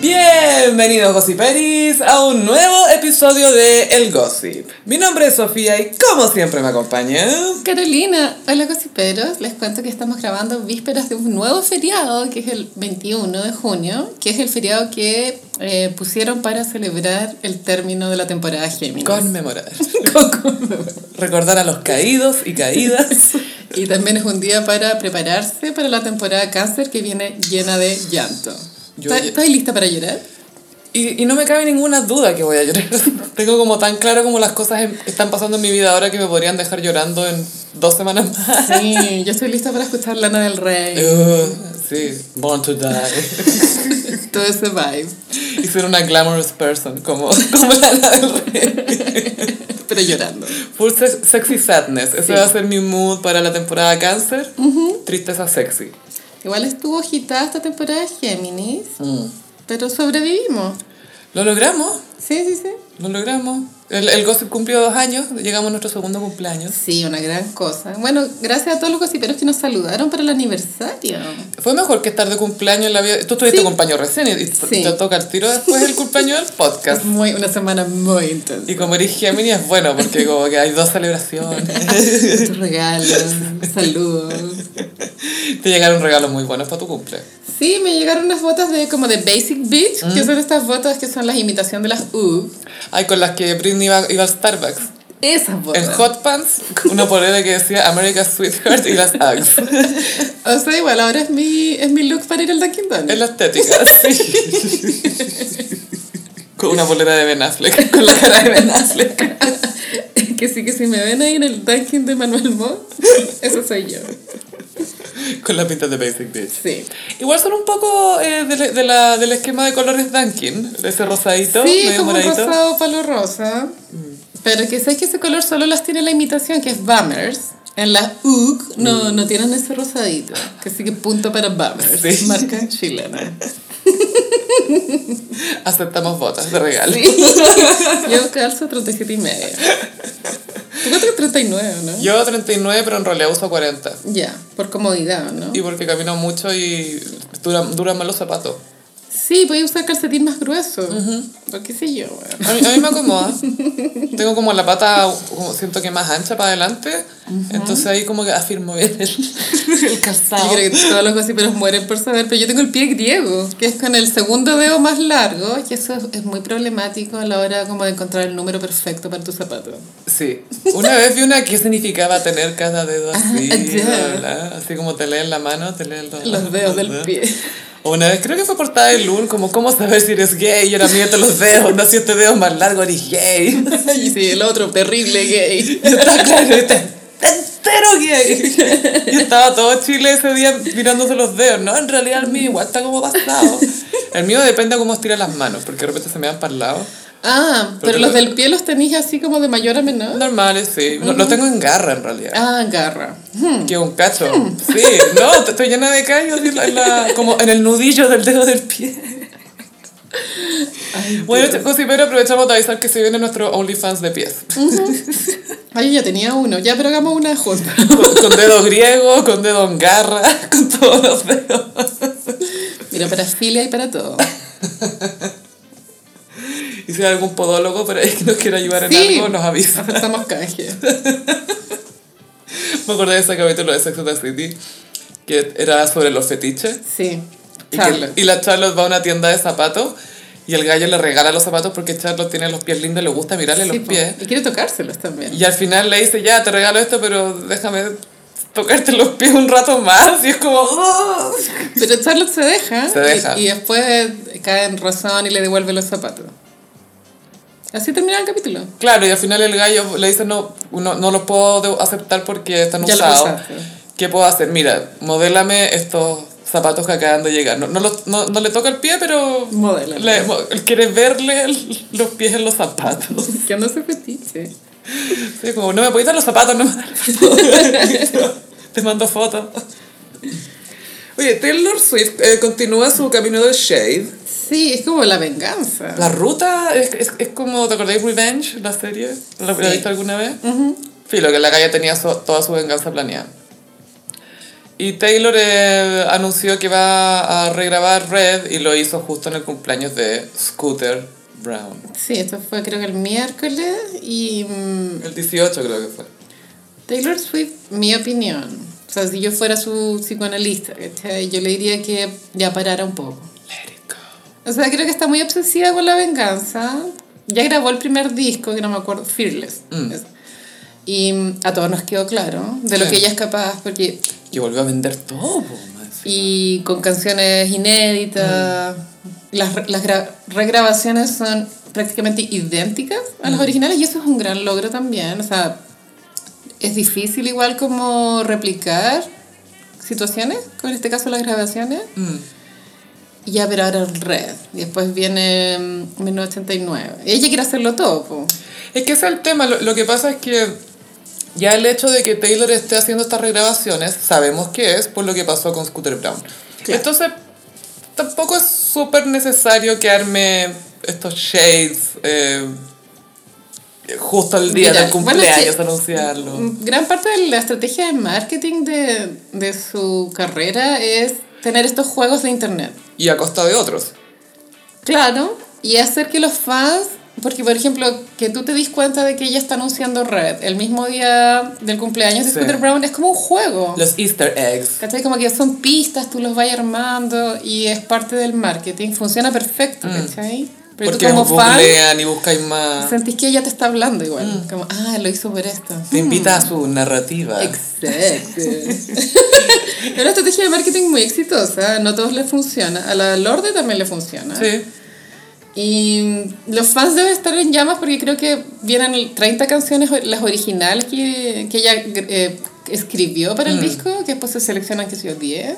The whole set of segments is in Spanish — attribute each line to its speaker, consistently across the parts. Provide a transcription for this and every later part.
Speaker 1: Bienvenidos Gossiperis a un nuevo episodio de El Gossip. Mi nombre es Sofía y como siempre me acompaña.
Speaker 2: Carolina, hola gossiperos, les cuento que estamos grabando vísperas de un nuevo feriado que es el 21 de junio, que es el feriado que eh, pusieron para celebrar el término de la temporada Géminis.
Speaker 1: Conmemorar. Recordar a los caídos y caídas.
Speaker 2: Y también es un día para prepararse para la temporada Cáncer que viene llena de llanto.
Speaker 1: Yo-
Speaker 2: ¿Estás- ¿Estás lista para llorar?
Speaker 1: Y, y no me cabe ninguna duda que voy a llorar. Tengo como tan claro como las cosas em- están pasando en mi vida ahora que me podrían dejar llorando en dos semanas más.
Speaker 2: Sí, yo estoy lista para escuchar Lana del Rey,
Speaker 1: Uh, sí, born to die.
Speaker 2: todo ese vibe,
Speaker 1: Y ser una glamorous person como, como Lana del Rey.
Speaker 2: pero llorando.
Speaker 1: Full sex- sexy sadness. Ese va a ser mi mood para la temporada cáncer. Tristeza sexy.
Speaker 2: Igual estuvo agitada esta temporada de Géminis, pero sobrevivimos.
Speaker 1: Lo logramos,
Speaker 2: Sí, sí, sí.
Speaker 1: lo logramos. El, el gossip cumplió dos años, llegamos a nuestro segundo cumpleaños.
Speaker 2: Sí, una gran cosa. Bueno, gracias a todos los cosiperos que nos saludaron para el aniversario.
Speaker 1: Fue mejor que estar de cumpleaños en la vida. Tú tuviste
Speaker 2: Sí.
Speaker 1: cumpleaños recién y, y
Speaker 2: Sí.
Speaker 1: te toca el tiro después el cumpleaños del podcast.
Speaker 2: Es muy, una semana muy intensa.
Speaker 1: Y como eres Géminis es bueno porque como que hay dos celebraciones.
Speaker 2: Muchos regalos, saludos.
Speaker 1: Te llegaron regalos muy buenos para tu cumple.
Speaker 2: Sí, me llegaron unas botas de como de Basic Beach, que son estas botas que son las imitación de las UG.
Speaker 1: Ay, con las que Britney iba, iba al Starbucks.
Speaker 2: Esas
Speaker 1: En
Speaker 2: botas.
Speaker 1: Hot Pants, una polera que decía America's Sweetheart y las Uggs.
Speaker 2: O sea, igual ahora es mi, es mi look para ir al Dunkin'
Speaker 1: Es
Speaker 2: Donuts.
Speaker 1: la estética, sí. con una bolera de Ben Affleck, con la cara de Ben Affleck.
Speaker 2: que sí, que si me ven ahí en el Dunkin' de Manuel Mo, eso soy yo.
Speaker 1: Con la pinta de Basic Bitch.
Speaker 2: Sí.
Speaker 1: Igual son un poco eh, de la- de la- del esquema de colores Dunkin, de ese rosadito,
Speaker 2: Sí,
Speaker 1: medio
Speaker 2: como un
Speaker 1: moradito. Mm.
Speaker 2: rosado palo rosa. Pero que sabes que ese color solo las tiene la imitación, que es Bummers. En las UG no,
Speaker 1: Mm.
Speaker 2: no tienen ese rosadito. Que sí que punto para Bummers.
Speaker 1: Sí.
Speaker 2: Marca chilena.
Speaker 1: Aceptamos botas de regalo.
Speaker 2: Yo calzo 37 y medio. Tú cuentas que 39, ¿no?
Speaker 1: Yo 39, pero en realidad uso 40.
Speaker 2: Ya, por comodidad, ¿no?
Speaker 1: Y porque camino mucho y duran, duran más los zapatos.
Speaker 2: Sí, podía usar calcetín más grueso. O qué sé yo, weón.
Speaker 1: A mí, a mí me acomoda. Tengo como la pata, como siento que más ancha para adelante. Entonces ahí como que afirmo bien el, el calzado.
Speaker 2: Yo creo que todos los gossiperos mueren por saber, pero yo tengo el pie griego, que es con el segundo dedo más largo, y eso es, es muy problemático a la hora como de encontrar el número perfecto para tu zapato.
Speaker 1: Sí. Una vez vi una que significaba tener cada dedo así,
Speaker 2: Ah,
Speaker 1: bla,
Speaker 2: ya.
Speaker 1: bla, bla. así como te leen la mano, te leen los,
Speaker 2: Los dedos del pie.
Speaker 1: O una vez, creo que fue portada de Loon, como, ¿cómo saber si eres gay? Y ahora mírate los dedos, no siete dedos más largos, eres gay.
Speaker 2: Y sí, el otro terrible gay.
Speaker 1: Yo estaba, claro, yo estaba entero gay. Yo estaba todo Chile ese día mirándose los dedos, ¿no? En realidad el mío igual está como pasado. El mío depende de cómo estiras las manos, porque de repente se me van para el lado.
Speaker 2: Ah, pero los del pie los tenéis así como de mayor a menor.
Speaker 1: Normales, sí. No, Lo tengo en garra, en realidad.
Speaker 2: Ah, garra.
Speaker 1: Que un cacho. Sí, no, t- estoy llena de callos en la- en la- como en el nudillo del dedo del pie. Bueno, chicos, y pero aprovechamos de avisar que se viene nuestro OnlyFans de pies.
Speaker 2: Ay, yo ya tenía uno, ya, pero hagamos una junta.
Speaker 1: Con, con dedo griego, con dedo en garra, con todos los dedos.
Speaker 2: Mira, para filia y para todo.
Speaker 1: Y si hay algún podólogo por ahí que nos quiera ayudar en
Speaker 2: Sí.
Speaker 1: algo, nos avisa.
Speaker 2: Aceptamos canje.
Speaker 1: Me acordé de ese capítulo de Sex and the City, que era sobre los fetiches.
Speaker 2: Sí.
Speaker 1: Y,
Speaker 2: Charlotte.
Speaker 1: que- y la Charlotte va a una tienda de zapatos y el gallo le regala los zapatos porque Charlotte tiene los pies lindos, le gusta mirarle
Speaker 2: Sí,
Speaker 1: los
Speaker 2: po.
Speaker 1: pies.
Speaker 2: Y quiere tocárselos también.
Speaker 1: Y al final le dice, ya, te regalo esto, pero déjame tocarte los pies un rato más. Y es como... "Oh".
Speaker 2: Pero Charlotte se deja.
Speaker 1: Se
Speaker 2: y-
Speaker 1: deja.
Speaker 2: Y, después cae en razón y le devuelve los zapatos. Así termina el capítulo.
Speaker 1: Claro, y al final el gallo le dice, no, no, no los puedo de- aceptar porque están
Speaker 2: Ya los
Speaker 1: usados.
Speaker 2: usaste.
Speaker 1: ¿Qué puedo hacer? Mira, modélame estos zapatos que acaban de llegar. No, no, los- no, no le toca el pie, pero...
Speaker 2: Modélame.
Speaker 1: le- mo- él quiere verle el- los pies en los zapatos.
Speaker 2: Que no se fetiche.
Speaker 1: Sí, como, no me puedes dar los zapatos, no me dar los zapatos. Te mando fotos. Oye, Taylor Swift eh, continúa su camino de shade.
Speaker 2: Sí, es como la venganza.
Speaker 1: La ruta es, es, es como, ¿te acordáis Revenge, la serie? ¿La, la
Speaker 2: Sí.
Speaker 1: viste alguna vez? Filo, que la calle tenía su- toda su venganza planeada. Y Taylor eh, anunció que va a regrabar Red y lo hizo justo en el cumpleaños de Scooter Brown.
Speaker 2: Sí, esto fue creo que el miércoles y mm,
Speaker 1: El 18 creo que fue.
Speaker 2: Taylor Swift, mi opinión, o sea, si yo fuera su psicoanalista, ¿cachai? yo le diría que ya parara un poco.
Speaker 1: Let it go.
Speaker 2: O sea, creo que está muy obsesiva con la venganza. Ya grabó el primer disco, que no me acuerdo, Fearless.
Speaker 1: Mm.
Speaker 2: Es- Y mm, a todos nos quedó claro de lo
Speaker 1: Sí.
Speaker 2: que ella es capaz, porque
Speaker 1: Y volvió a vender todo, po, más.
Speaker 2: y con canciones inéditas.
Speaker 1: Mm.
Speaker 2: Las, re- las gra- regrabaciones son prácticamente idénticas a
Speaker 1: Mm.
Speaker 2: las originales y eso es un gran logro también. O sea, es difícil igual como replicar situaciones, como en este caso las grabaciones.
Speaker 1: Mm.
Speaker 2: Y ya, pero ahora el Red. Y Después viene mm, 1989. Ella quiere hacerlo todo, po.
Speaker 1: Es que ese es el tema. Lo, lo que pasa es que ya el hecho de que Taylor esté haciendo estas regrabaciones, sabemos que es por lo que pasó con Scooter Brown.
Speaker 2: Claro.
Speaker 1: Entonces, tampoco es súper necesario que arme estos shades eh, justo el día
Speaker 2: Mira,
Speaker 1: del
Speaker 2: bueno,
Speaker 1: cumpleaños
Speaker 2: sí.
Speaker 1: anunciarlo.
Speaker 2: Mm, Gran parte de la estrategia de marketing de, de su carrera es tener estos juegos de internet.
Speaker 1: Y a costa de otros.
Speaker 2: Claro, y hacer que los fans, porque por ejemplo, que tú te dis cuenta de que ella está anunciando Red el mismo día del cumpleaños de
Speaker 1: Sí.
Speaker 2: Scooter Brown, es como un juego.
Speaker 1: Los easter eggs.
Speaker 2: ¿Cachai? Como que son pistas, tú los vas armando y es parte del marketing. Funciona perfecto, ¿cachai? Pero
Speaker 1: Mm. porque
Speaker 2: tú como fan
Speaker 1: googlean y buscan más.
Speaker 2: sentís que ella te está hablando igual. Como, ah, lo hizo por esto.
Speaker 1: Te invita a su narrativa.
Speaker 2: Exacto. es una estrategia de marketing muy exitosa. No a todos les funciona. A la Lorde también le funciona.
Speaker 1: Sí.
Speaker 2: Y los fans deben estar en llamas porque creo que vienen 30 canciones, las originales que, que ella eh, escribió para el disco, que después se seleccionan, que sé yo, 10.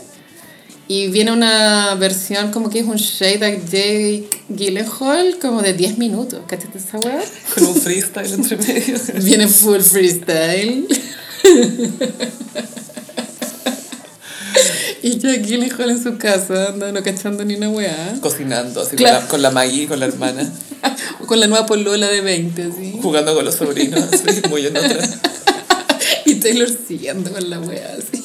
Speaker 2: Y viene una versión como que es un shade a Jake Gyllenhaal, como de 10 minutos. ¿Cachate esa weá?
Speaker 1: Con un freestyle entre medio.
Speaker 2: Viene full freestyle. y Jake Gyllenhaal en su casa, anda no cachando ni una weá.
Speaker 1: Cocinando, así
Speaker 2: Claro.
Speaker 1: con, la, con la Maggie, con la hermana.
Speaker 2: Con la nueva polola de 20, así.
Speaker 1: jugando con los sobrinos, así, muy en otra.
Speaker 2: Y Taylor siguiendo con la wea así.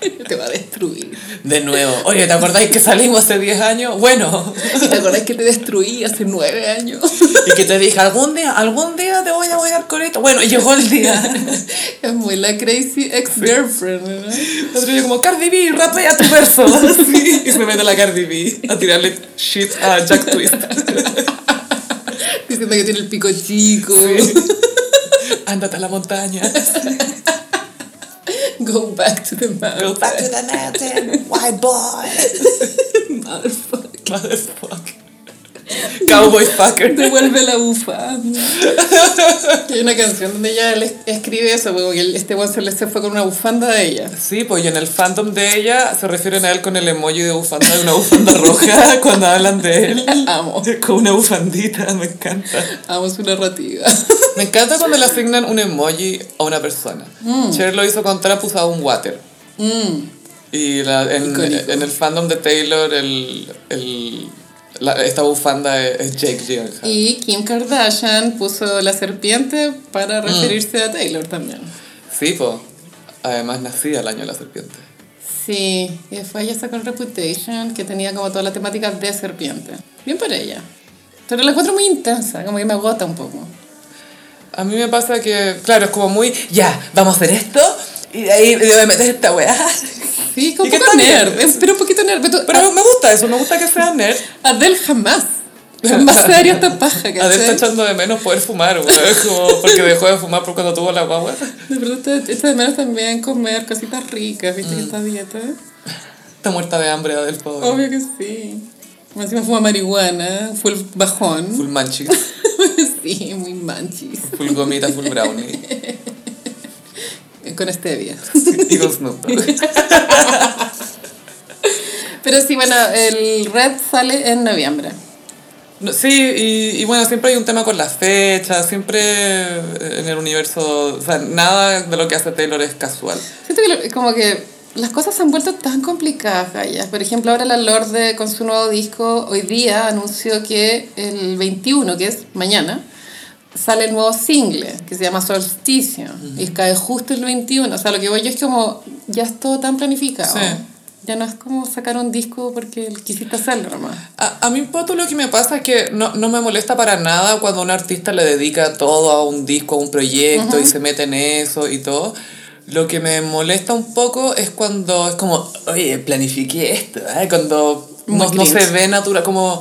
Speaker 2: Te va a destruir.
Speaker 1: De nuevo, oye, ¿te acordáis que salimos hace 10 años? Bueno,
Speaker 2: ¿Y te acordás que te destruí hace nueve años?
Speaker 1: y que te dije, algún día, algún día te voy a huear con esto. Bueno, y llegó el día.
Speaker 2: Es muy la crazy ex-girlfriend, ¿no?
Speaker 1: El otro día como, Cardi B, rapea tu verso. Así, y se mete la Cardi B a tirarle shit a Jack Twist.
Speaker 2: Diciendo que tiene el pico chico.
Speaker 1: Ándate a la montaña.
Speaker 2: Go back to the mountain.
Speaker 1: Go back to the mountain, white boy.
Speaker 2: Motherfucker.
Speaker 1: Motherfucker. Cowboy fucker.
Speaker 2: Devuelve la bufanda. Y Hay una canción donde ella le escribe eso, como que este one se le se fue con una bufanda de ella.
Speaker 1: Sí, pues y en el fandom de ella se refieren a él con el emoji de bufanda, de una bufanda roja cuando hablan de él.
Speaker 2: Amo.
Speaker 1: Con una bufandita, me encanta.
Speaker 2: Amo su narrativa.
Speaker 1: Me encanta cuando le asignan un emoji a una persona. Cher lo hizo con Trap, usaba un water.
Speaker 2: Mm.
Speaker 1: Y la- en,
Speaker 2: Icónico.
Speaker 1: en el fandom de Taylor, el, el- la- esta bufanda es, es Jake Gyllenhaal.
Speaker 2: Y Kim Kardashian puso la serpiente para referirse a Taylor también.
Speaker 1: Sí, pues. Además nacía el año de la serpiente.
Speaker 2: Sí, y después ella sacó el Reputation, que tenía como toda la temática de serpiente. Bien para ella. Pero la encuentro muy intensa, como que me agota un poco.
Speaker 1: A mí me pasa que, claro, es como muy, ya, vamos a hacer esto, y de ahí le voy a meter esta weá.
Speaker 2: Sí, como
Speaker 1: ¿Y
Speaker 2: un
Speaker 1: qué tal?
Speaker 2: poco nerd, es- pero un poquito nerd. Pero, tú-
Speaker 1: Pero me gusta eso, me gusta que sea nerd.
Speaker 2: Ad- Adele jamás, jamás se daría esta paja,
Speaker 1: Adel está
Speaker 2: ¿cachai?
Speaker 1: echando de menos poder fumar, güey. Es como porque dejó de fumar por cuando tuvo la guagua.
Speaker 2: De verdad, te echa de menos también comer cositas ricas, ¿viste? que Esta dieta.
Speaker 1: Está muerta de hambre, Adel, pobre.
Speaker 2: Obvio que sí. Encima fuma marihuana, full bajón.
Speaker 1: Full manchis,
Speaker 2: sí, muy manchis.
Speaker 1: full gomita, full brownie.
Speaker 2: Con stevia.
Speaker 1: Y con Snoop Dogg.
Speaker 2: Pero sí, bueno, el Red sale en noviembre.
Speaker 1: No, Sí, y, y bueno, siempre hay un tema con las fechas, siempre eh, en el universo, o sea, nada de lo que hace Taylor es casual.
Speaker 2: Siento que lo- como que las cosas se han vuelto tan complicadas, Gaya. Por ejemplo, ahora la Lorde con su nuevo disco hoy día anunció que el 21, que es mañana, sale el nuevo single, que se llama Solsticio, y cae justo el 21. O sea, lo que voy yo es como, ya es todo tan planificado.
Speaker 1: Sí.
Speaker 2: Ya no es como sacar un disco porque quisiste hacerlo nomás.
Speaker 1: A, a mí, Poto, lo que me pasa es que no, no me molesta para nada cuando un artista le dedica todo a un disco, a un proyecto y se mete en eso y todo. Lo que me molesta un poco es cuando es como, oye, planifiqué esto, ¿eh? cuando
Speaker 2: Muy
Speaker 1: no, no se
Speaker 2: cringe.
Speaker 1: ve natural, como,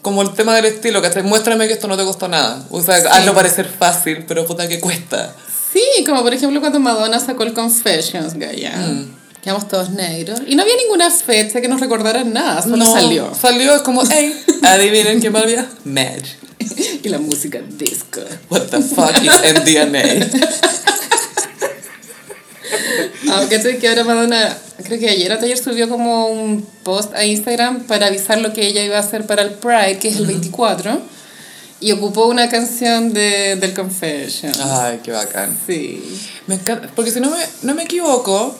Speaker 1: como el tema del estilo, que muéstrame que esto no te costó nada. O sea,
Speaker 2: Sí.
Speaker 1: hazlo parecer fácil, pero puta que cuesta.
Speaker 2: Sí, como por ejemplo cuando Madonna sacó el Confessions, Gaia. Mm. Quedamos todos negros. Y no había ninguna fecha que nos recordara nada, solo salió.
Speaker 1: Salió, es como, hey, adivinen qué mal había. Match.
Speaker 2: y la música disco.
Speaker 1: What the fuck is MDMA?
Speaker 2: Aunque sé que ahora Madonna, creo que ayer o ayer subió como un post a Instagram para avisar lo que ella iba a hacer para el Pride, que es el 24, y ocupó una canción de, del Confession.
Speaker 1: Ay, qué bacán.
Speaker 2: Sí.
Speaker 1: Me encanta, porque si no me, no me equivoco,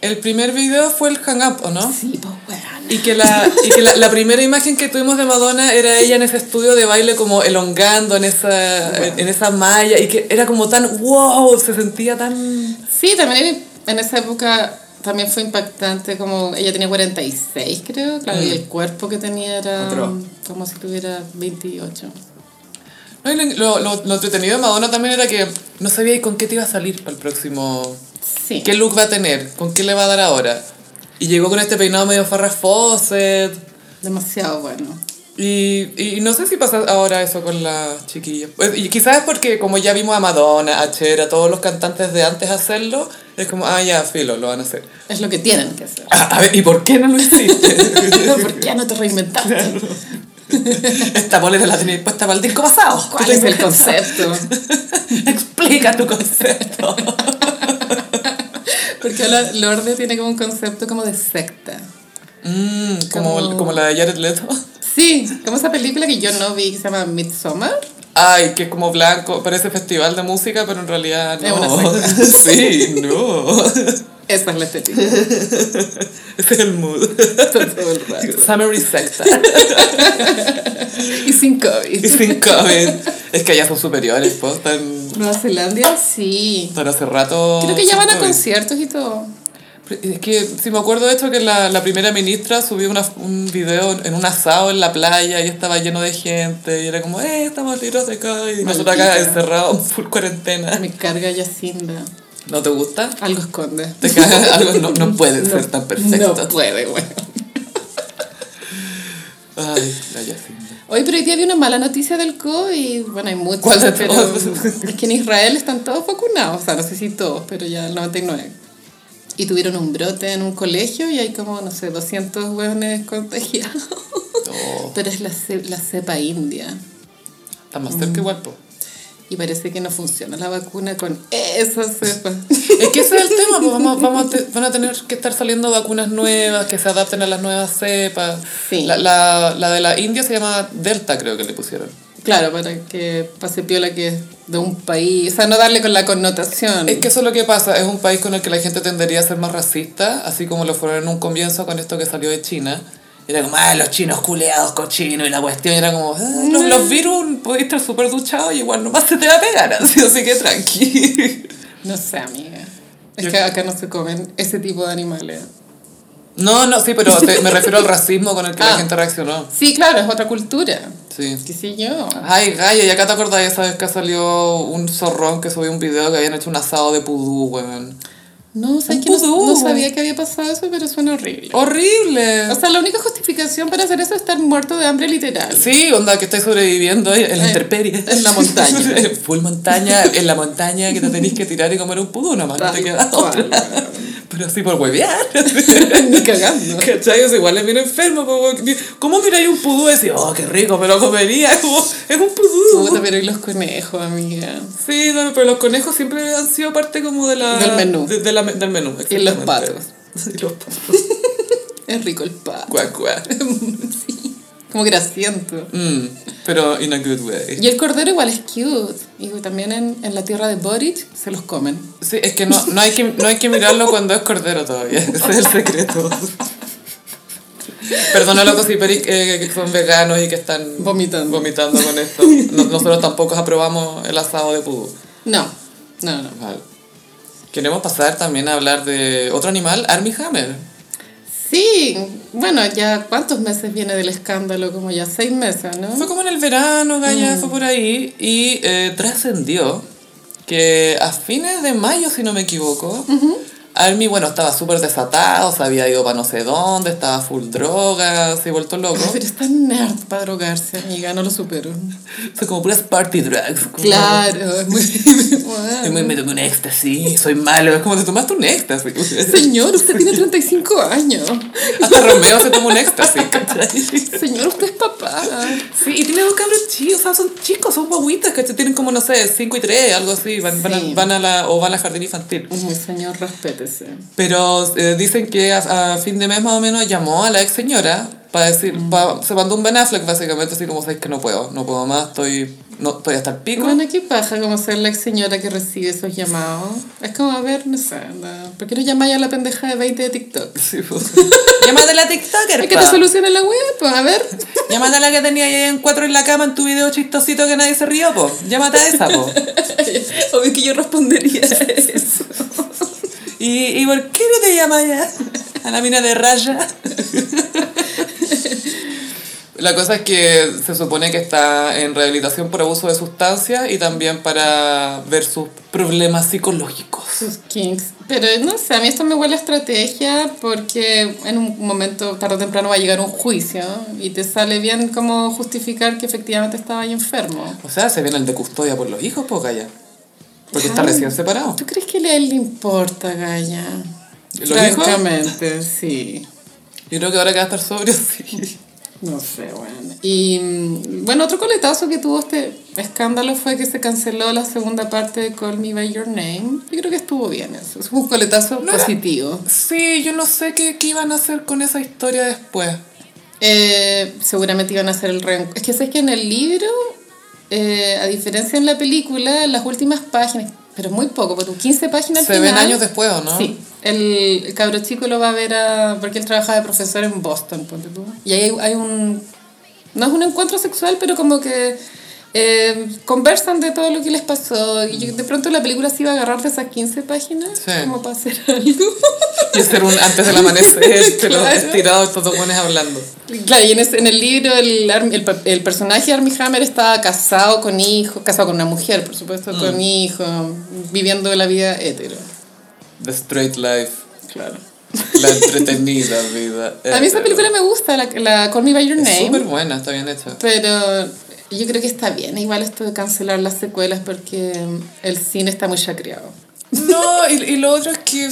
Speaker 1: el primer video fue el hang up, ¿o no?
Speaker 2: Sí, pues weón.
Speaker 1: Y que, la, y que la, la primera imagen que tuvimos de Madonna era ella en ese estudio de baile como elongando en esa, en esa malla y que era como tan wow, se sentía tan...
Speaker 2: Sí, también en esa época también fue impactante, como ella tenía 46, creo, claro, y el cuerpo que tenía era
Speaker 1: Otro.
Speaker 2: como si tuviera 28.
Speaker 1: No, y lo, lo, lo entretenido de Madonna también era que no sabía con qué te iba a salir al próximo...
Speaker 2: Sí.
Speaker 1: ¿Qué look va a tener? ¿Con qué le va a dar ahora? Y llegó con este peinado medio Farrah Fawcett.
Speaker 2: Demasiado bueno.
Speaker 1: Y, y no sé si pasa ahora eso con las chiquillas. Pues, y quizás es porque como ya vimos a Madonna, a Cher, a todos los cantantes de antes hacerlo, es como, ah, ya, filo, lo van a hacer.
Speaker 2: Es lo que tienen que hacer.
Speaker 1: Ah, a ver, ¿y por qué no lo hiciste?
Speaker 2: ¿Por qué no te reinventaste?
Speaker 1: Esta bolera la tenías puesta para el disco pasado.
Speaker 2: ¿Cuál Este es el concepto?
Speaker 1: Explica tu concepto.
Speaker 2: Porque la Lorde tiene como un concepto como de secta.
Speaker 1: Mm, como,
Speaker 2: Como-
Speaker 1: como la de Jared Leto.
Speaker 2: Sí, como esa película que yo no vi que se llama Midsommar.
Speaker 1: Ay, que es como blanco, parece festival de música, pero en realidad
Speaker 2: Es una
Speaker 1: no. Sí, no.
Speaker 2: Esa es la estética.
Speaker 1: Ese es el mood.
Speaker 2: Todo el rato.
Speaker 1: Summary secta.
Speaker 2: Y sin
Speaker 1: Y
Speaker 2: COVID.
Speaker 1: sin COVID. Es que allá son superiores, pues. Están,
Speaker 2: Nueva Zelanda, sí.
Speaker 1: están hace rato.
Speaker 2: Creo que ya
Speaker 1: sin
Speaker 2: van a
Speaker 1: COVID.
Speaker 2: conciertos y todo.
Speaker 1: Es que si me acuerdo de esto, que la, la primera ministra subió una- un video en un asado en la playa y estaba lleno de gente. Y era como, ¡eh, estamos libres de COVID! Y nosotros acá
Speaker 2: Maldita.
Speaker 1: encerrados en full cuarentena.
Speaker 2: Me carga Yacinda.
Speaker 1: ¿No te gusta?
Speaker 2: Algo esconde.
Speaker 1: Te cagas algo, no, no puede ser tan perfecto.
Speaker 2: No puede, bueno.
Speaker 1: Ay, la Yacinda.
Speaker 2: Hoy, pero hoy día había una mala noticia del COVID. Bueno, hay muchas.
Speaker 1: ¿Cuál de
Speaker 2: pero
Speaker 1: todas?
Speaker 2: Es que en Israel están todos vacunados. O sea, no sé si todos, pero ya el 99. Y tuvieron un brote en un colegio y hay como, no sé, 200 hueones contagiados.
Speaker 1: No,
Speaker 2: Pero es la, ce- la cepa india.
Speaker 1: está más
Speaker 2: Mm.
Speaker 1: cerca igual, po.
Speaker 2: Y parece que no funciona la vacuna con esa cepa.
Speaker 1: Es que ese es el tema, pues vamos, vamos a te- van a tener que estar saliendo vacunas nuevas que se adapten a las nuevas cepas.
Speaker 2: Sí.
Speaker 1: La, la, la de la India se llama Delta, creo que le pusieron.
Speaker 2: Claro, para que pase piola que es de un país. O sea, no darle con la connotación.
Speaker 1: Es que eso es lo que pasa, es un país con el que la gente tendería a ser más racista, así como lo fueron en un comienzo con esto que salió de China. Era como, ah, los chinos culeados, cochinos, y la cuestión era como, ah, los, los virus podéis estar súper duchados y igual nomás se te va a pegar, así, así que tranqui.
Speaker 2: No sé, amiga. Es
Speaker 1: Yo-
Speaker 2: que acá no se comen ese tipo de animales.
Speaker 1: No, no, sí, pero te- me refiero al racismo con el que la
Speaker 2: Ah.
Speaker 1: gente reaccionó.
Speaker 2: Sí, claro, es otra cultura.
Speaker 1: Sí.
Speaker 2: ¿Qué sé yo?
Speaker 1: Ay, Gaya, y acá te acordás de esa vez que salió un zorrón que subió un video que habían hecho un asado de pudú, weón.
Speaker 2: No,
Speaker 1: Un
Speaker 2: sabes que no,
Speaker 1: pudú.
Speaker 2: no sabía que había pasado eso, pero suena horrible.
Speaker 1: ¡Horrible!
Speaker 2: O sea, la única justificación para hacer eso es estar muerto de hambre literal.
Speaker 1: Sí, onda, que estáis sobreviviendo en la
Speaker 2: Eh,
Speaker 1: intemperie.
Speaker 2: en la montaña.
Speaker 1: Full montaña, en la montaña que te tenéis que tirar y comer un pudú nomás, no te
Speaker 2: Tal
Speaker 1: queda
Speaker 2: cual,
Speaker 1: otra. Pero así por huevear.
Speaker 2: Ni cagando.
Speaker 1: ¿Cachai? O sea, igual es bien enfermo. como que- ¿Cómo miráis un pudú y decís, oh, qué rico, me lo comería? Como, es un pudú.
Speaker 2: Puta, pero y los conejos, amiga.
Speaker 1: Sí, no, pero los conejos siempre han sido parte como de la...
Speaker 2: Del menú.
Speaker 1: de- de la- del menú,
Speaker 2: Y los
Speaker 1: exactamente.
Speaker 2: patos.
Speaker 1: Y los patos.
Speaker 2: Es rico el pan.
Speaker 1: Cuac, cuac.
Speaker 2: Como grasiento.
Speaker 1: Mm, pero in a good way.
Speaker 2: Y el cordero igual es cute. Y también en, en la tierra de Boric se los comen.
Speaker 1: Sí, es que no, no, hay que no hay que mirarlo cuando es cordero todavía. Ese es el secreto. Perdona los cociperis eh, que son veganos y que están
Speaker 2: Vomitando.
Speaker 1: vomitando con esto. No- nosotros tampoco aprobamos el asado de pudú.
Speaker 2: No, no, no.
Speaker 1: Vale. Queremos pasar también a hablar de otro animal, Armie Hammer.
Speaker 2: Sí, bueno, ya cuántos meses viene del escándalo, como ya seis meses, ¿no?
Speaker 1: Fue como en el verano, Gaya, fue por ahí y eh, trascendió que a fines de mayo, si no me equivoco, Army, bueno, estaba súper desatado, se había ido para no sé dónde, estaba full droga, se vuelto loco.
Speaker 2: Pero es tan nerd para drogarse, amiga, no lo supero.
Speaker 1: Son como puras party drugs. como-
Speaker 2: Claro, es muy...
Speaker 1: Yo me, me tomé un éxtasis, soy malo. Es como si tomaste un éxtasis.
Speaker 2: Señor, usted tiene 35 años.
Speaker 1: Hasta Romeo se tomó un éxtasis, ¿cachai?
Speaker 2: Señor, usted es papá.
Speaker 1: Sí, y tiene dos cabros chicos, o sea, son chicos, son guaguitas, que tienen como, no sé, 5 y 3, algo así, van, van, a,
Speaker 2: Sí.
Speaker 1: van a la, o van a jardín infantil.
Speaker 2: Uy, Señor, respétese.
Speaker 1: Pero eh, dicen que a, a fin de mes más o menos llamó a la ex señora para decir,
Speaker 2: Mm.
Speaker 1: pa- se mandó un Ben Affleck básicamente, así como, sabes que no puedo, no puedo más, estoy, no, estoy hasta el pico.
Speaker 2: Bueno, ¿qué pasa como ser la ex señora que recibe esos llamados? Es como, a ver, no sé, no. ¿por qué no llamáis a la pendeja de 20 de TikTok?
Speaker 1: Sí, pues. Llámate a la TikToker,
Speaker 2: Es que
Speaker 1: pa.
Speaker 2: te soluciona la web, pues, a ver.
Speaker 1: Llámate a la que tenía ahí en cuatro en la cama en tu video chistosito que nadie se rió, po. Llámate a esa, po.
Speaker 2: Obvio que yo respondería a eso.
Speaker 1: ¿Y, ¿Y por qué no te llamas ya? A la mina de raya. La cosa es que se supone que está en rehabilitación por abuso de sustancias y también para ver sus problemas psicológicos.
Speaker 2: Sus kinks. Pero no sé, a mí esto me huele a estrategia porque en un momento, tarde o temprano, va a llegar un juicio y te sale bien como justificar que efectivamente estaba ahí enfermo.
Speaker 1: O sea, se viene el de custodia por los hijos, po, Gaya. Porque está
Speaker 2: Ay.
Speaker 1: recién separado.
Speaker 2: ¿Tú crees que a él le importa, Gaya?
Speaker 1: ¿Lo dijo?
Speaker 2: Francamente, sí.
Speaker 1: Yo creo que ahora que va a estar sobrio, sí.
Speaker 2: No sé, bueno. Y mm, bueno, otro coletazo que tuvo este escándalo fue que se canceló la segunda parte de Call Me By Your Name. Yo creo que estuvo bien eso. Es un coletazo
Speaker 1: No era-
Speaker 2: positivo.
Speaker 1: Sí, yo no sé qué, qué iban a hacer con esa historia después.
Speaker 2: Eh, seguramente iban a hacer el rencor. Es que sabes que en el libro, eh, a diferencia en la película, en las últimas páginas, pero muy poco, porque 15 páginas al
Speaker 1: Se ven
Speaker 2: final-
Speaker 1: años después, ¿o no?
Speaker 2: Sí, el, el cabro chico lo va a ver a, porque él trabaja de profesor en Boston, ponte tú. Y ahí hay, hay un, no es un encuentro sexual, pero como que eh, conversan de todo lo que les pasó. Y yo- de pronto la película se iba a agarrar de esas 15 páginas,
Speaker 1: Sí.
Speaker 2: como para hacer algo.
Speaker 1: Y hacer un antes del amanecer, te lo
Speaker 2: Claro.
Speaker 1: estirado estos dos buenos hablando.
Speaker 2: Claro, y en, ese- en el libro el, Arm- el, pa- el personaje de Armie Hammer estaba casado con hijo, casado con una mujer, por supuesto,
Speaker 1: Mm.
Speaker 2: con hijo, viviendo la vida hetero.
Speaker 1: The Straight Life.
Speaker 2: Claro.
Speaker 1: La entretenida vida.
Speaker 2: A mí esa película me gusta, la, la Call Me By Your
Speaker 1: Eh, es
Speaker 2: Name.
Speaker 1: súper buena, está bien hecha.
Speaker 2: Pero yo creo que está bien, igual esto de cancelar las secuelas porque el cine está muy chacreado.
Speaker 1: No, y, y lo otro es que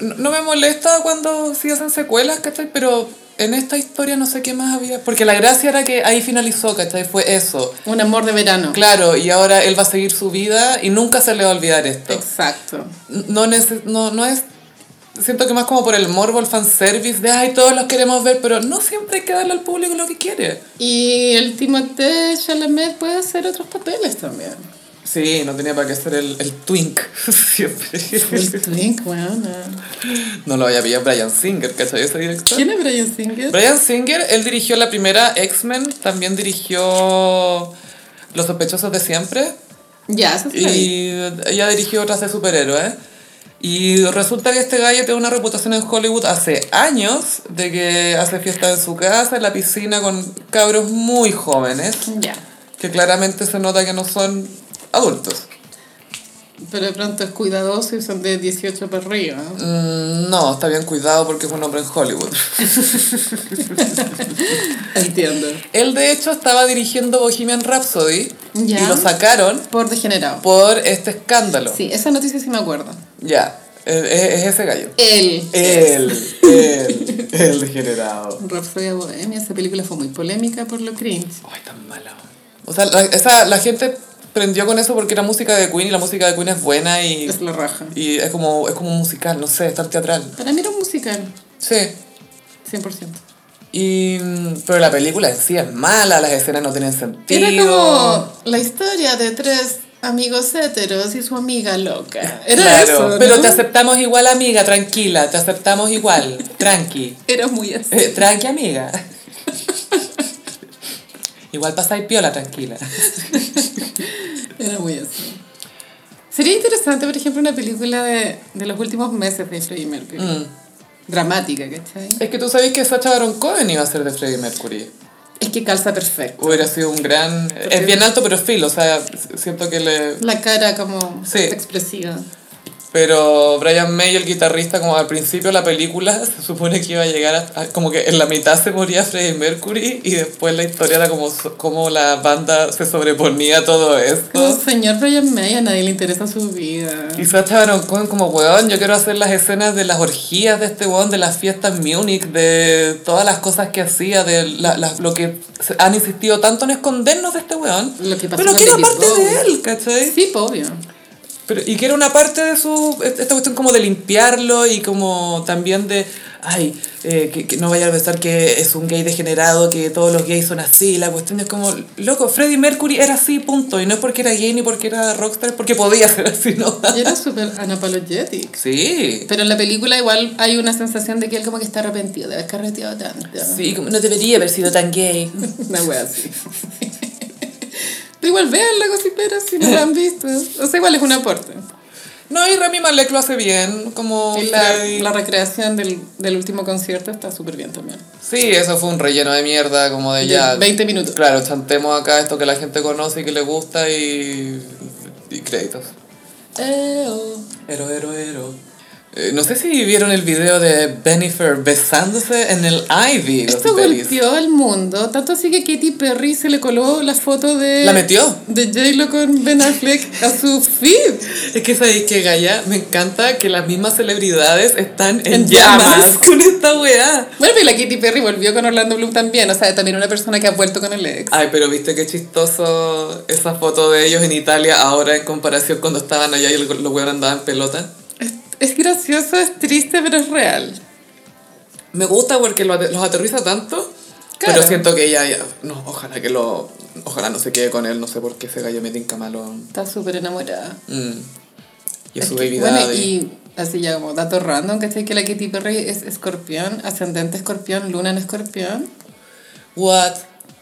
Speaker 1: no, no me molesta cuando sí hacen secuelas, ¿cachai? Pero en esta historia no sé qué más había. Porque la gracia era que ahí finalizó, ¿cachai? Fue eso.
Speaker 2: Un amor de verano.
Speaker 1: Claro, y ahora él va a seguir su vida y nunca se le va a olvidar esto.
Speaker 2: Exacto.
Speaker 1: No, neces- no, no es... Siento que más como por el morbo, el fanservice de ay, todos los queremos ver, pero no siempre hay que darle al público lo que quiere.
Speaker 2: Y el Timothée Chalamet puede hacer otros papeles también.
Speaker 1: Sí, no tenía para qué ser el, el twink siempre.
Speaker 2: El Twink, bueno.
Speaker 1: No lo había pillado Brian Singer, ¿cachai? Ese director.
Speaker 2: ¿Quién es Brian Singer?
Speaker 1: Brian Singer, él dirigió la primera X-Men, también dirigió Los sospechosos de siempre
Speaker 2: Ya, eso sí.
Speaker 1: y ella dirigió otras de superhéroes. Y resulta que este gallo tiene una reputación en Hollywood hace años de que hace fiestas en su casa, en la piscina, con cabros muy jóvenes,
Speaker 2: Ya.
Speaker 1: que claramente se nota que no son adultos.
Speaker 2: Pero de pronto es cuidadoso y son de 18 para arriba.
Speaker 1: Mm, No, está bien cuidado porque es un hombre en Hollywood.
Speaker 2: Entiendo.
Speaker 1: Él de hecho estaba dirigiendo Bohemian Rhapsody
Speaker 2: Ya.
Speaker 1: y lo sacaron
Speaker 2: Por degenerado.
Speaker 1: por este escándalo.
Speaker 2: Sí, esa noticia sí me acuerdo.
Speaker 1: Ya, es, es- es ese gallo.
Speaker 2: Él.
Speaker 1: El, el, el degenerado.
Speaker 2: Rhapsodia Bohemia, esa película fue muy polémica por lo cringe.
Speaker 1: Ay, tan mala. O sea, la, esa- la gente prendió con eso porque era música de Queen y la música de Queen es buena y,
Speaker 2: Es la raja.
Speaker 1: y es como es como musical, no sé, es tan teatral.
Speaker 2: Para mí era un musical,
Speaker 1: Sí.
Speaker 2: 100%.
Speaker 1: Y, mm, pero la película en sí es mala, las escenas no tienen sentido.
Speaker 2: Era como la historia de tres Amigos heteros y su amiga loca. Era
Speaker 1: Claro,
Speaker 2: eso, ¿no?
Speaker 1: pero te aceptamos igual, amiga, tranquila, te aceptamos igual, tranqui.
Speaker 2: Era muy así.
Speaker 1: Eh, tranqui, amiga. Igual pasáis piola, tranquila.
Speaker 2: Era muy así. Sería interesante, por ejemplo, una película de, de los últimos meses de Freddie Mercury.
Speaker 1: Mm.
Speaker 2: Dramática, ¿cachai?
Speaker 1: Es que tú sabes que Sacha Baron Cohen iba a ser de Freddie Mercury.
Speaker 2: Es que calza perfecto.
Speaker 1: Hubiera sido un gran... Es bien alto perfil, o sea, siento que le...
Speaker 2: La cara como
Speaker 1: Sí. Ah.
Speaker 2: expresiva.
Speaker 1: Pero Brian May, el guitarrista, como al principio de la película, se supone que iba a llegar a, a- como que en la mitad se moría Freddie Mercury y después la historia era como, so- como la banda se sobreponía a todo
Speaker 2: Como
Speaker 1: esto.
Speaker 2: señor Brian May, a nadie le interesa su vida.
Speaker 1: Y Sacha Baron Cohen como, weón, yo quiero hacer las escenas de las orgías de este weón, de las fiestas en Múnich, de todas las cosas que hacía, de la- las- lo que se- han insistido tanto en escondernos de este weón.
Speaker 2: Lo que pasó
Speaker 1: Pero
Speaker 2: con
Speaker 1: quiero
Speaker 2: David
Speaker 1: parte
Speaker 2: Bowie.
Speaker 1: de él, ¿cachai?
Speaker 2: Sí, po, obvio.
Speaker 1: Pero, y que era una parte de su. e-, Esta cuestión como de limpiarlo y como también de. Ay, eh, que, que no vaya a pensar que es un gay degenerado, que todos los gays son así. La cuestión es como, loco, Freddie Mercury era así, punto. Y no es porque era gay ni porque era rockstar, es porque podía ser así, ¿no?
Speaker 2: Y era súper anapologetic.
Speaker 1: Sí.
Speaker 2: Pero en la película igual hay una sensación de que él como que está arrepentido de haber carreteado tanto.
Speaker 1: Sí, como no debería haber sido tan gay.
Speaker 2: Una wea así. Pero igual veanla, pero si no la han visto. O sea, igual es un aporte.
Speaker 1: No, y Rami Malek lo hace bien, como
Speaker 2: Y la,
Speaker 1: Freddie.
Speaker 2: la recreación del, del último concierto está súper bien también.
Speaker 1: Sí, eso fue un relleno de mierda, como de
Speaker 2: De
Speaker 1: Ah, ya.
Speaker 2: 20 minutos.
Speaker 1: Claro, chantemos acá esto que la gente conoce y que le gusta y. y créditos.
Speaker 2: Eh, oh.
Speaker 1: Ero, ero, ero. Eh, no sé si vieron el video de Bennifer besándose en el Ivy. los
Speaker 2: Esto
Speaker 1: Ibelis.
Speaker 2: golpeó al mundo. Tanto así que Katy Perry se le coló la foto de.
Speaker 1: ¿La metió?
Speaker 2: De J-Lo con Ben Affleck a su feed.
Speaker 1: Es que sabéis que Gaya, me encanta que las mismas celebridades están en,
Speaker 2: En
Speaker 1: llamas.
Speaker 2: llamas.
Speaker 1: con esta weá.
Speaker 2: Bueno, pero la Katy Perry volvió con Orlando Bloom también. O sea, también una persona que ha vuelto con el ex.
Speaker 1: Ay, pero viste qué chistoso esa foto de ellos en Italia ahora en comparación cuando estaban allá y los weón andaban en pelota.
Speaker 2: Es gracioso, es triste, pero es real.
Speaker 1: Me gusta porque lo ate- los aterriza tanto.
Speaker 2: Claro.
Speaker 1: Pero siento que ella, ya- no, ojalá que lo, ojalá no se quede con él, no sé por qué ese gallo me tinca malo.
Speaker 2: Está súper enamorada.
Speaker 1: Mm. Y es
Speaker 2: Es
Speaker 1: su
Speaker 2: que,
Speaker 1: baby
Speaker 2: bueno,
Speaker 1: daddy.
Speaker 2: y así ya como dato random, que sé que la Katy Perry es escorpión, ascendente escorpión, luna en escorpión.
Speaker 1: What?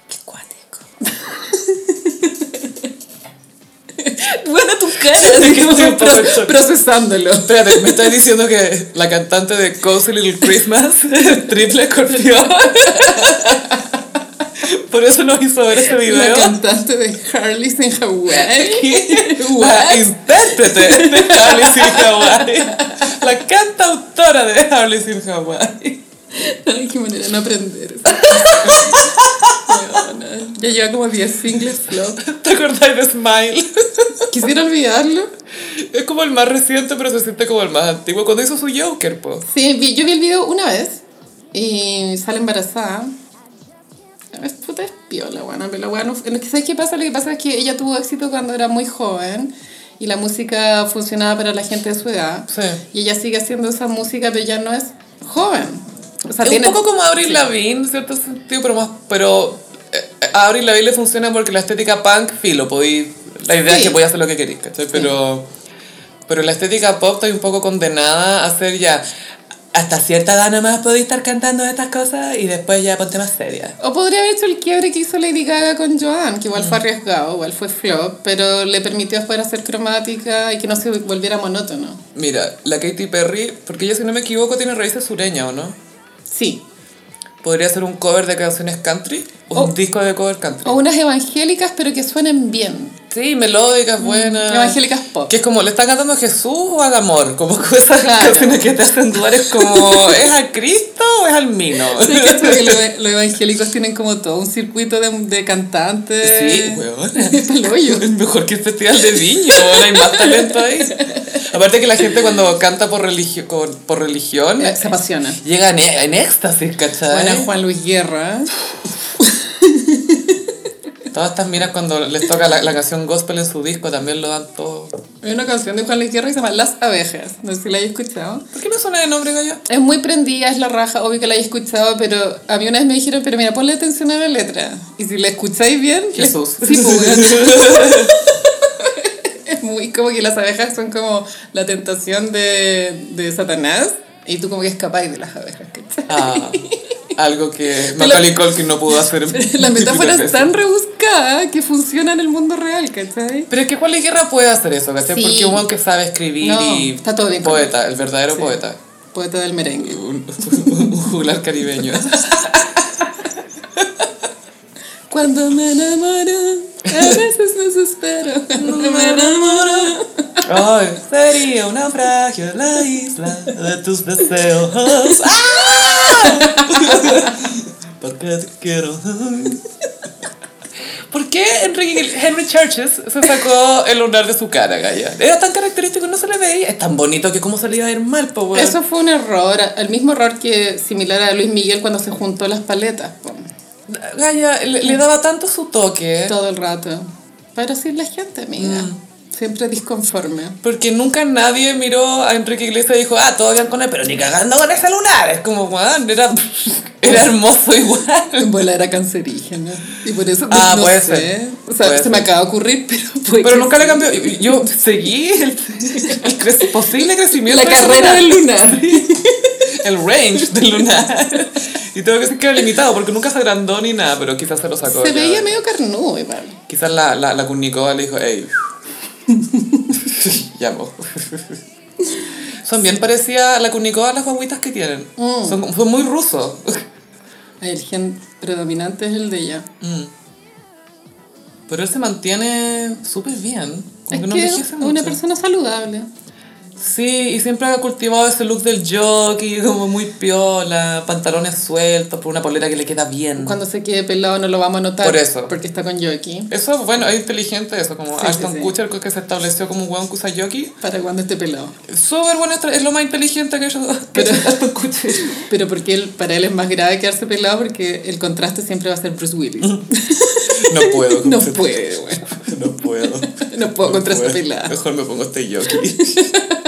Speaker 2: Qué cuático. bueno, tu cara,
Speaker 1: Es
Speaker 2: así
Speaker 1: que
Speaker 2: como
Speaker 1: estoy un poco en
Speaker 2: pro-
Speaker 1: shock.
Speaker 2: procesándolo.
Speaker 1: Espérate, me estás diciendo que la cantante de Cozy Little Christmas es triple escorpión. Por eso nos hizo ver este
Speaker 2: La
Speaker 1: video.
Speaker 2: cantante de Harley's en Hawái.
Speaker 1: La intérprete de Harley's in Hawaii. La cantautora de Harley's in Hawaii.
Speaker 2: Ay, qué manera de no aprender. Weona, Ya lleva como 10 singles flop.
Speaker 1: ¿Te acordás de Smile?
Speaker 2: Quisiera olvidarlo.
Speaker 1: Es como el más reciente, pero se siente como el más antiguo. Cuando hizo su Joker, pues. po.
Speaker 2: Sí, vi- yo vi el video una vez y sale embarazada. Es puta es piola, buena, pero la weá no. lo que ¿Sabes qué pasa? Lo que pasa es que ella tuvo éxito cuando era muy joven y la música funcionaba para la gente de su edad.
Speaker 1: Sí.
Speaker 2: Y ella sigue haciendo esa música, pero ya no es joven. O sea,
Speaker 1: es
Speaker 2: tiene.
Speaker 1: un poco como Avril Lavigne, en cierto sentido, pero más. Pero eh, a Avril Lavigne le funciona porque la estética punk, filo, podí, la idea es
Speaker 2: Sí.
Speaker 1: que podía hacer lo que queréis, ¿cachai? Pero, pero la estética pop está un poco condenada a ser ya. Hasta cierta edad nomás podéis estar cantando estas cosas y después ya ponte más seria.
Speaker 2: O podría haber hecho el quiebre que hizo Lady Gaga con Joan, que igual fue arriesgado, igual fue flop, pero le permitió después hacer cromática y que no se volviera monótono.
Speaker 1: Mira, la Katy Perry, porque ella, si no me equivoco, tiene raíces sureñas, ¿o no?
Speaker 2: Sí.
Speaker 1: Podría ser un cover de canciones country o
Speaker 2: Oh.
Speaker 1: un disco de cover country.
Speaker 2: O unas evangélicas, pero que suenen bien.
Speaker 1: Sí, melódicas, buenas.
Speaker 2: Evangélicas pop.
Speaker 1: Que es como, ¿le está cantando a Jesús o al amor? Como cosas
Speaker 2: Claro.
Speaker 1: canciones que te hacen dudar es como, ¿es al Cristo o es al Mino?
Speaker 2: Sí, que esto de que los los evangélicos tienen como todo un circuito de, de cantantes.
Speaker 1: Sí, weona.
Speaker 2: Pa'l hoyo.
Speaker 1: Es mejor que el Festival de Viña, weona, hay más talento ahí. Aparte que la gente cuando canta por, religio, con- por religión,
Speaker 2: Eh, Se apasiona.
Speaker 1: llega en, e, en éxtasis, ¿cachai?
Speaker 2: Bueno, Juan Luis Guerra.
Speaker 1: Todas estas miras cuando les toca la, la canción gospel en su disco también lo dan todo.
Speaker 2: Hay una canción de Juan Luis Guerra que se llama Las abejas. No sé si la hayas escuchado.
Speaker 1: ¿Por qué me suena de nombre, Gallo?
Speaker 2: Es muy prendida, es la raja, obvio que la hayas escuchado, pero a mí una vez me dijeron, pero mira, ponle atención a la letra. Y si la escucháis bien... le-
Speaker 1: Jesús.
Speaker 2: Sí, pues, weón. pues, Es muy como que las abejas son como la tentación de, de Satanás y tú como que escapáis de las abejas, ¿cachai?
Speaker 1: Ah, algo que Macaulay Culkin no pudo hacer.
Speaker 2: La metáfora
Speaker 1: multitud de
Speaker 2: es tan rebuscada que funciona en el mundo real, ¿cachai?
Speaker 1: Pero es que Juan Guerra puede hacer eso, ¿cachai?
Speaker 2: Sí.
Speaker 1: Porque un weón que sabe escribir
Speaker 2: No,
Speaker 1: y
Speaker 2: está todo bien con
Speaker 1: poeta, el verdadero
Speaker 2: Sí.
Speaker 1: poeta.
Speaker 2: Poeta del merengue.
Speaker 1: Un, un juglar caribeño.
Speaker 2: Cuando me enamoro, a veces me desespero. Cuando me enamoro.
Speaker 1: Ay, sería un naufragio en la isla de tus deseos. ¡Ah! Porque te quiero. ¿Por qué Henry, Henry Churches se sacó el lunar de su cara, Gaya? Era tan característico, no se le veía. Es tan bonito que cómo se le iba a ver mal, po, weón.
Speaker 2: Eso fue un error, el mismo error que similar a Luis Miguel cuando se juntó las paletas. po.
Speaker 1: Gaya, le, le daba tanto su toque.
Speaker 2: Todo el rato. Pero sí la gente, amiga.
Speaker 1: Mm.
Speaker 2: Siempre disconforme.
Speaker 1: Porque nunca nadie miró a Enrique Iglesias y dijo, ah, todo bien con él, pero ni cagando con ese lunar. Es como, weón, era, era hermoso igual.
Speaker 2: En bola era cancerígena. Y por eso pues,
Speaker 1: Ah,
Speaker 2: no
Speaker 1: puede
Speaker 2: sé.
Speaker 1: ser.
Speaker 2: O sea,
Speaker 1: Puede
Speaker 2: se
Speaker 1: ser.
Speaker 2: me acaba de ocurrir, pero puede
Speaker 1: Pero
Speaker 2: que
Speaker 1: nunca
Speaker 2: sí.
Speaker 1: le cambió. Yo seguí el, el cre- posible crecimiento.
Speaker 2: La
Speaker 1: de ese
Speaker 2: carrera del
Speaker 1: lunar,
Speaker 2: lunar.
Speaker 1: El range del lunar. Y tengo que decir que era limitado porque nunca se agrandó ni nada, pero quizás se lo sacó.
Speaker 2: Se
Speaker 1: ya.
Speaker 2: veía medio carnudo igual.
Speaker 1: Quizás la, la, la Kurnikova le dijo, hey. Llamo. Son bien parecidas a la Kurnikova las guaguitas que tienen.
Speaker 2: Mm.
Speaker 1: Son, son muy rusos.
Speaker 2: El gen predominante es el de ella.
Speaker 1: Mm. Pero él se mantiene súper bien. Como
Speaker 2: Es
Speaker 1: que no
Speaker 2: que es
Speaker 1: envejece
Speaker 2: una
Speaker 1: mucho.
Speaker 2: persona saludable.
Speaker 1: Sí, y siempre ha cultivado ese look del jockey, como muy piola, pantalones sueltos, por una polera que le queda bien.
Speaker 2: Cuando se quede pelado no lo vamos a notar.
Speaker 1: Mm. Por eso.
Speaker 2: Porque está con Yoki.
Speaker 1: Eso, bueno, es inteligente eso, como
Speaker 2: Sí,
Speaker 1: Ashton
Speaker 2: sí, sí.
Speaker 1: Kutcher que se estableció como un weón que usa jockey.
Speaker 2: Para cuando esté pelado.
Speaker 1: Súper bueno, es lo más inteligente que yo...
Speaker 2: Pero-
Speaker 1: Ashton Kutcher.
Speaker 2: Pero porque él, para él es más grave quedarse pelado porque el contraste siempre va a ser Bruce Willis.
Speaker 1: No puedo.
Speaker 2: No puede, bueno.
Speaker 1: No puedo.
Speaker 2: No puedo contra esa pelada.
Speaker 1: Mejor me pongo este jockey.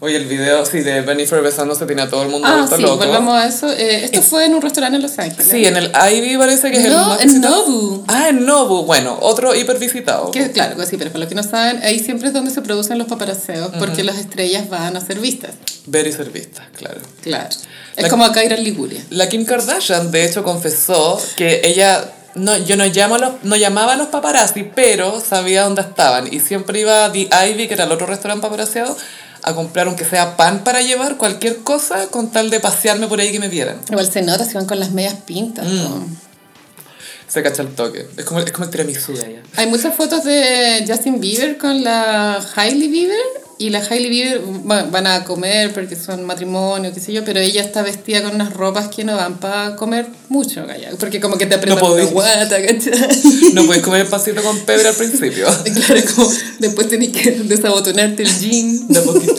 Speaker 1: Oye, el video, sí, de Bennifer besándose tiene a todo el mundo
Speaker 2: Ah,
Speaker 1: vuelto
Speaker 2: sí,
Speaker 1: loco.
Speaker 2: volvamos a eso. Eh, esto fue en un restaurante en Los Ángeles.
Speaker 1: Sí, en el Ivy parece que es el
Speaker 2: No,
Speaker 1: más
Speaker 2: en Nobu.
Speaker 1: Ah, en Nobu, bueno, otro hiper visitado.
Speaker 2: Que, claro, que sí, pero para los que no saben, ahí siempre es donde se producen los paparaseos porque las estrellas van a ser vistas.
Speaker 1: Very servista, claro.
Speaker 2: Claro. Es
Speaker 1: La-
Speaker 2: como acá ir a Liguria.
Speaker 1: La Kim Kardashian, de hecho, confesó que ella, no, yo no, llamo a los, no llamaba a los paparazzi, pero sabía dónde estaban. Y siempre iba a The Ivy, que era el otro restaurante paparazziado, a comprar, aunque sea pan para llevar, cualquier cosa, con tal de pasearme por ahí que me vieran.
Speaker 2: Igual se nota si van con las medias pintas.
Speaker 1: Mm.
Speaker 2: ¿no?
Speaker 1: Se cacha el toque. Es como, es como el tiramisú de ella.
Speaker 2: Hay muchas fotos de Justin Bieber con la Hailey Bieber y la Hailey Bieber va- van a comer porque son matrimonio, qué sé yo, pero ella está vestida con unas ropas que no van para comer mucho, calla, porque como que te apretan
Speaker 1: No
Speaker 2: la
Speaker 1: podéis.
Speaker 2: guata, ¿cachai?
Speaker 1: No puedes comer el pancito con pebre al principio.
Speaker 2: Claro, como después tenés que desabotonarte el jean.
Speaker 1: De a poquito.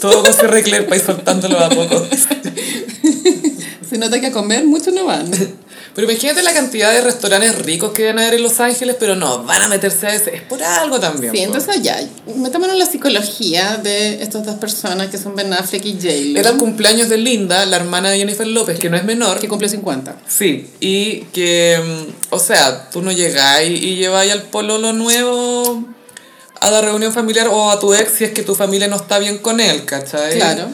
Speaker 1: Todo con cierre Claire para ir soltándolo a poco.
Speaker 2: Se nota que a comer mucho no van.
Speaker 1: Pero imagínate la cantidad de restaurantes ricos que van a haber en Los Ángeles, pero no, van a meterse a ese. Es por algo también.
Speaker 2: Sí,
Speaker 1: po.
Speaker 2: entonces ya, metámonos en la psicología de estas dos personas que son Ben Affleck y
Speaker 1: Era el
Speaker 2: J-Lo,
Speaker 1: cumpleaños de Linda, la hermana de Jennifer López, que no es menor.
Speaker 2: que cumple 50.
Speaker 1: Sí, y que, mm, o sea, tú no llegáis y lleváis al pololo nuevo a la reunión familiar o a tu ex si es que tu familia no está bien con él, ¿cachai?
Speaker 2: Claro.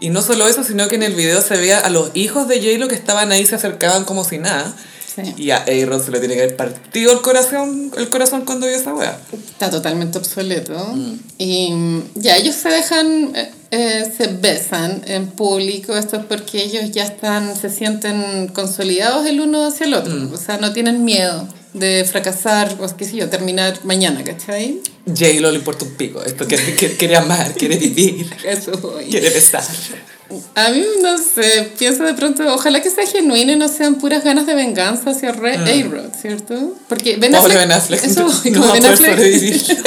Speaker 1: Y no solo eso, sino que en el video se veía a los hijos de J-Lo que estaban ahí, se acercaban como si nada.
Speaker 2: Sí.
Speaker 1: Y a Aaron se le tiene que haber partido el corazón, el corazón cuando vio esa wea.
Speaker 2: Está totalmente obsoleto. Y mm, ya ellos se dejan, eh, eh, se besan en público. Esto es porque ellos ya están, se sienten consolidados el uno hacia el otro.
Speaker 1: Mm.
Speaker 2: O sea, no tienen miedo de fracasar o qué sé yo, terminar mañana, ¿cachai?
Speaker 1: J-Lo le importa un pico, esto que, que- quiere amar, quiere vivir,
Speaker 2: Eso voy.
Speaker 1: quiere besar.
Speaker 2: A mí, no sé, pienso de pronto, ojalá que sea genuino y no sean puras ganas de venganza hacia Re A-Rod, ¿cierto? Porque Ben
Speaker 1: Mm. Pobre
Speaker 2: Affleck,
Speaker 1: Ben Affleck,
Speaker 2: eso voy,
Speaker 1: no
Speaker 2: como
Speaker 1: va a
Speaker 2: Ben
Speaker 1: poder
Speaker 2: Affleck
Speaker 1: sobrevivir.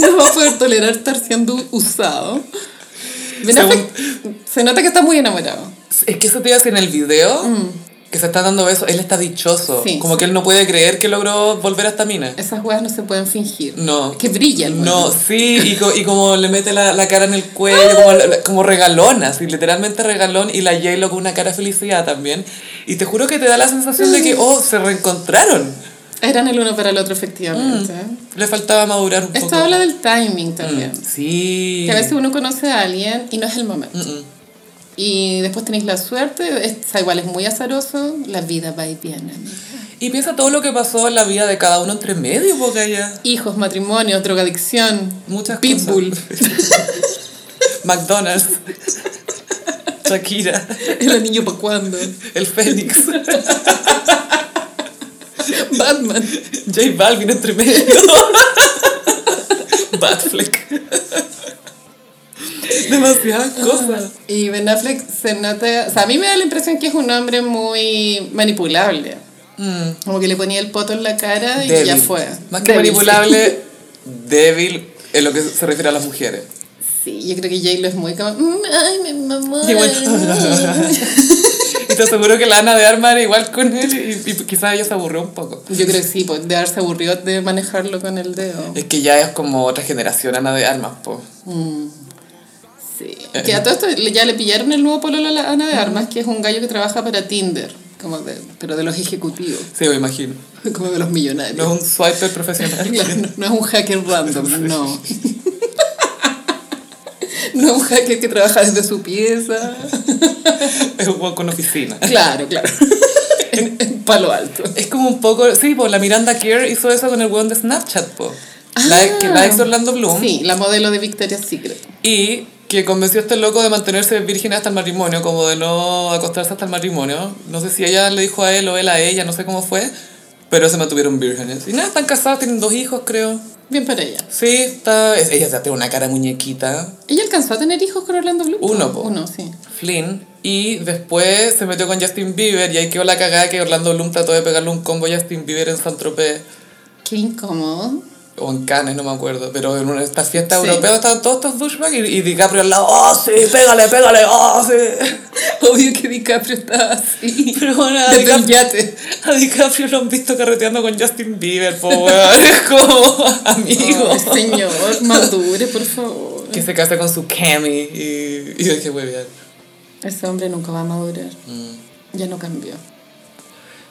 Speaker 2: no va a poder tolerar estar siendo usado. Ben
Speaker 1: Según-
Speaker 2: Affleck se nota que está muy enamorado.
Speaker 1: Es que eso te iba a decir en el video, que se está dando besos, él está dichoso.
Speaker 2: Mm. Sí,
Speaker 1: como
Speaker 2: sí.
Speaker 1: que él no puede creer que logró volver a esta mina.
Speaker 2: Esas weas no se pueden fingir.
Speaker 1: No.
Speaker 2: Que brillan.
Speaker 1: No,
Speaker 2: weón.
Speaker 1: sí, y, co- y como le mete la, la cara en el
Speaker 2: Ah.
Speaker 1: cuello, como, la- la- como regalón, así, literalmente regalón, y la
Speaker 2: Mm.
Speaker 1: J-Lo con una cara de felicidad también. Y te juro que te da la sensación de que, oh, se reencontraron.
Speaker 2: Eran el uno para el otro, efectivamente.
Speaker 1: Le faltaba madurar un
Speaker 2: Esto
Speaker 1: poco. Mm,
Speaker 2: habla del timing también.
Speaker 1: Sí.
Speaker 2: Que a veces uno conoce a alguien y no es el momento.
Speaker 1: Mm, mm.
Speaker 2: Y después tenéis la suerte, es, o sea, igual es muy azaroso, la vida va y viene. amiga.
Speaker 1: Y piensa todo lo que pasó en la vida de cada uno entre medio, porque ella.
Speaker 2: Hijos, matrimonio, drogadicción,
Speaker 1: Muchas
Speaker 2: pitbull,
Speaker 1: cosas. McDonald's. Shakira.
Speaker 2: el niño para cuando,
Speaker 1: El Fénix.
Speaker 2: Batman.
Speaker 1: J Balvin entre medio. Batfleck. Demasiadas cosas.
Speaker 2: Y Ben Affleck se nota, o sea, a mí me da la impresión que es un hombre muy manipulable.
Speaker 1: Mm.
Speaker 2: Como que le ponía el poto en la cara y
Speaker 1: Débil.
Speaker 2: ya fue.
Speaker 1: Más que
Speaker 2: Débil, sí.
Speaker 1: manipulable, débil en lo que se refiere a las mujeres.
Speaker 2: Sí, yo creo que J-Lo es muy como, "Mm, ay, mi mamá.
Speaker 1: Y bueno. Y te aseguro que la Ana de Arma era igual con él y, y quizás ella se aburrió un poco.
Speaker 2: Yo creo que sí, pues de haberse aburrido de manejarlo con el dedo.
Speaker 1: Es que ya es como otra generación Ana de Armas, po.
Speaker 2: Sí. Que a todo esto le- ya le pillaron el nuevo pololo a la Ana de Armas, que es un gallo que trabaja para Tinder, como de, pero de los ejecutivos,
Speaker 1: Sí, me imagino.
Speaker 2: como de los millonarios.
Speaker 1: No es un swiper profesional.
Speaker 2: Claro, no, no es un hacker random, no. No es un hacker que trabaja desde su pieza.
Speaker 1: Es un poco con oficina.
Speaker 2: Claro, claro. En, en palo alto.
Speaker 1: Es como un poco, sí, pues la Miranda Kerr hizo eso con el weón de Snapchat, po. La, que la ex Orlando Bloom.
Speaker 2: Sí, la modelo de Victoria's Secret.
Speaker 1: Y que convenció a este loco de mantenerse virgen hasta el matrimonio, como de no acostarse hasta el matrimonio. No sé si ella le dijo a él o él a ella, no sé cómo fue, pero se mantuvieron vírgenes. Y nada, están casados, tienen dos hijos, creo.
Speaker 2: Bien para ella.
Speaker 1: Sí, está, es- ella ya tiene una cara de muñequita,
Speaker 2: ¿Ella alcanzó a tener hijos con Orlando Bloom?
Speaker 1: Uno, po.
Speaker 2: Uno, sí.
Speaker 1: Flynn. Y después se metió con Justin Bieber y ahí quedó la cagada que Orlando Bloom trató de pegarle un combo a Justin Bieber en Saint-Tropez.
Speaker 2: Qué incómodo.
Speaker 1: O en Cannes, no me acuerdo, pero en una de estas fiestas
Speaker 2: Sí.
Speaker 1: europeas estaban todos estos douchebags y, y DiCaprio al lado, ¡oh sí, pégale, pégale, oh sí!
Speaker 2: Obvio que DiCaprio estaba así.
Speaker 1: Pero bueno, a
Speaker 2: Desde
Speaker 1: DiCaprio,
Speaker 2: el yate.
Speaker 1: a DiCaprio lo han visto carreteando con Justin Bieber, po, weón. Es como amigo.
Speaker 2: Ay, señor, madure, por favor.
Speaker 1: que se casa con su Cammy y, y dije, muy bien. mm,
Speaker 2: Ese hombre nunca va a madurar. Ya no cambió.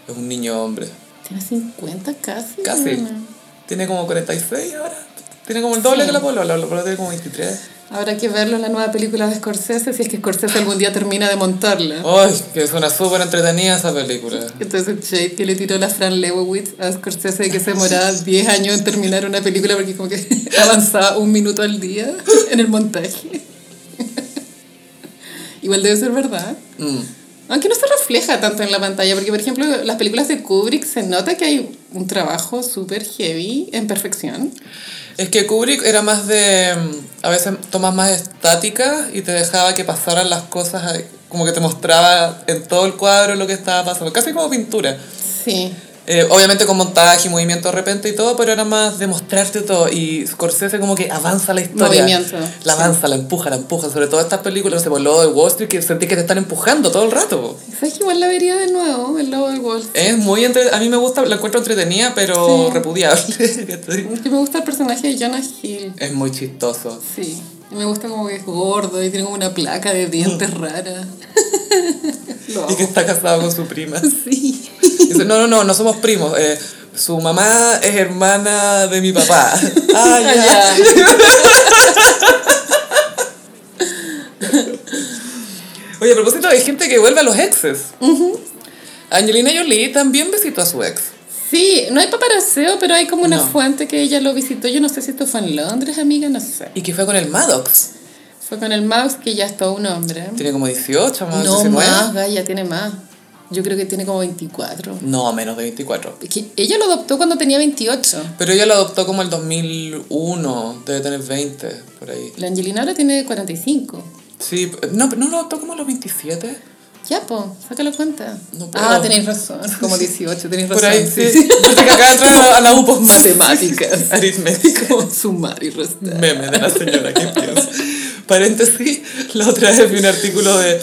Speaker 1: Es un niño hombre.
Speaker 2: Tiene 50 casi.
Speaker 1: Casi.
Speaker 2: ¿no?
Speaker 1: Tiene como 46 ahora. Tiene como el doble que la polola. La polola tiene como 23.
Speaker 2: Habrá que verlo en la nueva película de Scorsese, si es que Scorsese algún día termina de montarla.
Speaker 1: Ay, que suena súper entretenida esa película.
Speaker 2: Entonces Jade que le tiró la Fran Lebowitz a Scorsese de que se demoraba 10 años en terminar una película porque como que avanzaba un minuto al día en el montaje. Igual debe ser verdad.
Speaker 1: Mm.
Speaker 2: Aunque no se refleja tanto en la pantalla, porque por ejemplo las películas de Kubrick se nota que hay un trabajo súper heavy en perfección.
Speaker 1: Es que Kubrick era más de. mm, A veces tomas más estáticas y te dejaba que pasaran las cosas, ahí, como que te mostraba en todo el cuadro lo que estaba pasando, casi como pintura.
Speaker 2: Sí.
Speaker 1: Eh, obviamente con montaje y movimiento de repente y todo, pero era más de mostrarte todo. Y Scorsese como que avanza la historia.
Speaker 2: Movimiento,
Speaker 1: La avanza, la empuja, la empuja. Sobre todo estas películas, no sé, por el lobo de Wall Street, que sentí que te están empujando todo el rato. po.
Speaker 2: ¿Sabes que igual la vería de nuevo, el lobo del Wall Street?
Speaker 1: Es muy entre... A mí me gusta, la encuentro entretenida, pero
Speaker 2: Sí.
Speaker 1: repudiable.
Speaker 2: Porque me gusta el personaje de Jonah Hill.
Speaker 1: es muy chistoso.
Speaker 2: Sí. Y me gusta como que es gordo y tiene como una placa de dientes
Speaker 1: Mm.
Speaker 2: rara. Lo
Speaker 1: Y que
Speaker 2: amo.
Speaker 1: está casado con su prima.
Speaker 2: Sí.
Speaker 1: Dice, no, no, no, no somos primos. eh, su mamá es hermana de mi papá. Ah, ya.
Speaker 2: Ya.
Speaker 1: Oye, a propósito, hay gente que vuelve a los exes. Angelina Jolie también visitó a su ex.
Speaker 2: Sí, no hay paparaseo, pero hay como una
Speaker 1: No.
Speaker 2: fuente que ella lo visitó. Yo no sé si esto fue en Londres, amiga, no sé.
Speaker 1: Y que fue con el Maddox.
Speaker 2: Fue con el mouse que ya es todo un hombre.
Speaker 1: Tiene como 18, más
Speaker 2: No
Speaker 1: 19.
Speaker 2: más, Gaya, tiene más. Yo creo que tiene como 24.
Speaker 1: No, menos de 24.
Speaker 2: Que ella lo adoptó cuando tenía 28.
Speaker 1: Pero ella lo adoptó como el 2001. Debe tener 20, por ahí.
Speaker 2: La Angelina ahora tiene 45.
Speaker 1: Sí, no, no lo adoptó como a los 27.
Speaker 2: Ya, po, sácalo cuenta.
Speaker 1: No puedo.
Speaker 2: ah, tenéis razón. Como 18, tenéis razón.
Speaker 1: Por ahí,
Speaker 2: sí,
Speaker 1: sí. Yo te acabo de entrar a la, a la UPO.
Speaker 2: Matemáticas.
Speaker 1: Aritmética.
Speaker 2: Como sumar y restar.
Speaker 1: meme de la señora que piensa. Paréntesis, la otra vez vi un artículo de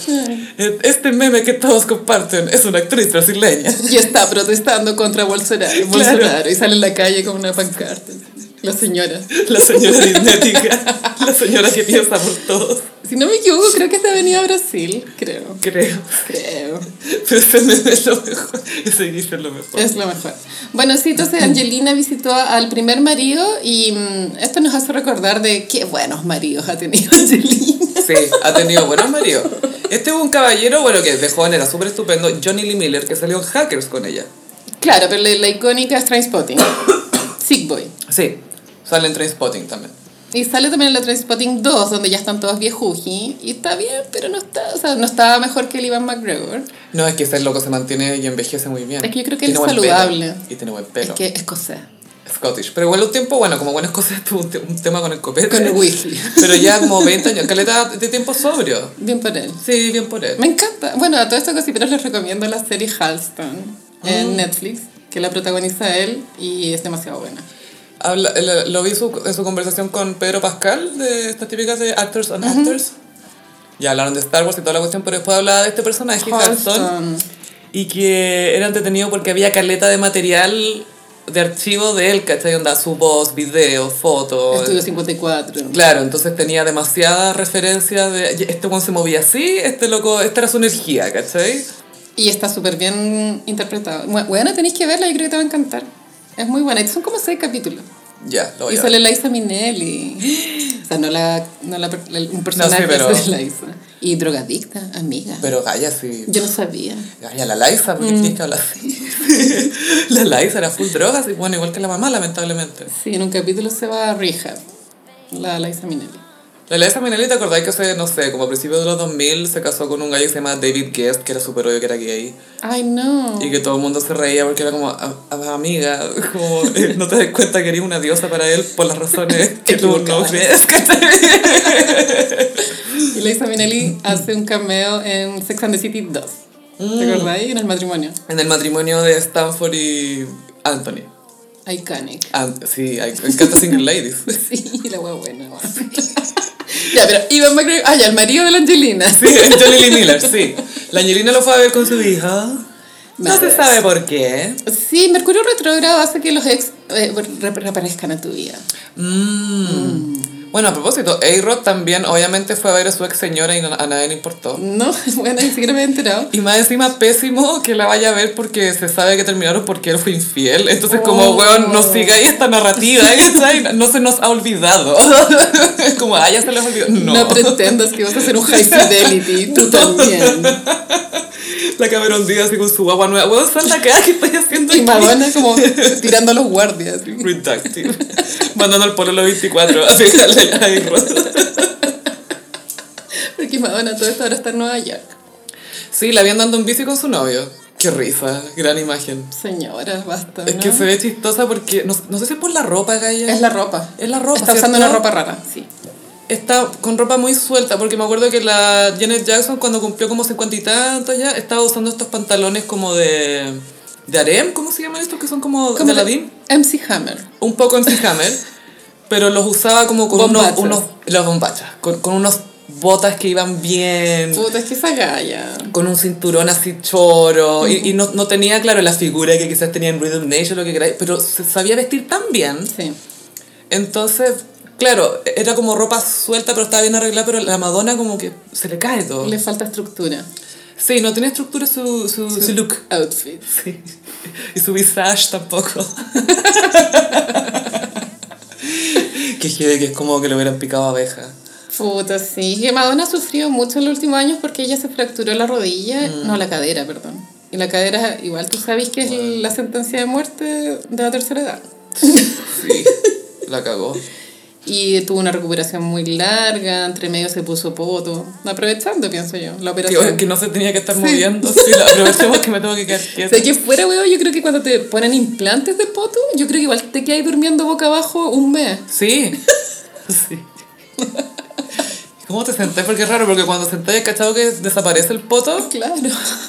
Speaker 1: eh, este meme que todos comparten es una actriz brasileña.
Speaker 2: Y está protestando contra Bolsonaro,
Speaker 1: Claro.
Speaker 2: Bolsonaro y sale en la calle con una pancarta. La señora.
Speaker 1: La señora disnética. la señora que piensa por todos.
Speaker 2: Si no me equivoco, creo que es de Avenida Brasil. Creo.
Speaker 1: Creo.
Speaker 2: Creo.
Speaker 1: Pero ese meme es lo mejor. Ese inicio es lo mejor.
Speaker 2: Es lo mejor. Bueno, sí, entonces Angelina visitó al primer marido y mm, esto nos hace recordar de qué buenos maridos ha tenido Angelina.
Speaker 1: Sí, ha tenido buenos maridos. Este es un caballero, bueno, que de joven era súper estupendo, Johnny Lee Miller, que salió en Hackers con ella.
Speaker 2: Claro, pero la, la icónica es Trainspotting. Sick Boy.
Speaker 1: Sí, sale en Trainspotting también.
Speaker 2: Y sale también en la Trainspotting 2, donde ya están todos viejuji. Y está bien, pero no está, o sea, no estaba mejor que el Ivan McGregor.
Speaker 1: No, es que ese loco se mantiene y envejece muy bien.
Speaker 2: Es que yo creo que él
Speaker 1: Tiene
Speaker 2: es
Speaker 1: buen pelo.
Speaker 2: saludable.
Speaker 1: Y tiene buen pelo.
Speaker 2: Es que escocés.
Speaker 1: Scottish. Pero igual un tiempo, bueno, como buenas cosas, tuvo un, te- un tema con el copete.
Speaker 2: Con el whisky.
Speaker 1: Pero ya como 20 años, caleta de tiempo sobrio.
Speaker 2: Bien por él.
Speaker 1: Sí, bien por él.
Speaker 2: Me encanta. Bueno, a todos estos cosiperos les recomiendo la serie Halston en Netflix, que la protagoniza él y es demasiado buena.
Speaker 1: Habla, el- lo vi su- en su conversación con Pedro Pascal, de estas típicas de Actors on Actors. Ya hablaron de Star Wars y toda la cuestión, pero después hablaba de este personaje, Halston,
Speaker 2: Halston.
Speaker 1: y que era entretenido porque había caleta de material de archivo de él, ¿cachai? Onda, su voz, video, fotos.
Speaker 2: Estudio 54.
Speaker 1: Claro, entonces tenía demasiadas referencias de "Ye- este one se movía así, este loco, esta era su energía, ¿cachai?
Speaker 2: Y está súper bien interpretado. Bu- Bueno, tenéis que verla, yo creo que te va a encantar. Es muy buena. Y Son como seis capítulos.
Speaker 1: Oh, Ya, lo voy
Speaker 2: Y
Speaker 1: a ver.
Speaker 2: sale Liza Minnelli. O sea, no la, no la, per- la- un personaje
Speaker 1: sí, pero-
Speaker 2: es Liza. Y drogadicta, amiga.
Speaker 1: Pero Gaia sí.
Speaker 2: Yo no Mm. sabía.
Speaker 1: Gaia, la Liza, porque tienes que hablar así. la Liza era full drogas y bueno, igual que la mamá, lamentablemente.
Speaker 2: Sí, en un capítulo se va a rehab. La Liza Minnelli.
Speaker 1: La Liza Minnelli, ¿te acordáis que hace, no sé, como a principios de los 2000 se casó con un gallo que se llama David Guest, que era súper obvio que era gay?
Speaker 2: Ay, no.
Speaker 1: Y que todo el mundo se reía porque era como, "A- a- amiga, como, eh, no te das cuenta que eres una diosa para él por las razones que tú no
Speaker 2: Equivocada.
Speaker 1: crees.
Speaker 2: Y Liza Minnelli hace un cameo en Sex and the City 2.
Speaker 1: Mm.
Speaker 2: ¿Te acordáis? En el matrimonio.
Speaker 1: En el matrimonio de Stanford y Anthony.
Speaker 2: Iconic.
Speaker 1: Ant- sí, hay- me encanta Single Ladies.
Speaker 2: Sí, la hueá buena. weón. ya, pero Ivan McGregor. Ah, ya, el marido de la Angelina.
Speaker 1: Sí, en Johnny Lee Miller, sí. La Angelina lo fue a ver con su hija. No se
Speaker 2: Madres.
Speaker 1: sabe por qué.
Speaker 2: Sí, Mercurio retrógrado hace que los ex eh, re- reaparezcan a tu vida.
Speaker 1: Mm. Bueno, a propósito, A-Rod también obviamente fue a ver a su ex señora y no- a nadie le importó.
Speaker 2: No, bueno, ni siquiera me he enterado.
Speaker 1: Y más encima, pésimo que la vaya a ver porque se sabe que terminaron porque él fue infiel. Entonces, como,
Speaker 2: Oh.
Speaker 1: weón, no sigáis esta narrativa, ¿cachai? No se nos ha olvidado. como, ah, ya se les olvidó.
Speaker 2: No.
Speaker 1: No.
Speaker 2: pretendas que vas a hacer un high fidelity, tú también.
Speaker 1: La Cameron Díaz así con su guagua nueva. Weón, sal de acá, ¿qué estáis haciendo?
Speaker 2: Y
Speaker 1: aquí?
Speaker 2: Madonna como tirando a los guardias.
Speaker 1: Reductive. Mandando al pololo 24. Así sale ahí, Rod.
Speaker 2: Porque Madonna todo esto ahora está en Nueva York.
Speaker 1: Sí, la vi andando en bici con su novio. Qué risa, gran imagen.
Speaker 2: Señora, basta.
Speaker 1: Es
Speaker 2: ¿no?
Speaker 1: que se ve chistosa porque, no, no sé si es por la ropa, Gaya.
Speaker 2: Es la ropa.
Speaker 1: Es la ropa,
Speaker 2: Está usando
Speaker 1: ¿cierto?
Speaker 2: una ropa rara, sí.
Speaker 1: Está con ropa muy suelta, porque me acuerdo que la Janet Jackson cuando cumplió como cincuenta y tantos ya, estaba usando estos pantalones como de... ¿De harem? ¿Cómo se llaman estos? Que son como,
Speaker 2: Como
Speaker 1: de Aladdin.
Speaker 2: MC Hammer.
Speaker 1: Un poco en Hammer, pero los usaba como con
Speaker 2: Bombachas.
Speaker 1: unos... unos los bombachas. Con, con unos botas que iban bien.
Speaker 2: Puta, es que esa galla.
Speaker 1: con un cinturón así choro y, y no, no tenía, claro, la figura que quizás tenía en Rhythm Nation, lo que queráis, pero se sabía vestir tan bien.
Speaker 2: Sí.
Speaker 1: Entonces, claro, era como ropa suelta, pero estaba bien arreglada, pero la Madonna como que se le cae todo.
Speaker 2: Le falta estructura.
Speaker 1: Sí, no tenía estructura su, su, su look.
Speaker 2: Outfit.
Speaker 1: Sí. Y su visage tampoco. que heavy, que es como que le hubieran picado abeja.
Speaker 2: Puta, sí. Que Madonna ha sufrido mucho en los últimos años porque ella se fracturó la rodilla, no, la cadera, perdón. Y la cadera, igual tú sabes que es la sentencia de muerte de la tercera edad.
Speaker 1: Sí, la cagó.
Speaker 2: Y tuvo una recuperación muy larga, entre medio se puso poto. Aprovechando, pienso yo, la
Speaker 1: Que,
Speaker 2: operación.
Speaker 1: que no se tenía que estar moviendo. Sí, la- aprovechemos que me tengo que quedar
Speaker 2: O
Speaker 1: quieta.
Speaker 2: sea, que fuera, weón, yo creo que cuando te ponen implantes de poto, yo creo que igual te quedas durmiendo boca abajo un mes.
Speaker 1: Sí. Sí. ¿Cómo te sentás? Porque es raro, porque cuando sentás, cachado que desaparece el poto,
Speaker 2: Claro.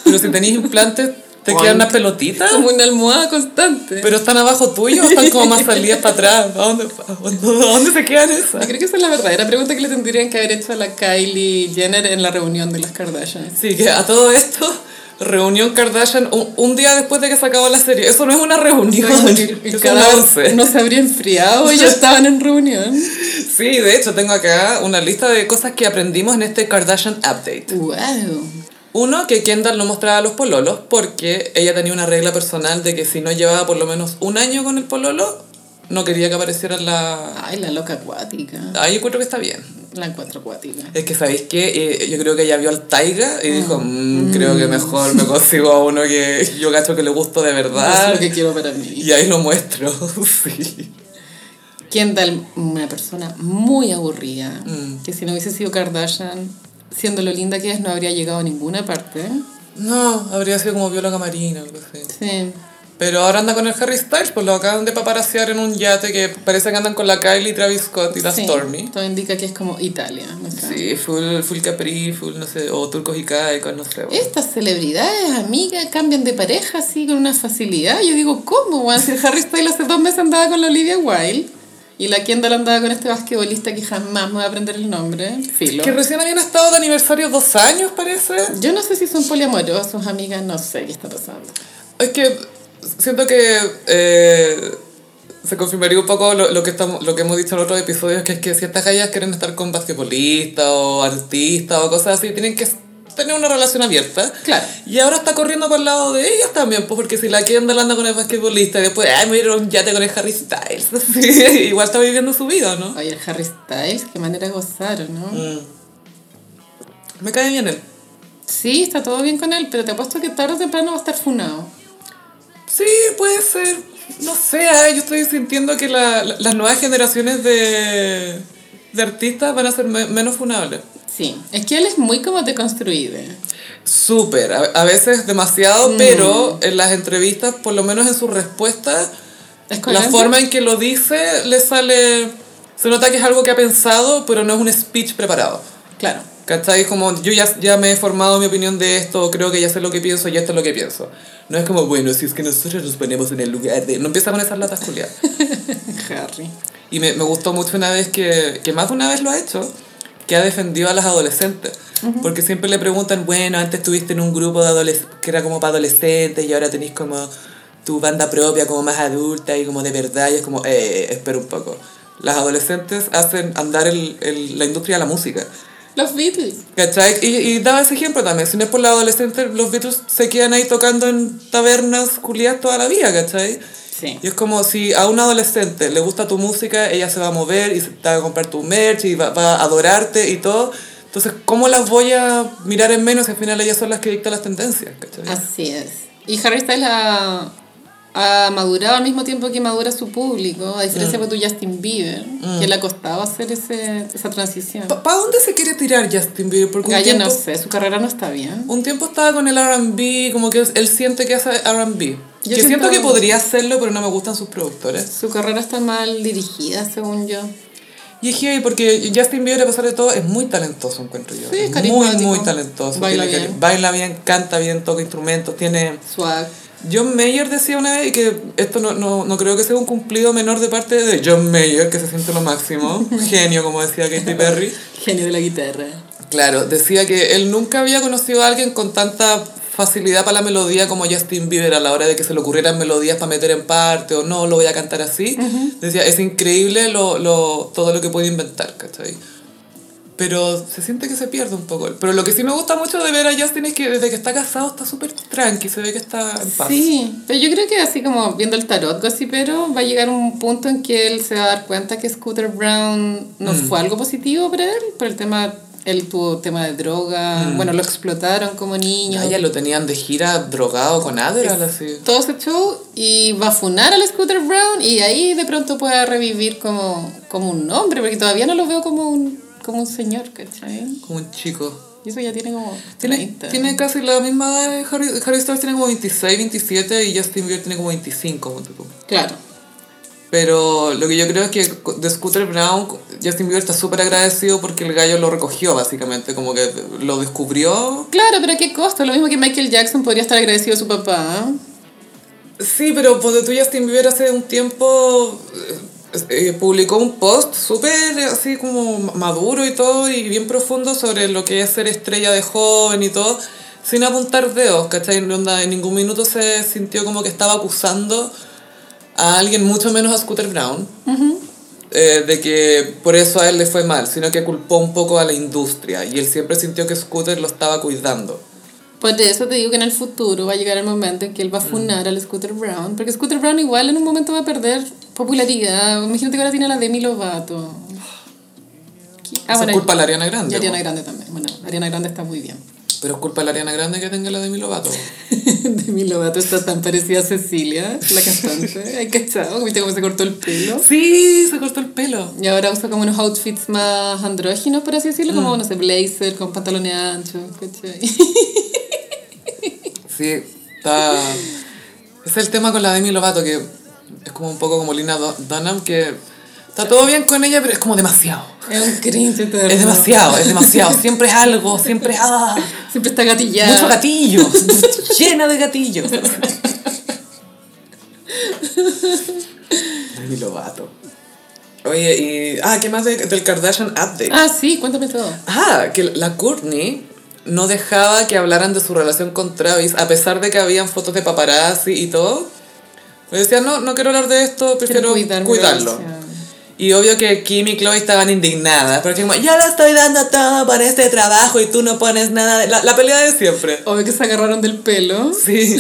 Speaker 1: pero si tenés implantes, te
Speaker 2: Oink.
Speaker 1: quedan unas pelotitas.
Speaker 2: Como una almohada constante.
Speaker 1: Pero están abajo tuyo, o están como más salidas para atrás. ¿A dónde, a dónde- a dónde se quedan
Speaker 2: Yo
Speaker 1: esas?
Speaker 2: creo que esa es la verdadera pregunta que le tendrían que haber hecho a la Kylie Jenner en la reunión de las Kardashians.
Speaker 1: Sí, que a todo esto, Reunión Kardashian un, un día después de que se acabó la serie. Eso no es una reunión.
Speaker 2: El
Speaker 1: Es una once.
Speaker 2: cadáver no se habría enfriado y ya estaban en reunión.
Speaker 1: Sí, de hecho tengo acá una lista de cosas que aprendimos en este Kardashian Update.
Speaker 2: ¡Wow!
Speaker 1: Uno, que Kendall no mostraba a los pololos porque ella tenía una regla personal de que si no llevaba por lo menos un año con el pololo, no quería que apareciera en la...
Speaker 2: Ay, la loca acuática.
Speaker 1: Ahí encuentro que está bien.
Speaker 2: La encuentro acuática.
Speaker 1: Es que, ¿sabéis qué? Eh, yo creo que ella vio al Taiga y dijo, "Mm, creo que mejor me consigo a uno que yo cacho que le gusto de
Speaker 2: Es
Speaker 1: verdad.
Speaker 2: lo que quiero para mí.
Speaker 1: Y ahí lo muestro, sí.
Speaker 2: Kendall, una persona muy aburrida,
Speaker 1: Mm.
Speaker 2: que si no hubiese sido Kardashian, siendo lo linda que es, no habría llegado a ninguna parte.
Speaker 1: No, habría sido como Viola Camarina o algo así.
Speaker 2: Sí.
Speaker 1: Pero ahora anda con el Harry Styles, pues lo acaban de paparasear en un yate que parece que andan con la Kylie, Travis Scott y la
Speaker 2: Sí,
Speaker 1: Stormy.
Speaker 2: Todo indica que es como Italia. me encanta.
Speaker 1: Sí, full, full Capri, full, no sé, o turcos y caicos, no sé. bueno.
Speaker 2: Estas celebridades, amigas, cambian de pareja así con una facilidad. Yo digo, ¿cómo? weón? Si el Harry Styles hace dos meses andaba con la Olivia Wilde y la Kendall andaba con este basquetbolista que jamás me va a aprender el nombre. Filo.
Speaker 1: Que recién habían estado de aniversario dos años, parece.
Speaker 2: Yo no sé si son poliamorosos, amigas, no sé qué está pasando.
Speaker 1: Es que siento que eh, se confirmaría un poco lo, lo que estamos, lo que hemos dicho en otros episodios, que es que ciertas gallas quieren estar con basquetbolistas o artistas o cosas así, tienen que tener una relación abierta.
Speaker 2: Claro.
Speaker 1: Y ahora está corriendo para el lado de ellas también, pues porque si la Kendall anda con el basquetbolista y después, ay, me dieron un yate con el Harry Styles, así, igual está viviendo su vida, ¿no?
Speaker 2: Oye, el Harry Styles, qué manera de gozar, ¿no?
Speaker 1: Mm. Me cae bien él.
Speaker 2: Sí, está todo bien con él, pero te apuesto que tarde o temprano va a estar funado.
Speaker 1: Sí, puede ser. No sé, ah, yo estoy sintiendo que la- la- las nuevas generaciones de, de artistas van a ser me- menos funables.
Speaker 2: Sí, es que él es muy como ¿eh? deconstruido.
Speaker 1: Súper, a, a veces demasiado, pero en las entrevistas, por lo menos en sus respuestas,
Speaker 2: Es
Speaker 1: la
Speaker 2: coherente.
Speaker 1: forma en que lo dice le sale... Se nota que es algo que ha pensado, pero no es un speech preparado.
Speaker 2: Claro.
Speaker 1: ¿Cachai? Como yo ya, ya me he formado mi opinión de esto, creo que ya sé lo que pienso y esto es lo que pienso. No es como, bueno, si es que nosotros nos ponemos en el lugar de... No empieza con esas latas culiadas.
Speaker 2: Harry.
Speaker 1: Y me, me gustó mucho una vez que, que más de una vez lo ha hecho, que ha defendido a las adolescentes. Porque siempre le preguntan, bueno, antes estuviste en un grupo de adoles- que era como para adolescentes y ahora tenés como tu banda propia, como más adulta y como de verdad. Y es como, eh, espera un poco. Las adolescentes hacen andar el- el- la industria de la música.
Speaker 2: Los Beatles.
Speaker 1: ¿Cachai? Y, y daba ese ejemplo también. Si no es por la adolescente, los Beatles se quedan ahí tocando en tabernas culiadas toda la vida, ¿cachai?
Speaker 2: Sí.
Speaker 1: Y es como si a un adolescente le gusta tu música, ella se va a mover y se- te va a comprar tu merch y va, va a adorarte y todo. Entonces, ¿cómo las voy a mirar en menos si al final ellas son las que dictan las tendencias? ¿cachai?
Speaker 2: Así es. Y Harry Styles ha, ha madurado al mismo tiempo que madura su público, a
Speaker 1: Mm.
Speaker 2: diferencia de tu Justin Bieber, que le ha costado hacer ese, esa transición.
Speaker 1: ¿Para dónde se quiere tirar Justin Bieber? Porque un
Speaker 2: Gaya,
Speaker 1: tiempo,
Speaker 2: no sé, su carrera no está bien.
Speaker 1: un tiempo estaba con el RB, como que él siente que hace RB.
Speaker 2: Yo
Speaker 1: Yo siento
Speaker 2: siento-
Speaker 1: que podría hacerlo, pero no me gustan sus productores.
Speaker 2: Su carrera está mal dirigida, según yo.
Speaker 1: Y es heavy porque Justin Bieber, a pesar de todo, es muy talentoso, encuentro yo.
Speaker 2: Sí, es
Speaker 1: muy,
Speaker 2: carismático.
Speaker 1: muy talentoso.
Speaker 2: Baila
Speaker 1: Tiene
Speaker 2: bien.
Speaker 1: baila bien, canta bien, toca instrumentos, tiene...
Speaker 2: Swag.
Speaker 1: John Mayer decía una vez, y que esto no, no, no creo que sea un cumplido menor de parte de John Mayer, que se siente lo máximo, genio, como decía Katy Perry.
Speaker 2: Genio de la guitarra.
Speaker 1: Claro, decía que él nunca había conocido a alguien con tanta facilidad para la melodía como Justin Bieber a la hora de que se le ocurrieran melodías para meter en parte o no, lo voy a cantar así. Decía, es increíble lo, lo, todo lo que puede inventar, ¿cachai? Pero se siente que se pierde un poco. Pero lo que sí me gusta mucho de ver a Justin es que desde que está casado está súper tranqui, se ve que está en paz.
Speaker 2: Sí, pero yo creo que así como viendo el tarot gossipero, va a llegar un punto en que él se va a dar cuenta que Scooter Brown no
Speaker 1: Mm.
Speaker 2: fue algo positivo para él, por el tema, él tuvo tema de droga, bueno, lo explotaron como niño,
Speaker 1: Ah, Mm. ya lo tenían de gira drogado con Adderall, así.
Speaker 2: todo ese show, y va a funar al Scooter Brown y ahí de pronto pueda revivir como, como un hombre, porque todavía no lo veo como un, como un señor, ¿cachai?
Speaker 1: Como un chico.
Speaker 2: Y eso ya tiene como
Speaker 1: Tiene,
Speaker 2: 30.
Speaker 1: tiene casi la misma edad. de Harry, Harry Styles tiene como 26, 27 y Justin Bieber tiene como 25. ponte tú.
Speaker 2: Claro.
Speaker 1: Pero lo que yo creo es que de Scooter Brown, Justin Bieber está súper agradecido porque el gallo lo recogió, básicamente. Como que lo descubrió.
Speaker 2: Claro, pero ¿a qué costo? Lo mismo que Michael Jackson podría estar agradecido a su papá. ¿eh?
Speaker 1: Sí, pero ponte tú Justin Bieber hace un tiempo eh, eh, publicó un post súper eh, así como maduro y todo y bien profundo sobre lo que es ser estrella de joven y todo, sin apuntar dedos, ¿cachai? No, onda, en ningún minuto se sintió como que estaba acusando a alguien, mucho menos a Scooter Brown, eh, de que por eso a él le fue mal, sino que culpó un poco a la industria y él siempre sintió que Scooter lo estaba cuidando.
Speaker 2: Pues de eso te digo que en el futuro va a llegar el momento en que él
Speaker 1: Mm.
Speaker 2: va a funar al Scooter Brown. Porque Scooter Brown igual en un momento va a perder popularidad. Imagínate que ahora tiene a la Demi Lovato. ¿Qué? Ah,
Speaker 1: Eso
Speaker 2: bueno,
Speaker 1: es Ah. culpa de la Ariana Grande.
Speaker 2: y Ariana
Speaker 1: po.
Speaker 2: Grande también. Bueno, Ariana Grande está muy bien.
Speaker 1: Pero es culpa de la Ariana Grande que tenga la de Milovato.
Speaker 2: Demi Lovato está tan parecida a Cecilia, la cantante. Hay cachado, viste cómo se cortó el pelo.
Speaker 1: Sí, se cortó el pelo.
Speaker 2: Y ahora usa como unos outfits más andróginos, por así decirlo,
Speaker 1: Mm.
Speaker 2: como, no sé, blazer con pantalones anchos, ¿cachai?
Speaker 1: Sí, está. Es el tema con la Demi Lovato, que es como un poco como Lina Do- Dunham, que está todo bien con ella, pero es como demasiado.
Speaker 2: Es un cringe este eterno.
Speaker 1: Es demasiado, es demasiado. Siempre es algo, siempre es. ah,
Speaker 2: Siempre está gatillada.
Speaker 1: mucho gatillo, llena de gatillos. Demi Lovato. Oye, y. Ah, ¿qué más de- del Kardashian Update?
Speaker 2: Ah, sí, cuéntame todo.
Speaker 1: Ah, que la Courtney no dejaba que hablaran de su relación con Travis, a pesar de que habían fotos de paparazzi y todo. Pues decía, no, no quiero hablar de esto, prefiero
Speaker 2: cuidar mi
Speaker 1: cuidarlo.
Speaker 2: relación.
Speaker 1: Y obvio que Kim y Chloe estaban indignadas, porque como, yo lo estoy dando todo por este trabajo y tú no pones nada de... La, la pelea de siempre.
Speaker 2: Obvio que se agarraron del pelo.
Speaker 1: Sí.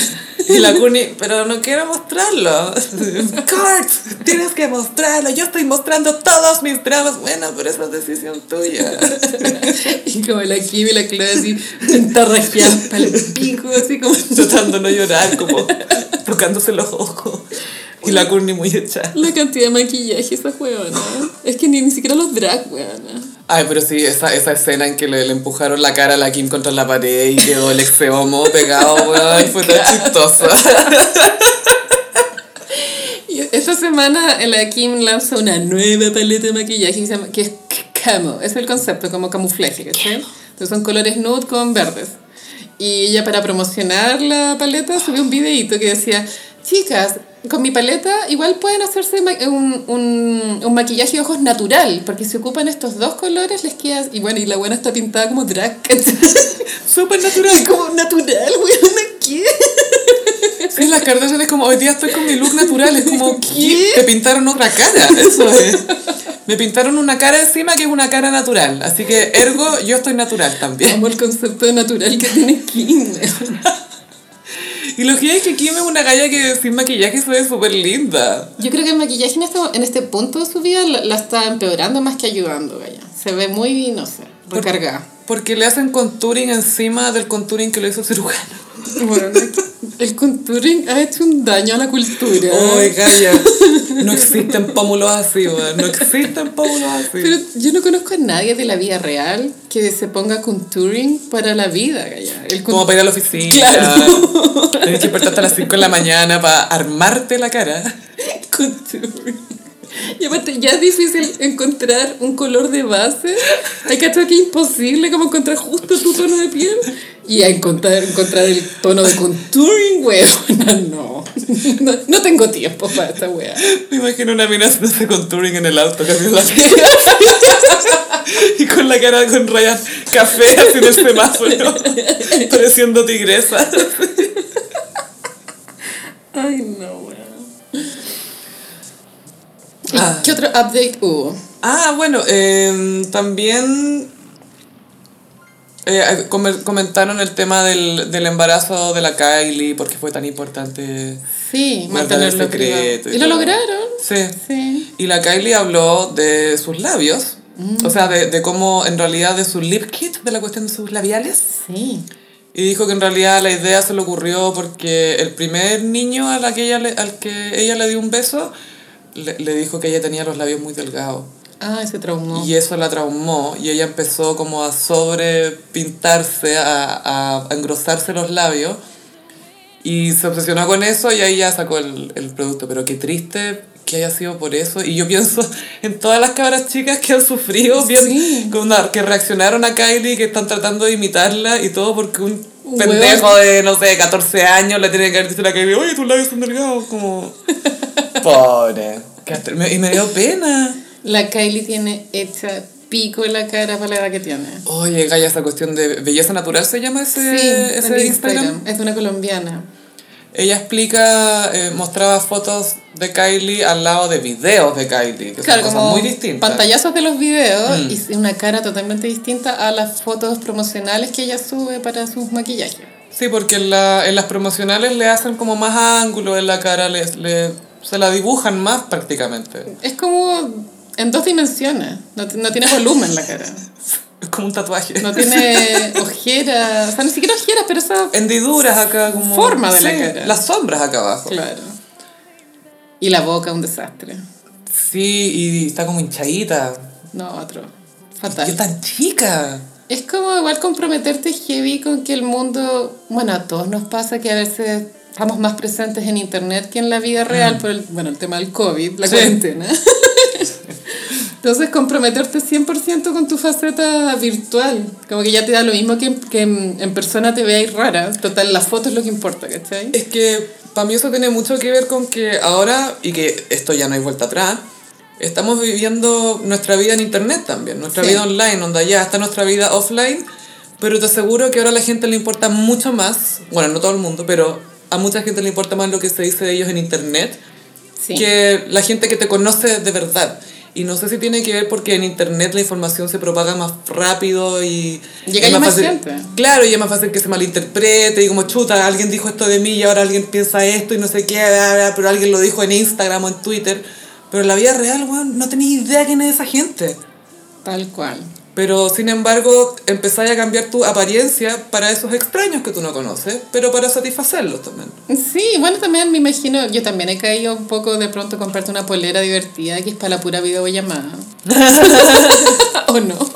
Speaker 1: Y la Courtney, pero no quiero mostrarlo. Kurt, tienes que mostrarlo. Yo estoy mostrando todos mis dramas. Bueno, pero esa es decisión tuya.
Speaker 2: Y como la Kim y la Chloe así, pintarrajeadas para el pico, así como...
Speaker 1: tratando de no llorar, como tocándose los ojos. Y la Courtney muy hecha.
Speaker 2: La cantidad de maquillaje esa huevona. Es que ni, ni siquiera los drag, huevona.
Speaker 1: Ay, pero sí, esa, esa escena en que le, le empujaron la cara a la Kim contra la pared y quedó el exeomo pegado, weón, fue tan chistoso.
Speaker 2: Y esta semana la Kim lanza una nueva paleta de maquillaje que, se llama, que es camo. Es el concepto, como camuflaje, ¿cachai? Entonces son colores nude con verdes. Y ella para promocionar la paleta subió un videíto que decía, chicas, con mi paleta igual pueden hacerse ma- un, un, un maquillaje de ojos natural, porque si ocupan estos dos colores les queda... Y bueno, y la buena está pintada como drag, ¿cachai?
Speaker 1: Súper
Speaker 2: Y
Speaker 1: natural.
Speaker 2: como natural, weona, ¿qué?
Speaker 1: Sí, las Kardashian es como, hoy día estoy con mi look natural, es como,
Speaker 2: ¿Qué?
Speaker 1: Te pintaron otra cara, eso es. Me pintaron una cara encima que es una cara natural, así que ergo, yo estoy natural también.
Speaker 2: Amo el concepto de natural que tiene Kim.
Speaker 1: Y lo que es que Kim es una galla que sin maquillaje se ve súper linda.
Speaker 2: Yo creo que el maquillaje en este, en este punto de su vida la, la está empeorando más que ayudando, Gaya. Se ve muy, no sé, recargada.
Speaker 1: Porque le hacen contouring encima del contouring que lo hizo el cirujano.
Speaker 2: Bueno, el contouring ha hecho un daño a la cultura.
Speaker 1: Gaya, no existen pómulos así, weón. No existen pómulos
Speaker 2: Pero
Speaker 1: así.
Speaker 2: yo no conozco a nadie de la vida real que se ponga contouring para la vida, Gaya. El
Speaker 1: Como
Speaker 2: con-
Speaker 1: para ir a la oficina.
Speaker 2: Claro.
Speaker 1: Tienes que despertar hasta las 5 de la mañana para armarte la cara.
Speaker 2: contouring. Y aparte, ya es difícil encontrar un color de base. Hay que que es imposible como encontrar justo tu tono de piel. Y a encontrar, encontrar el tono de contouring, weona, no. no. No tengo tiempo para esta wea.
Speaker 1: Me imagino una mina haciéndose contouring en el auto, cambiando la piel. y con la cara con rayas café así en el semáforo. pareciendo tigresa.
Speaker 2: Ay, no, wea.
Speaker 1: Ah.
Speaker 2: ¿Qué otro update hubo?
Speaker 1: Ah, bueno, eh, también eh, comer- comentaron el tema del, del embarazo de la Kylie, porque fue tan importante
Speaker 2: Sí,
Speaker 1: guardar el
Speaker 2: mantenerlo
Speaker 1: secreto.
Speaker 2: privado. Y
Speaker 1: todo.
Speaker 2: lo lograron.
Speaker 1: Sí.
Speaker 2: Sí.
Speaker 1: Y la Kylie habló de sus labios, o sea, de, de cómo en realidad de su lip kit, de la cuestión de sus labiales.
Speaker 2: Sí.
Speaker 1: Y dijo que en realidad la idea se le ocurrió porque el primer niño a la que ella le- al que ella le dio un beso le- le dijo que ella tenía los labios muy delgados.
Speaker 2: Ay, Ah, se traumó.
Speaker 1: Y eso la traumó y ella empezó como a sobrepintarse, a, a engrosarse los labios. Y se obsesionó con eso y ahí ya sacó el, el producto. Pero qué triste que haya sido por eso. Y yo pienso en todas las cabras chicas que han sufrido, bien-
Speaker 2: Sí.
Speaker 1: con una- que reaccionaron a Kylie, que están tratando de imitarla y todo porque un
Speaker 2: Un
Speaker 1: pendejo de, no sé, 14 años le tiene que haber dicho a la Kylie, oye, tus labios son delgados, como... Pobre. Qué astre- me- Y me dio pena.
Speaker 2: La Kylie tiene hecha pico en la cara para la edad que tiene.
Speaker 1: Oye, Gaya, esa cuestión de belleza natural se llama ese,
Speaker 2: Sí,
Speaker 1: ese
Speaker 2: en
Speaker 1: Instagram.
Speaker 2: Es de una colombiana.
Speaker 1: Ella explica, eh, mostraba fotos de Kylie al lado de videos de Kylie, que
Speaker 2: Claro,
Speaker 1: son
Speaker 2: como
Speaker 1: cosas muy distintas.
Speaker 2: pantallazos de los videos y una cara totalmente distinta a las fotos promocionales que ella sube para sus maquillajes.
Speaker 1: Sí, porque en, la- en las promocionales le hacen como más ángulo en la cara, les- le- se la dibujan más prácticamente.
Speaker 2: Es como en dos dimensiones. No, t- no tiene volumen la cara.
Speaker 1: Es como un tatuaje.
Speaker 2: No tiene ojeras. O sea, ni siquiera ojeras, pero esa.
Speaker 1: Hendiduras acá como...
Speaker 2: Forma de la cara.
Speaker 1: Las sombras acá abajo.
Speaker 2: Claro. Y la boca, un desastre.
Speaker 1: Sí, y está como hinchadita.
Speaker 2: No, otro.
Speaker 1: ¡Qué
Speaker 2: Fatal.
Speaker 1: tan chica!
Speaker 2: Es como igual comprometerte heavy con que el mundo, bueno, a todos nos pasa que a veces estamos más presentes en internet que en la vida real por el, bueno, el tema del COVID, la
Speaker 1: Mm. Sí.
Speaker 2: cuarentena. Entonces comprometerte 100% con tu faceta virtual, como que ya te da lo mismo que, que en, en persona te veáis rara, total, la foto es lo que importa, ¿cachai?
Speaker 1: Es que para mí eso tiene mucho que ver con que ahora, y que esto ya no hay vuelta atrás, estamos viviendo nuestra vida en internet también, nuestra
Speaker 2: Sí.
Speaker 1: vida online, donde ya está nuestra vida offline, pero te aseguro que ahora a la gente le importa mucho más, bueno, no todo el mundo, pero a mucha gente le importa más lo que se dice de ellos en internet
Speaker 2: Sí.
Speaker 1: que la gente que te conoce de verdad. Y no sé si tiene que ver porque en internet la información se propaga más rápido y...
Speaker 2: Llega
Speaker 1: es
Speaker 2: ya
Speaker 1: más
Speaker 2: más
Speaker 1: fácil,
Speaker 2: gente.
Speaker 1: Claro, y es más fácil que se malinterprete y como chuta, alguien dijo esto de mí y ahora alguien piensa esto y no sé qué, bla, bla, pero alguien lo dijo en Instagram o en Twitter. Pero en la vida real, weón, no tenés idea quién es esa gente.
Speaker 2: Tal cual.
Speaker 1: Pero sin embargo, empezáis a cambiar tu apariencia para esos extraños que tú no conoces, pero para satisfacerlos también.
Speaker 2: Sí, bueno, también me imagino, yo también he caído un poco de pronto comprarte una polera divertida que es para la pura videollamada. ¿O no?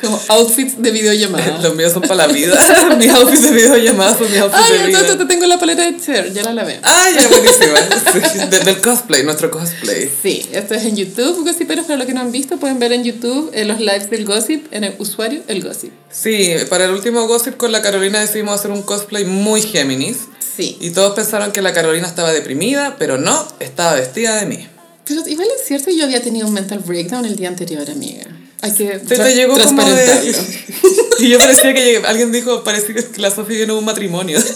Speaker 2: Como outfits de videollamada.
Speaker 1: Los míos son para la vida. mis outfits de videollamadas son mis outfits
Speaker 2: Ay,
Speaker 1: de vida.
Speaker 2: entonces te tengo la polera de Cher, ya la lavé.
Speaker 1: Ah, ya, buenísima. Sí, de- del cosplay, nuestro cosplay.
Speaker 2: Sí, esto es en YouTube, gossiperos, para los que no han visto, pueden ver en YouTube eh, los lives del gossip, en el usuario, el gossip.
Speaker 1: Sí, para el último gossip con la Carolina decidimos hacer un cosplay muy Géminis.
Speaker 2: Sí.
Speaker 1: Y todos pensaron que la Carolina estaba deprimida, pero no, estaba vestida de mí.
Speaker 2: Pero igual es cierto que yo había tenido un mental breakdown el día anterior, amiga. Hay que
Speaker 1: Te,
Speaker 2: tra-
Speaker 1: te llegó como de...
Speaker 2: transparentarlo.
Speaker 1: Y yo parecía que llegué- alguien dijo, parecía que la Sofía viene a un matrimonio.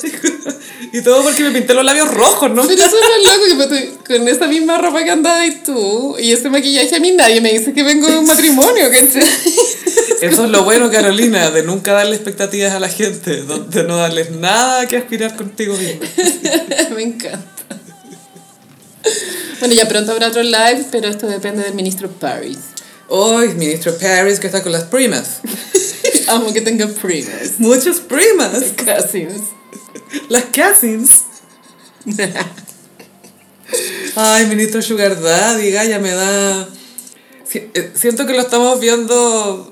Speaker 1: Y todo porque me pinté los labios rojos, ¿no?
Speaker 2: Pero eso es loco que pues, tú- con esa misma ropa que andabas y tú y ese maquillaje a mí nadie me dice que vengo de un matrimonio, ¿cachai?
Speaker 1: Eso es lo bueno, Carolina, de nunca darle expectativas a la gente, de no darles nada que aspirar contigo misma.
Speaker 2: me encanta. Bueno, ya pronto habrá otro live, pero esto depende del ministro Paris.
Speaker 1: Hoy, ministro Paris, que está con las primas.
Speaker 2: Amo que tenga primas.
Speaker 1: Muchas primas.
Speaker 2: Cousins.
Speaker 1: Las cousins. Ay, ministro Sugar Daddy, ya me da... Si- eh, Siento que lo estamos viendo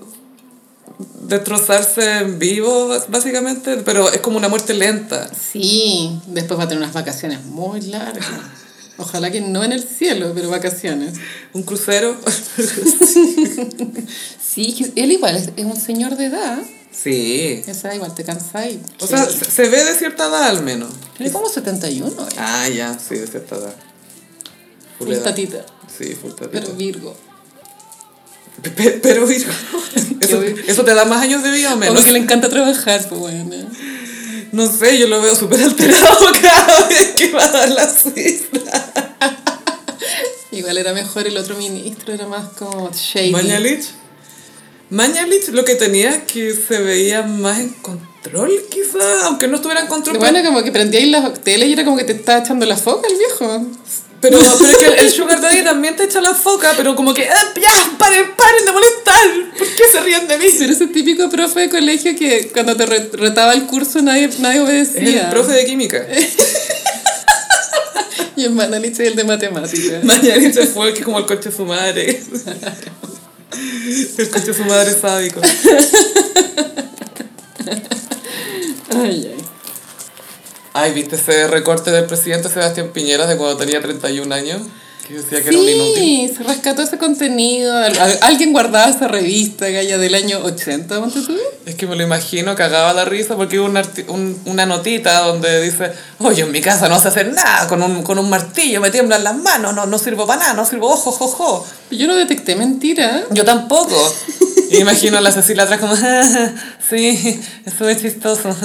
Speaker 1: destrozarse en vivo, bas- básicamente, pero es como una muerte lenta.
Speaker 2: Sí, después va a tener unas vacaciones muy largas. Ojalá que no en el cielo, pero vacaciones.
Speaker 1: Un crucero.
Speaker 2: Sí, que él igual es es un señor de edad.
Speaker 1: Sí.
Speaker 2: Esa igual te cansáis.
Speaker 1: O sea, se se ve de cierta edad al menos.
Speaker 2: tiene como 71. eh.
Speaker 1: Ah, ya, sí, de cierta edad. Full
Speaker 2: Full
Speaker 1: edad.
Speaker 2: tatita,
Speaker 1: Sí, full tatita.
Speaker 2: pero Virgo.
Speaker 1: Pe- pe- Pero Virgo, eso,
Speaker 2: Virgo.
Speaker 1: eso te da más años de vida o menos.
Speaker 2: Como que le encanta trabajar, pues bueno.
Speaker 1: No sé, yo lo veo súper alterado cada vez que va a dar la cifra.
Speaker 2: Igual era mejor el otro ministro, era más como shady.
Speaker 1: Mañalich. Mañalich lo que tenía es que se veía más en control, quizá, aunque no estuviera en control.
Speaker 2: Bueno, como que prendíais las cócteles y era como que te estaba echando la foca el viejo.
Speaker 1: Pero, pero es que el, el Sugar Daddy también te echa la foca, pero como que, "Ah, ya, paren, paren de molestar. ¿Por qué se ríen de mí? Es
Speaker 2: Pero ese típico profe de colegio que cuando te re- retaba el curso nadie, nadie obedecía.
Speaker 1: el profe de química.
Speaker 2: Y el Manalich es el de matemáticas.
Speaker 1: Mañalich fue el que como el coche de su madre. El coche de su madre sádico.
Speaker 2: Ay, ay.
Speaker 1: Ay, ¿viste ese recorte del presidente Sebastián Piñera de cuando tenía 31 años? Que yo decía que era un inútil.
Speaker 2: Sí, se rescató ese contenido. Al- al- Alguien guardaba esa revista, Gaya, del año 80, ponte tú.
Speaker 1: Es que me lo imagino, cagaba la risa porque hubo un arti- un- una notita donde dice, oye, en mi casa no sé hacer nada, con un, con un martillo me tiemblan las manos, no, no sirvo para nada, no sirvo, ojo, ojo, ojo.
Speaker 2: Yo no detecté mentira.
Speaker 1: Yo tampoco. Y imagino a la Cecilia atrás como, sí, estuve chistoso.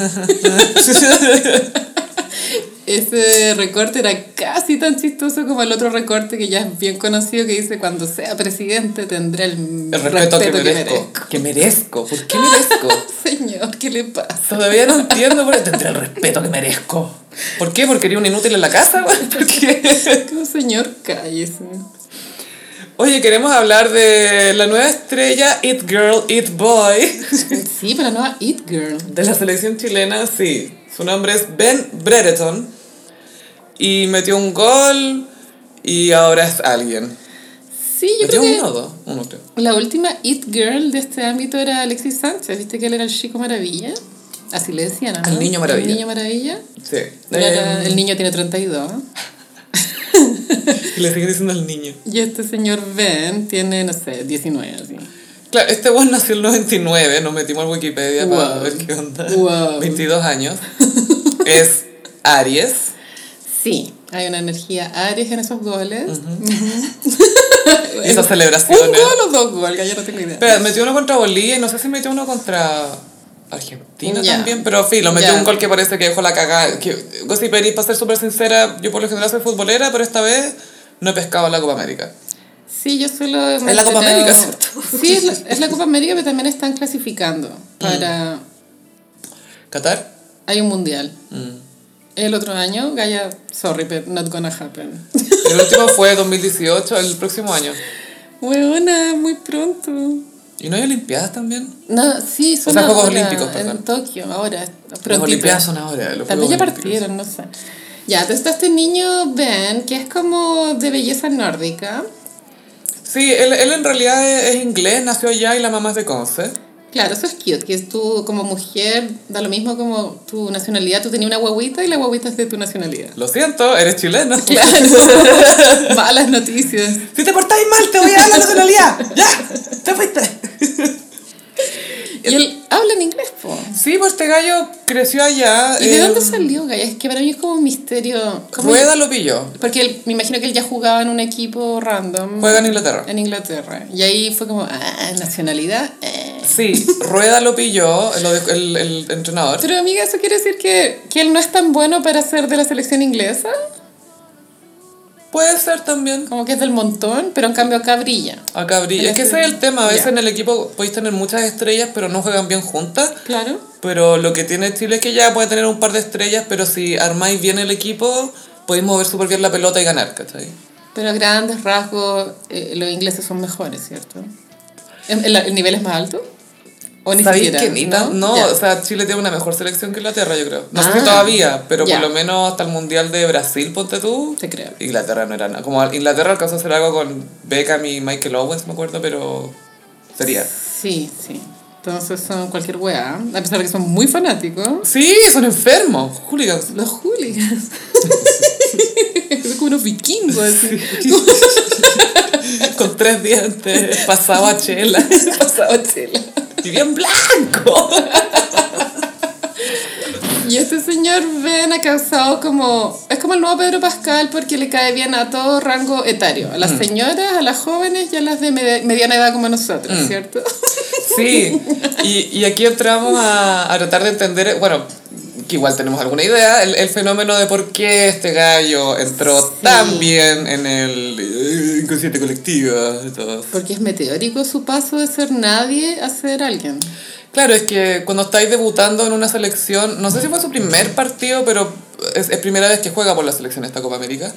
Speaker 2: Ese recorte era casi tan chistoso como el otro recorte que ya es bien conocido que dice cuando sea presidente tendré el,
Speaker 1: El respeto, que, merezco, Que merezco. ¿Por qué merezco?
Speaker 2: Señor, ¿qué le pasa?
Speaker 1: Todavía no entiendo, pero tendré el respeto que merezco. ¿Por qué? ¿Porque era un inútil en la casa? güey? ¿Por qué?
Speaker 2: Como señor, cállese.
Speaker 1: Oye, queremos hablar de la nueva estrella It Girl, It Boy
Speaker 2: Sí, pero no a It Girl.
Speaker 1: de la selección chilena, sí. Su nombre es Ben Brereton y metió un gol y ahora es alguien.
Speaker 2: Sí, yo
Speaker 1: ¿Metió
Speaker 2: creo que
Speaker 1: uno o dos? Uno creo.
Speaker 2: la última It Girl de este ámbito era Alexis Sánchez. ¿Viste que él era el chico maravilla? Así le decían, ¿no?
Speaker 1: Al niño maravilla.
Speaker 2: El niño maravilla.
Speaker 1: Sí.
Speaker 2: Ahora
Speaker 1: Eh,
Speaker 2: el niño tiene 32.
Speaker 1: y le siguen diciendo al niño.
Speaker 2: Y este señor Ben tiene, no sé, 19. Así.
Speaker 1: Claro, este weón nació en el 99, nos metimos al Wikipedia para
Speaker 2: Wow.
Speaker 1: ver qué onda.
Speaker 2: Wow.
Speaker 1: 22 años. es Aries.
Speaker 2: Sí, hay una energía Aries en esos goles.
Speaker 1: Y esas
Speaker 2: ¿Un
Speaker 1: celebraciones.
Speaker 2: gol o dos goles? Que yo no tengo idea.
Speaker 1: Espera, metió uno contra Bolivia y no sé si metió uno contra Argentina
Speaker 2: Ya.
Speaker 1: también, pero filo, metió
Speaker 2: Ya.
Speaker 1: un gol que parece que dejó la cagada. Que, Gossip Peris, para ser súper sincera, yo por lo general soy futbolera, pero esta vez no he pescado la Copa América.
Speaker 2: Sí, yo solo... Es
Speaker 1: la Copa América, ¿cierto?
Speaker 2: Sí, es la, es la Copa América, pero también están clasificando para...
Speaker 1: ¿Qatar?
Speaker 2: Hay un mundial.
Speaker 1: Mm.
Speaker 2: El otro año, Gaya, sorry, but not gonna happen.
Speaker 1: El último fue 2018, el próximo año.
Speaker 2: Huevona, muy pronto.
Speaker 1: ¿Y no hay Olimpiadas también?
Speaker 2: No, sí, son
Speaker 1: sea,
Speaker 2: ahora,
Speaker 1: Juegos Olímpicos, perdón.
Speaker 2: en Tokio, ahora.
Speaker 1: Las
Speaker 2: prontito.
Speaker 1: Olimpiadas son ahora. los
Speaker 2: Tal vez
Speaker 1: Juegos
Speaker 2: ya
Speaker 1: Olímpicos.
Speaker 2: partieron, no sé. Ya, entonces está este niño Ben, que es como de belleza nórdica.
Speaker 1: Sí, él, él en realidad es, es inglés, nació allá y la mamá es de Conce.
Speaker 2: Claro, eso es cute, que es tú como mujer, da lo mismo como tu nacionalidad. Tú tenías una guaguita y la guaguita es de tu nacionalidad.
Speaker 1: Lo siento, eres chileno.
Speaker 2: Claro. Malas noticias.
Speaker 1: Si te portáis mal, te voy a dar la nacionalidad. ¡Ya! ¡Te fuiste!
Speaker 2: Y él habla en inglés, po.
Speaker 1: Sí, pues este gallo creció allá.
Speaker 2: ¿Y de
Speaker 1: eh,
Speaker 2: dónde salió, Gaya? Es que para mí es como un misterio. ¿Cómo
Speaker 1: Rueda lo pilló.
Speaker 2: Porque él- me imagino que él ya jugaba en un equipo random.
Speaker 1: Juega en Inglaterra.
Speaker 2: En Inglaterra. Y ahí fue como, ah, nacionalidad. eh.
Speaker 1: Sí, Rueda lo pilló, lo dijo el, el entrenador.
Speaker 2: Pero amiga, ¿eso quiere decir que, que él no es tan bueno para ser de la selección inglesa?
Speaker 1: Puede ser también.
Speaker 2: Como que es del montón, pero en cambio acá brilla.
Speaker 1: Acá brilla. Es que ese es el tema. A veces
Speaker 2: este Ya.
Speaker 1: en el equipo podéis tener muchas estrellas, pero no juegan bien juntas.
Speaker 2: Claro.
Speaker 1: Pero lo que tiene Chile es que ya puede tener un par de estrellas, pero si armáis bien el equipo, podéis mover súper bien la pelota y ganar, ¿cachai?
Speaker 2: Pero a grandes rasgos, eh, los ingleses son mejores, ¿cierto? ¿El, el- el nivel es más alto? ¿O ni
Speaker 1: ¿Sabéis
Speaker 2: siquiera?
Speaker 1: que ni tan- No,
Speaker 2: Ya.
Speaker 1: o sea, Chile tiene una mejor selección que Inglaterra, yo creo. No sé
Speaker 2: Ah,
Speaker 1: si todavía, pero
Speaker 2: ya.
Speaker 1: por lo menos hasta el Mundial de Brasil, ponte tú.
Speaker 2: Te creo.
Speaker 1: Inglaterra no era nada. Como Inglaterra alcanzó a hacer algo con Beckham y Michael Owens, me acuerdo, pero sería.
Speaker 2: Sí, sí. Entonces son cualquier weá, a pesar de que son muy fanáticos.
Speaker 1: Sí, son enfermos, hooligans.
Speaker 2: Los hooligans. Son como unos vikingos. así.
Speaker 1: con tres dientes, pasado a chela
Speaker 2: Pasado chela.
Speaker 1: y bien blanco.
Speaker 2: Y este señor Ben ha causado como... Es como el nuevo Pedro Pascal porque le cae bien a todo rango etario. A las
Speaker 1: Mm.
Speaker 2: señoras, a las jóvenes y a las de med- mediana edad como nosotros,
Speaker 1: Mm.
Speaker 2: ¿cierto?
Speaker 1: Sí, y, y aquí entramos a, a tratar de entender, bueno, que igual tenemos alguna idea, el, el fenómeno de por qué este gallo entró tan bien en el eh, inconsciente colectivo. de todos.
Speaker 2: Porque es meteórico su paso de ser nadie a ser alguien.
Speaker 1: Claro, es que cuando estáis debutando en una selección, no sé si fue su primer partido, pero es, es primera vez que juega por la selección esta Copa América.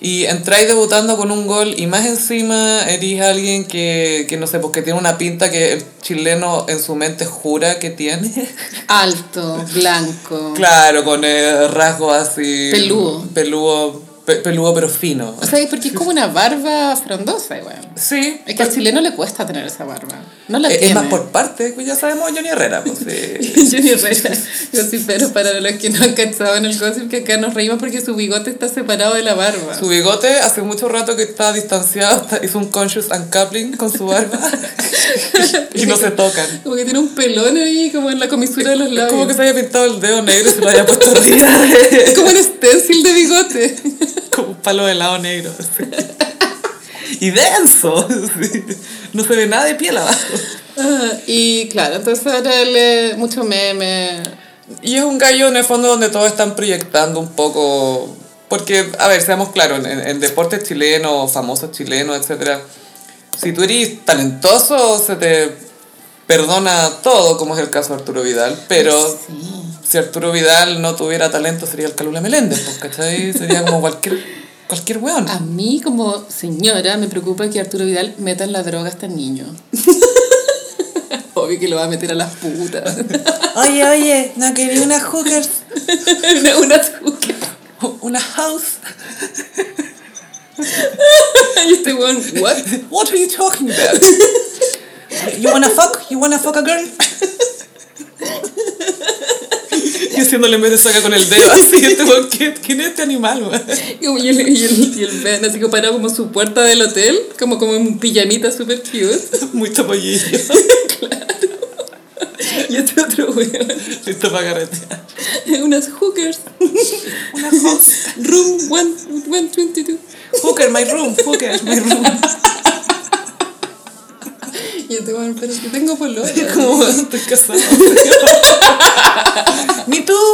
Speaker 1: Y entráis debutando con un gol y más encima eres alguien que, que no sé, porque tiene una pinta que el chileno en su mente jura que tiene.
Speaker 2: Alto, blanco.
Speaker 1: Claro, con eh, rasgos así.
Speaker 2: Peludo.
Speaker 1: Peludo, pe- peludo pero fino.
Speaker 2: O sea, y porque es como una barba frondosa igual.
Speaker 1: Sí.
Speaker 2: Es que al chileno le cuesta tener esa barba. No la
Speaker 1: Eh, Es-
Speaker 2: tiene.
Speaker 1: Es más por parte, pues ya sabemos Johnny Herrera. Pues, sí.
Speaker 2: Jenny Herrera, gossipero, para los que no han cachado en el gossip, que acá nos reímos porque su bigote está separado de la barba.
Speaker 1: Su bigote hace mucho rato que está distanciado, está- hizo un conscious uncoupling con su barba y no se tocan.
Speaker 2: Como que tiene un pelón ahí, como en la comisura de los
Speaker 1: Es
Speaker 2: labios.
Speaker 1: como que se haya pintado el dedo negro y se lo haya puesto arriba
Speaker 2: Es
Speaker 1: de-
Speaker 2: como un stencil de bigote.
Speaker 1: como un palo de helado negro. así. Y denso. sí. No se ve nada de piel abajo.
Speaker 2: Ah, y claro, entonces ahora le mucho meme.
Speaker 1: Y es un gallo en el fondo donde todos están proyectando un poco. Porque, a ver, seamos claros, en, en deportes chilenos, famosos chilenos, etcétera Si tú eres talentoso, se te perdona todo, como es el caso de Arturo Vidal. Pero si Arturo Vidal no tuviera talento, sería el Calula Meléndez, pues, ¿cachai? Sería como cualquier, cualquier weón.
Speaker 2: A mí como señora me preocupa que Arturo Vidal meta en la droga hasta el niño. Obvio que lo va a meter a las putas.
Speaker 1: Ah, Oye, oye, no quería una hooker,
Speaker 2: una, una azúcar.
Speaker 1: una house.
Speaker 2: Y este weón, what?
Speaker 1: What are you talking about? You wanna fuck? You wanna fuck a girl? Y haciéndole en vez de saca con el dedo así, este weón, ¿quién, quién es este animal, weón?
Speaker 2: Como y el, y el, y el Ben, así que parado como su puerta del hotel, como, como en un pijamita super cute.
Speaker 1: Muy chapollillo,
Speaker 2: Y este otro weón,
Speaker 1: listo para carretear.
Speaker 2: unas hookers.
Speaker 1: Una house.
Speaker 2: Room 122.
Speaker 1: Hooker, my room, hooker, my room.
Speaker 2: Y este weón, pero es que tengo pololo.
Speaker 1: Como, weón, estoy casado. Ni tú.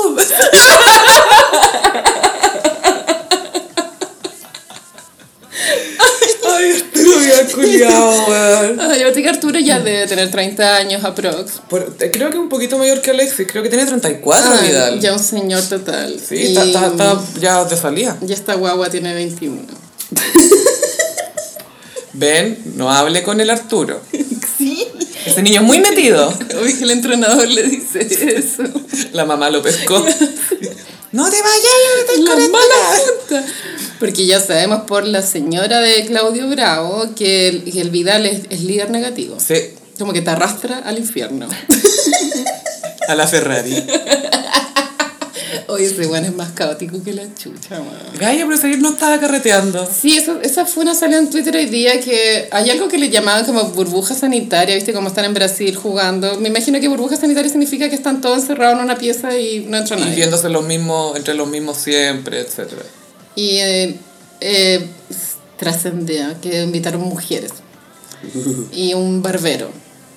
Speaker 1: Ay, estuve culiado, weón.
Speaker 2: Ay, ahorita que Arturo ya debe tener 30 años aprox.
Speaker 1: Por- te- creo que un poquito mayor que Alexis, creo que tiene 34
Speaker 2: Ay,
Speaker 1: Vidal.
Speaker 2: Ah, Ya un señor total.
Speaker 1: Sí,
Speaker 2: Y
Speaker 1: está, está- está ya de salida.
Speaker 2: Ya esta guagua tiene 21.
Speaker 1: Ven, no hable con el Arturo.
Speaker 2: Sí.
Speaker 1: Ese niño es muy metido.
Speaker 2: Obvio que el entrenador le dice eso.
Speaker 1: La mamá lo pescó. No te vayas,
Speaker 2: La mala puta. Porque ya sabemos por la señora de Claudio Bravo que el, que el Vidal es, es líder negativo.
Speaker 1: Sí,
Speaker 2: Como que te arrastra al infierno.
Speaker 1: a la Ferrari.
Speaker 2: Oye, ese weón es más caótico que la chucha, weón.
Speaker 1: Gaya, pero seguir no estaba carreteando.
Speaker 2: Sí, eso, esa funa salió en Twitter hoy día que hay algo que le llamaban como burbuja sanitaria, ¿viste? Como están en Brasil jugando. Me imagino que burbuja sanitaria significa que están todos encerrados en una pieza y no entra
Speaker 1: Y
Speaker 2: nadie.
Speaker 1: viéndose los mismos, entre los mismos siempre, etc.
Speaker 2: Y eh, eh, trascendió que invitaron mujeres y un barbero.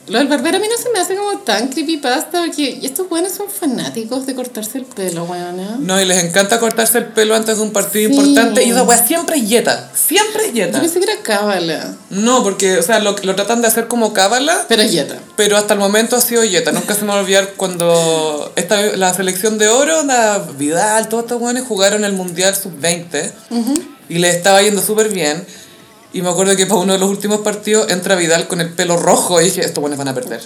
Speaker 2: Lo del barbero a mí no se me hace como tan creepypasta porque estos buenos son fanáticos de cortarse el pelo, weón.
Speaker 1: No, y les encanta cortarse el pelo antes de un partido
Speaker 2: Sí.
Speaker 1: importante. Y esa weá siempre es yeta. Siempre es
Speaker 2: Yo
Speaker 1: yeta.
Speaker 2: pensé que era cábala,
Speaker 1: No, porque, o sea, lo, lo tratan de hacer como cábala.
Speaker 2: pero es yeta.
Speaker 1: Pero hasta el momento ha sido Jetta. Nunca se me va a olvidar cuando esta, la selección de oro, la Vidal, todos estos buenos jugaron el Mundial Sub-20 y le estaba yendo súper bien. Y me acuerdo que para uno de los últimos partidos entra Vidal con el pelo rojo y dije, estos buenos van a perder.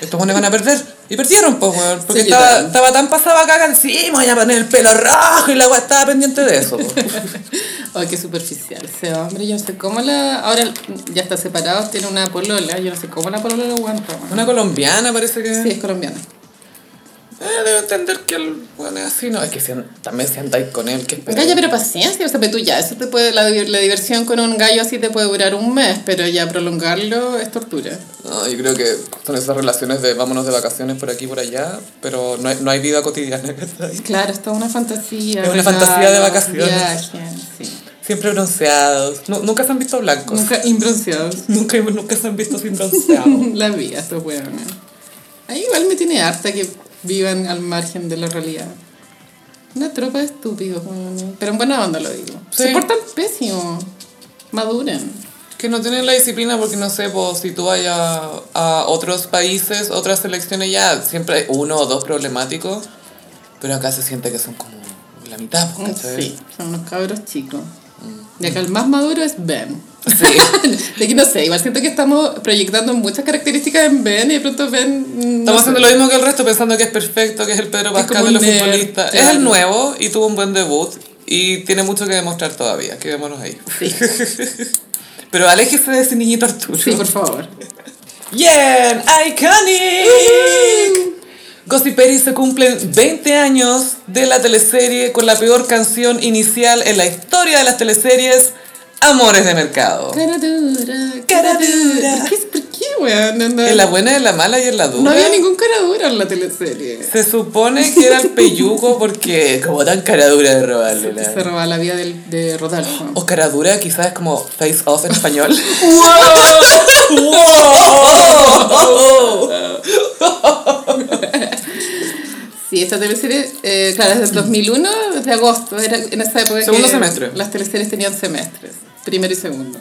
Speaker 1: Estos buenos van a perder. Y perdieron, pues, weón, porque
Speaker 2: Sí,
Speaker 1: estaba,
Speaker 2: Jetta.
Speaker 1: estaba tan pasada caga que sí, me voy a poner el pelo rojo y la weá estaba pendiente de eso. pues. po.
Speaker 2: Ay, qué superficial ese hombre. Yo no sé cómo la. Ahora ya está separado, tiene una polola. Yo no sé cómo la polola lo aguanta. man.
Speaker 1: Una colombiana parece que...
Speaker 2: Sí, es colombiana.
Speaker 1: Eh, debe entender que el bueno es así, ¿no? Es que si an- también se andáis con él, que
Speaker 2: Gaya, pero paciencia, o sea, pero tú ya, eso te puede, la, di- la diversión con un gallo así te puede durar un mes, pero ya prolongarlo es tortura.
Speaker 1: No, yo creo que son esas relaciones de vámonos de vacaciones por aquí y por allá, pero no hay, no hay vida cotidiana. ¿cachai?
Speaker 2: Claro, es toda una fantasía.
Speaker 1: Es una
Speaker 2: regalo,
Speaker 1: fantasía de vacaciones.
Speaker 2: viaje, sí.
Speaker 1: Siempre bronceados. Nu- nunca se han visto blancos.
Speaker 2: Nunca imbronceados.
Speaker 1: Nunca, nunca se han visto sin bronceado.
Speaker 2: la vida, estos huevones. Ahí igual me tiene harta que vivan al margen de la realidad. Una tropa de estúpidos, huevones. Pero en buena onda lo digo. Se
Speaker 1: Sí.
Speaker 2: portan pésimo. Maduren.
Speaker 1: que no tienen la disciplina porque no sé, pues, si tú vas a, a otros países, otras selecciones ya, siempre hay uno o dos problemáticos, pero acá se siente que son como la mitad, pues, ¿cachai?
Speaker 2: Sí, son unos cabros chicos.
Speaker 1: Mm.
Speaker 2: De acá el más maduro es Ben.
Speaker 1: Sí.
Speaker 2: De que no sé, igual siento que estamos proyectando muchas características en Ben y de pronto Ben. no
Speaker 1: Estamos
Speaker 2: sé.
Speaker 1: haciendo lo mismo que el resto, pensando que es perfecto, que es el Pedro
Speaker 2: como
Speaker 1: Pascal
Speaker 2: un
Speaker 1: de los
Speaker 2: nerd,
Speaker 1: futbolistas. Es
Speaker 2: claro.
Speaker 1: el nuevo y tuvo un buen debut. Y tiene mucho que demostrar todavía, quedémonos ahí. Pero aléjese de ese niñito Arturo.
Speaker 2: Sí, por favor.
Speaker 1: Bien,
Speaker 2: Uh.
Speaker 1: iconic. Gossiperi se cumplen 20 años de la teleserie con la peor canción inicial en la historia de las teleseries, Amores de Mercado.
Speaker 2: Cara dura,
Speaker 1: Cara dura.
Speaker 2: ¿Por qué, por qué weón? No, no,
Speaker 1: En la buena, en la mala y en la dura.
Speaker 2: no había ningún cara dura en la teleserie.
Speaker 1: Se supone que era el peyuco porque como tan cara dura de robarle la-
Speaker 2: Se roba la vida del, de Rodolfo.
Speaker 1: O cara dura quizás es como face off en español.
Speaker 2: Sí, esta teleserie, eh, claro, es del 2001, desde agosto, era en esa época
Speaker 1: Segundo
Speaker 2: que
Speaker 1: semestre.
Speaker 2: las teleseries tenían semestres, primero y segundo.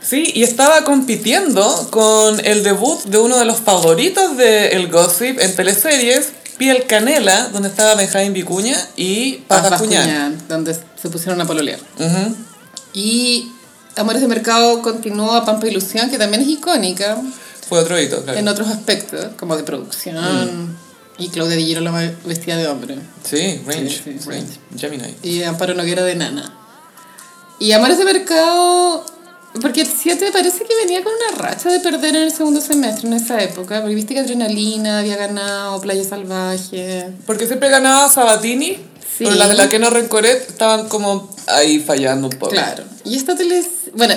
Speaker 1: Sí, y estaba compitiendo con el debut de uno de los favoritos de El Gossip en teleseries, Piel Canela, donde estaba Benjamín Vicuña y Paz
Speaker 2: Paz
Speaker 1: Bascuñán.
Speaker 2: Bascuñán, donde se pusieron a pololear.
Speaker 1: Ujú.
Speaker 2: Y Amores de Mercado continuó a Pampa Ilusión, que también es icónica
Speaker 1: Fue otro hito, claro.
Speaker 2: en otros aspectos, como de producción. Y Claudia Di Girolamo vestida de hombre.
Speaker 1: Sí, Range,
Speaker 2: Sí, sí, sí.
Speaker 1: Range, Gemini.
Speaker 2: Y Amparo Noguera de nana. Y Amores de Mercado... Porque el 7 parece que venía con una racha de perder en el segundo semestre, en esa época. Porque viste que Adrenalina había ganado, Playa Salvaje...
Speaker 1: Porque siempre ganaba Sabatini,
Speaker 2: Sí.
Speaker 1: pero las de la que no Rencoret estaban como ahí fallando un poco.
Speaker 2: Claro. Y esta tele, bueno,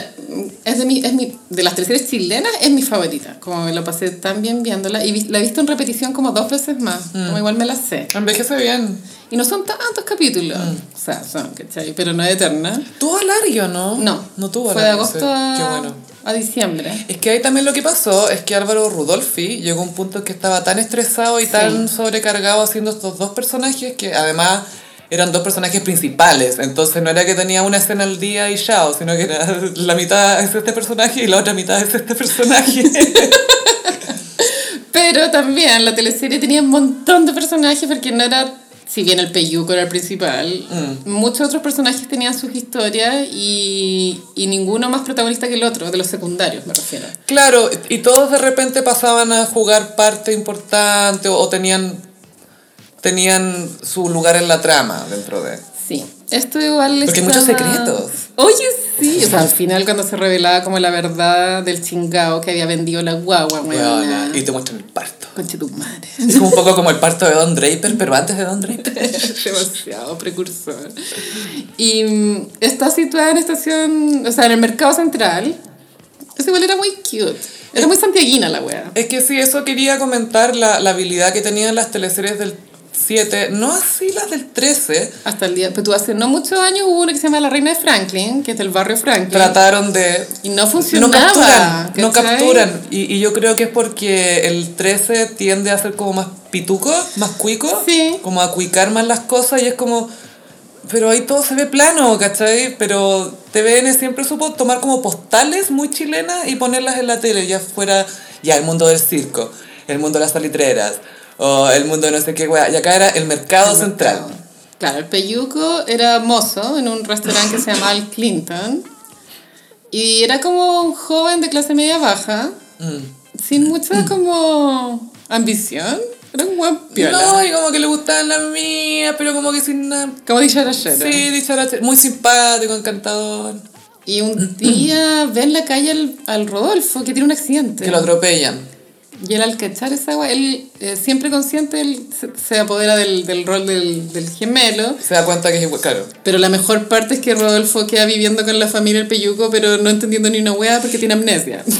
Speaker 2: es de, mi, es mi, de las teleseries chilenas, es mi favorita. Como me lo pasé tan bien viéndola. Y vi- la he visto en repetición como dos veces más.
Speaker 1: Mm.
Speaker 2: Como igual me la sé.
Speaker 1: Envejece bien.
Speaker 2: Y no son tantos capítulos.
Speaker 1: Mm.
Speaker 2: O sea, son, ¿cachai? Pero no es eterna.
Speaker 1: ¿Tuvo alargue o no?
Speaker 2: No.
Speaker 1: No tuvo
Speaker 2: Fue de
Speaker 1: alargue, sí.
Speaker 2: agosto a,
Speaker 1: Qué bueno.
Speaker 2: a diciembre.
Speaker 1: Es que ahí también lo que pasó es que Álvaro Rudolfi llegó a un punto en que estaba tan estresado y tan sobrecargado haciendo estos dos personajes que además eran dos personajes principales. Entonces no era que tenía una escena al día y chao, sino que era la mitad es este personaje y la otra mitad es este personaje.
Speaker 2: Pero también la teleserie tenía un montón de personajes porque no era, si bien el Peyuco era el principal,
Speaker 1: Mm.
Speaker 2: muchos otros personajes tenían sus historias y, y ninguno más protagonista que el otro, de los secundarios me refiero.
Speaker 1: claro, y todos de repente pasaban a jugar parte importante o, o tenían, tenían su lugar en la trama dentro de...
Speaker 2: Sí, esto igual
Speaker 1: Porque hay muchos secretos.
Speaker 2: Oye, sí. O sea, al final cuando se revelaba como la verdad del chingao que había vendido la guagua,
Speaker 1: Weona,
Speaker 2: weona.
Speaker 1: Y te muestran el parto.
Speaker 2: Conche tu madre.
Speaker 1: Es como un poco como el parto de Don Draper, pero antes de Don Draper.
Speaker 2: Demasiado precursor. Y mm, está situada en estación, o sea, en el mercado central. Eso igual era muy cute. Era muy santiaguina la wea.
Speaker 1: Es que sí, eso quería comentar, la, la habilidad que tenían las teleseries del 7, no así las del 13,
Speaker 2: Hasta el día. Pero tú hace no muchos años hubo una que se llama La Reina de Franklin, que es del barrio Franklin.
Speaker 1: trataron de...
Speaker 2: y no
Speaker 1: No
Speaker 2: funcionaba.
Speaker 1: capturan, no
Speaker 2: ¿cachai?
Speaker 1: capturan. Y, y yo creo que es porque el 13 tiende a ser como más pituco, más cuico,
Speaker 2: Sí.
Speaker 1: como a cuicar más las cosas y es como... Pero ahí todo se ve plano, ¿cachai? Pero TVN siempre supo tomar como postales muy chilenas y ponerlas en la tele, ya fuera ya el mundo del circo, el mundo de las salitreras, o el mundo de no sé qué, wea. Y acá era el mercado central.
Speaker 2: Claro, el peyuco era mozo en un restaurante que se llamaba El Clinton. Y era como un joven de clase media baja,
Speaker 1: Mm.
Speaker 2: sin mucha como ambición. Era un buen piola.
Speaker 1: No, y como que le gustaban las mías, pero como que sin nada.
Speaker 2: Como dicharachero.
Speaker 1: Sí, dicharache- muy simpático, encantador.
Speaker 2: Y un día ve en la calle al, al Rodolfo que tiene un accidente.
Speaker 1: Que lo atropellan.
Speaker 2: Y él al cachar esa agua, él eh, siempre consciente, él se, se apodera del, del rol del, del gemelo.
Speaker 1: Se da cuenta que es igual, claro.
Speaker 2: Pero la mejor parte es que Rodolfo queda viviendo con la familia el peyuco, pero no entendiendo ni una hueá porque tiene amnesia.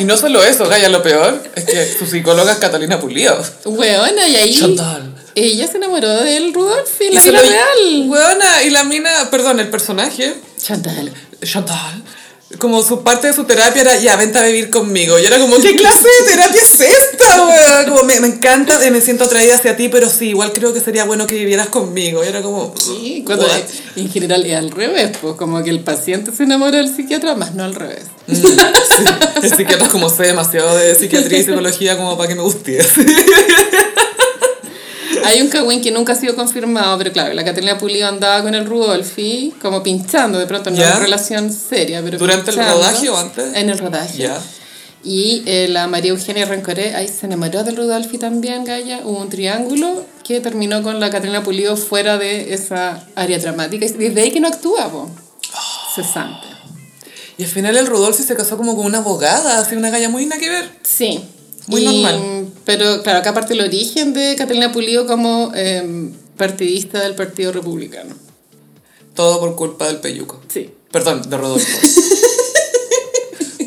Speaker 1: Y no solo eso, Gaya, lo peor es que su psicóloga es Catalina Pulido.
Speaker 2: Weona, y ahí
Speaker 1: Chantal.
Speaker 2: ella se enamoró del Rodolfo y
Speaker 1: Y
Speaker 2: la
Speaker 1: se
Speaker 2: vida
Speaker 1: lo-
Speaker 2: real.
Speaker 1: Weona, y la mina, perdón, el personaje,
Speaker 2: Chantal.
Speaker 1: Chantal, como su parte de su terapia era, ya, vente a vivir conmigo. Y era como, ¿qué clase de terapia es esta, weón? Como, me, me encanta, eh, me siento atraída hacia ti, pero sí, igual creo que sería bueno que vivieras conmigo. Y era como,
Speaker 2: Sí, cuando
Speaker 1: what?
Speaker 2: en general es al revés, pues como que el paciente se enamora del psiquiatra, más no al revés.
Speaker 1: El psiquiatra es como sé demasiado de psiquiatría y psicología como para que me guste.
Speaker 2: Hay un cagüín que nunca ha sido confirmado, pero claro, la Catalina Pulido andaba con el Rudolfi, como pinchando de pronto, no
Speaker 1: ¿Ya?
Speaker 2: una relación seria, pero
Speaker 1: ¿Durante el
Speaker 2: pinchando.
Speaker 1: rodaje o antes?
Speaker 2: En el rodaje.
Speaker 1: Ya.
Speaker 2: Y eh, la María Eugenia Rencoré ahí se enamoró del Rudolfi también, Gaya. Hubo un triángulo que terminó con la Catalina Pulido fuera de esa área dramática. Y desde ahí que no actúa, po.
Speaker 1: Ah.
Speaker 2: Cesante.
Speaker 1: Y al final el Rudolfi se casó como con una abogada, así una galla muy nada que ver.
Speaker 2: Sí.
Speaker 1: Muy normal.
Speaker 2: Pero claro, acá parte el origen de Catalina Pulido como eh, partidista del Partido Republicano.
Speaker 1: Todo por culpa del peyuco.
Speaker 2: Sí.
Speaker 1: Perdón, de Rodolfo.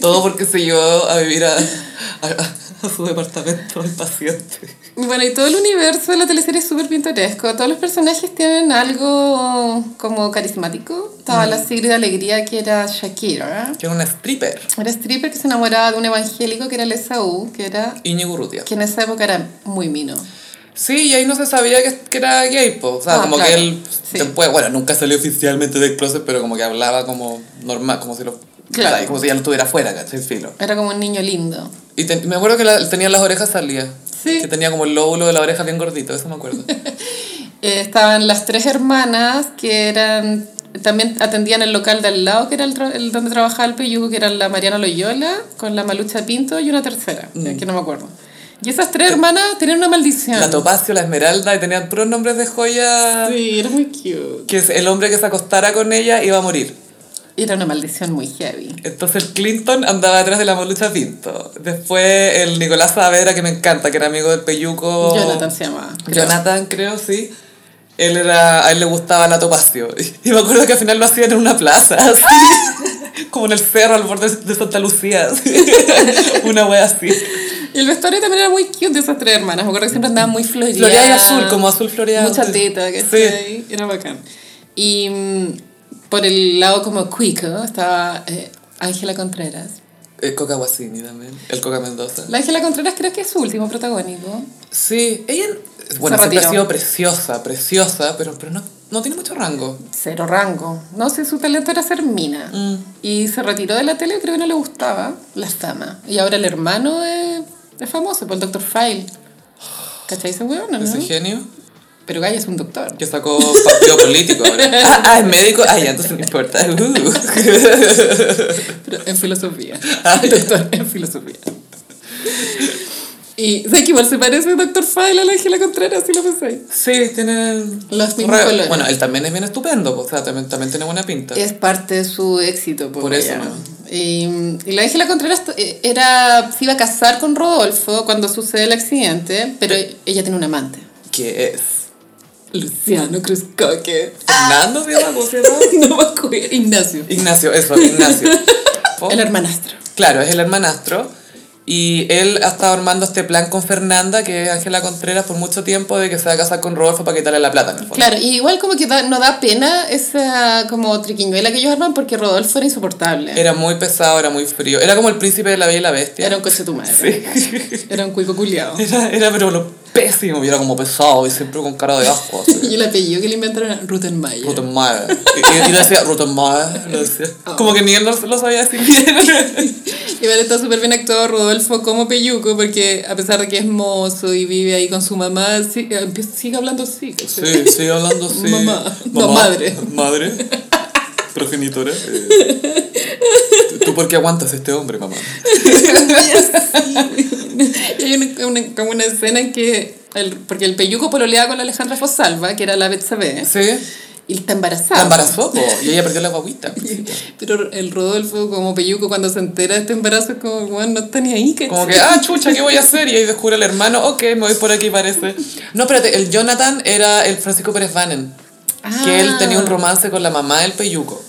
Speaker 1: Todo porque se llevó a vivir a, a- a su departamento el paciente.
Speaker 2: Bueno, y todo el universo de la teleserie es súper pintoresco. Todos los personajes tienen algo como carismático. Estaba la Sigrid de Alegría, que era Shakira.
Speaker 1: Que era una stripper.
Speaker 2: Era stripper que se enamoraba de un evangélico que era el Esaú, que, era,
Speaker 1: Iñigo Urrutia.
Speaker 2: que en esa época era muy mino.
Speaker 1: Sí, y ahí no se sabía que, que era gay, po. O sea,
Speaker 2: Ah,
Speaker 1: como
Speaker 2: claro.
Speaker 1: que él
Speaker 2: Sí.
Speaker 1: después, bueno, nunca salió oficialmente del closet, pero como que hablaba como normal, como si lo
Speaker 2: Claro.
Speaker 1: o sea, como si ya lo estuviera fuera, ¿cachai? Filo.
Speaker 2: Era como un niño lindo.
Speaker 1: Y ten- me acuerdo que la- tenía las orejas salidas.
Speaker 2: Sí.
Speaker 1: Que tenía como el lóbulo de la oreja bien gordito, eso me acuerdo.
Speaker 2: Eh, estaban las tres hermanas que eran también atendían el local de al lado que era el, tra- el donde trabajaba el Peyugo que eran la Mariana Loyola con la Malucha Pinto y una tercera eh, que no me acuerdo y esas tres hermanas tenían una maldición
Speaker 1: la Topacio, la Esmeralda, y tenían puros nombres de joya.
Speaker 2: sí era muy cute
Speaker 1: Que el hombre que se acostara con ella iba a morir.
Speaker 2: era una maldición muy heavy
Speaker 1: Entonces el Clinton andaba detrás de la Malucha Pinto. Después el Nicolás Saavedra, que me encanta, que era amigo del Peyuco.
Speaker 2: Oh. Jonathan se llamaba creo.
Speaker 1: Jonathan, creo, sí. Él era, a él le gustaba la topacio. Y me acuerdo que al final lo hacían en una plaza, así. Como en el cerro al borde de Santa Lucía. así. Una wea así.
Speaker 2: y el vestuario también era muy cute de esas tres hermanas me acuerdo que siempre andaban muy floreadas
Speaker 1: Floreada y azul, como azul floreado.
Speaker 2: Mucha teta,
Speaker 1: Sí.
Speaker 2: ¿cachai? Era bacán. Y mm, por el lado como cuico estaba eh, Ángela Contreras.
Speaker 1: El Coca Guasini también. El Coca Mendoza.
Speaker 2: La Ángela Contreras creo que es su último protagónico.
Speaker 1: Sí, ella. Bueno, siempre
Speaker 2: retiró.
Speaker 1: ha sido preciosa, preciosa, pero, pero no, no tiene mucho rango.
Speaker 2: Cero rango. No sé, su talento era ser mina. Y se retiró de la tele, creo que no le gustaba la fama. Y ahora el hermano es, es famoso, por el Dr. File. ¿Cachai Oh, ese weón, o no?
Speaker 1: Es ingenio.
Speaker 2: Pero Gaya es un doctor.
Speaker 1: Que sacó partido político. ahora. Ah, ah, es médico. Ah, ya, entonces no importa. Uh.
Speaker 2: Pero en filosofía. Doctor en filosofía. Y sé que igual se parece Doctor File a la Ángela Contreras, si lo pensáis.
Speaker 1: Sí, tienen
Speaker 2: Los mismos colores.
Speaker 1: Bueno, él también es bien estupendo, o sea, también, también tiene buena pinta.
Speaker 2: Es parte de su éxito. pues,
Speaker 1: Por eso,
Speaker 2: ya.
Speaker 1: ¿no?
Speaker 2: Y, y la Ángela Contreras eh, era, se iba a casar con Rodolfo cuando sucede el accidente, pero ella tiene un amante.
Speaker 1: ¿Qué es?
Speaker 2: Luciano Cruz Coque.
Speaker 1: Fernando se llama, ¿cómo se llama?
Speaker 2: No me acuerdo. Ignacio. Oh.
Speaker 1: Ignacio, eso, Ignacio. Po-
Speaker 2: El hermanastro.
Speaker 1: claro, es el hermanastro. Y él ha estado armando este plan con Fernanda, que es Ángela Contreras, por mucho tiempo, de que se va a casar con Rodolfo para quitarle la plata, en el fondo.
Speaker 2: Claro, y igual como que da- no da pena esa como triquiñuela que ellos arman porque Rodolfo era insoportable.
Speaker 1: Era muy pesado, era muy frío. Era como el príncipe de la Bella y la Bestia.
Speaker 2: Era un coche tu madre.
Speaker 1: Sí.
Speaker 2: Era un cuico culiado.
Speaker 1: Era, era, pero lo pésimo. Y era como pesado y siempre con cara de asco. así.
Speaker 2: Y el apellido que le inventaron era Rutenmayer.
Speaker 1: Rottenmeier. Y, y, y le decía Rottenmeier. Lo decía. Como que ni él lo, lo sabía decir bien.
Speaker 2: Igual está súper bien actuado Rodolfo como Peyuco, porque a pesar de que es mozo y vive ahí con su mamá, sí- empieza- sigue hablando así. ¿cachai?
Speaker 1: Sí, sigue hablando así.
Speaker 2: Mamá. No, madre.
Speaker 1: Madre. Progenitora. eh. ¿Tú por qué aguantas a este hombre, mamá?
Speaker 2: Y hay una, una- como una escena en que, el, porque el Peyuco pololeaba con la Alejandra Fosalva, que era la Betsabé,
Speaker 1: Sí.
Speaker 2: y está embarazada.
Speaker 1: La embarazó, po, y ella perdió la guaguita.
Speaker 2: Pero el Rodolfo como Peyuco cuando se entera de este embarazo es como, bueno, no está ni ahí, ¿cachai?
Speaker 1: Como que, ah, chucha, ¿qué voy a hacer? Y ahí descubre el hermano, ok, me voy por aquí, parece. No, espérate, el Jonathan era el Francisco Pérez Vanen.
Speaker 2: Ah.
Speaker 1: Que él tenía un romance con la mamá del peyuco.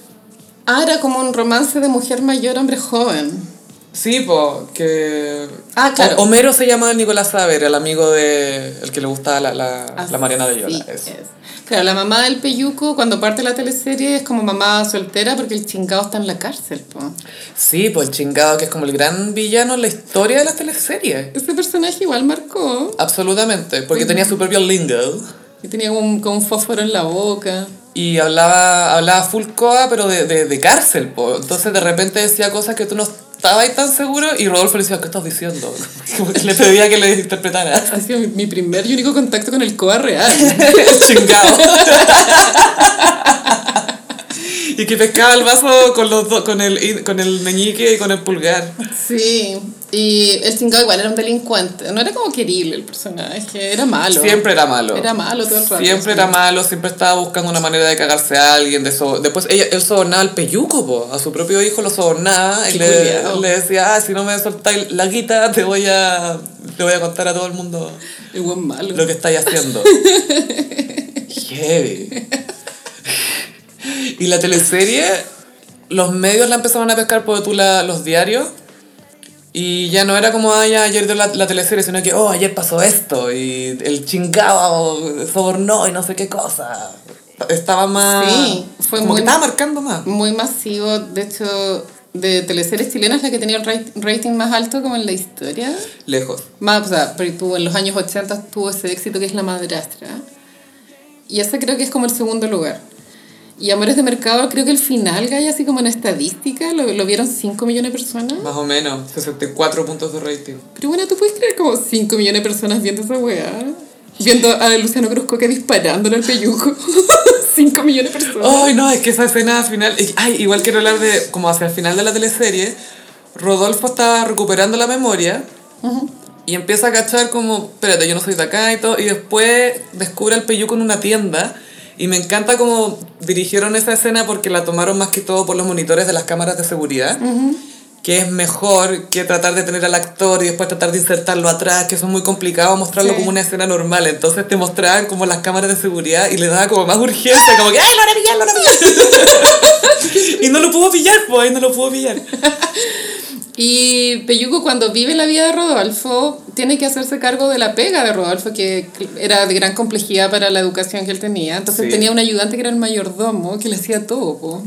Speaker 2: Ah, era como un romance de mujer mayor, hombre joven.
Speaker 1: Sí, po, que...
Speaker 2: Ah, claro.
Speaker 1: O- Homero se llamaba Nicolás Saavedra, el amigo de... El que le gustaba la, la, la Mariana de Yola.
Speaker 2: Sí, es. Claro, la mamá del Peyuco cuando parte la teleserie es como mamá soltera porque el chingado está en la cárcel. po.
Speaker 1: Sí, po, el chingado, que es como el gran villano en la historia de las teleseries.
Speaker 2: Ese personaje igual marcó
Speaker 1: Absolutamente, porque tenía su propio lingo.
Speaker 2: y tenía como un, como un fósforo en la boca.
Speaker 1: Y hablaba, hablaba full coa, pero de, de, de cárcel, po. Entonces de repente decía cosas que tú no estabas ahí tan seguro y Rodolfo le decía, ¿qué estás diciendo? Como que le pedía que le interpretara.
Speaker 2: Ha sido mi, mi primer y único contacto con el COA real.
Speaker 1: El chingado. Y Y que pescaba el vaso con, los dos- con, el, con el meñique y con el pulgar.
Speaker 2: Sí, y el chingado igual era un delincuente. No era como querible el personaje, era malo.
Speaker 1: Siempre era malo.
Speaker 2: Era malo todo el rato.
Speaker 1: Siempre era malo, siempre estaba buscando una manera de cagarse a alguien. De so- Después ella, él sobornaba al peyuco, po. a su propio hijo lo sobornaba y
Speaker 2: Qué
Speaker 1: le,
Speaker 2: culiao.
Speaker 1: le decía, ah, si no me soltáis la guita, te voy a, te voy a contar a todo el mundo
Speaker 2: El buen malo.
Speaker 1: lo que estáis haciendo. Heavy. Y la teleserie, los medios la empezaron a pescar por tú la- los diarios. Y ya no era como, ah, ya ayer dio la, la teleserie, sino que, oh, ayer pasó esto. Y el chingado sobornó y no sé qué cosa. Estaba más.
Speaker 2: Sí, fue
Speaker 1: como
Speaker 2: muy-
Speaker 1: que estaba marcando más.
Speaker 2: Muy masivo, de hecho, de teleseries chilenas la que tenía el rat- rating más alto como en la historia.
Speaker 1: Lejos.
Speaker 2: Más, o sea, porque tuvo- en los años 80 tuvo ese éxito que es La Madrastra. Y ese creo que es como el segundo lugar. Y Amores de Mercado, creo que el final, Gaya, así como en estadística, lo, lo vieron 5 millones de personas.
Speaker 1: Más o menos. 64 puntos de rating.
Speaker 2: Pero bueno, ¿tú puedes creer como 5 millones de personas viendo esa weá? Viendo a Luciano Cruzco que disparándole al peyuco. 5 millones de personas.
Speaker 1: Ay, no, es que esa escena final. y- Ay, igual quiero hablar de como hacia el final de la teleserie. Rodolfo está recuperando la memoria y empieza a cachar como, espérate, yo no soy de acá y todo. Y después descubre al peyuco en una tienda. Y me encanta como dirigieron esa escena porque la tomaron más que todo por los monitores de las cámaras de seguridad. Que es mejor que tratar de tener al actor y después tratar de insertarlo atrás, que eso es muy complicado mostrarlo
Speaker 2: Sí.
Speaker 1: como una escena normal. Entonces te mostraban como las cámaras de seguridad y le daba como más urgencia, como que ¡ah, lo van a pillar, lo van a pillar! y no lo pudo pillar, pues, y no lo pudo pillar.
Speaker 2: Y Peyuco cuando vive la vida de Rodolfo tiene que hacerse cargo de la pega de Rodolfo, que era de gran complejidad para la educación que él tenía. Entonces
Speaker 1: Sí.
Speaker 2: tenía un ayudante que era el mayordomo, que le hacía todo. po.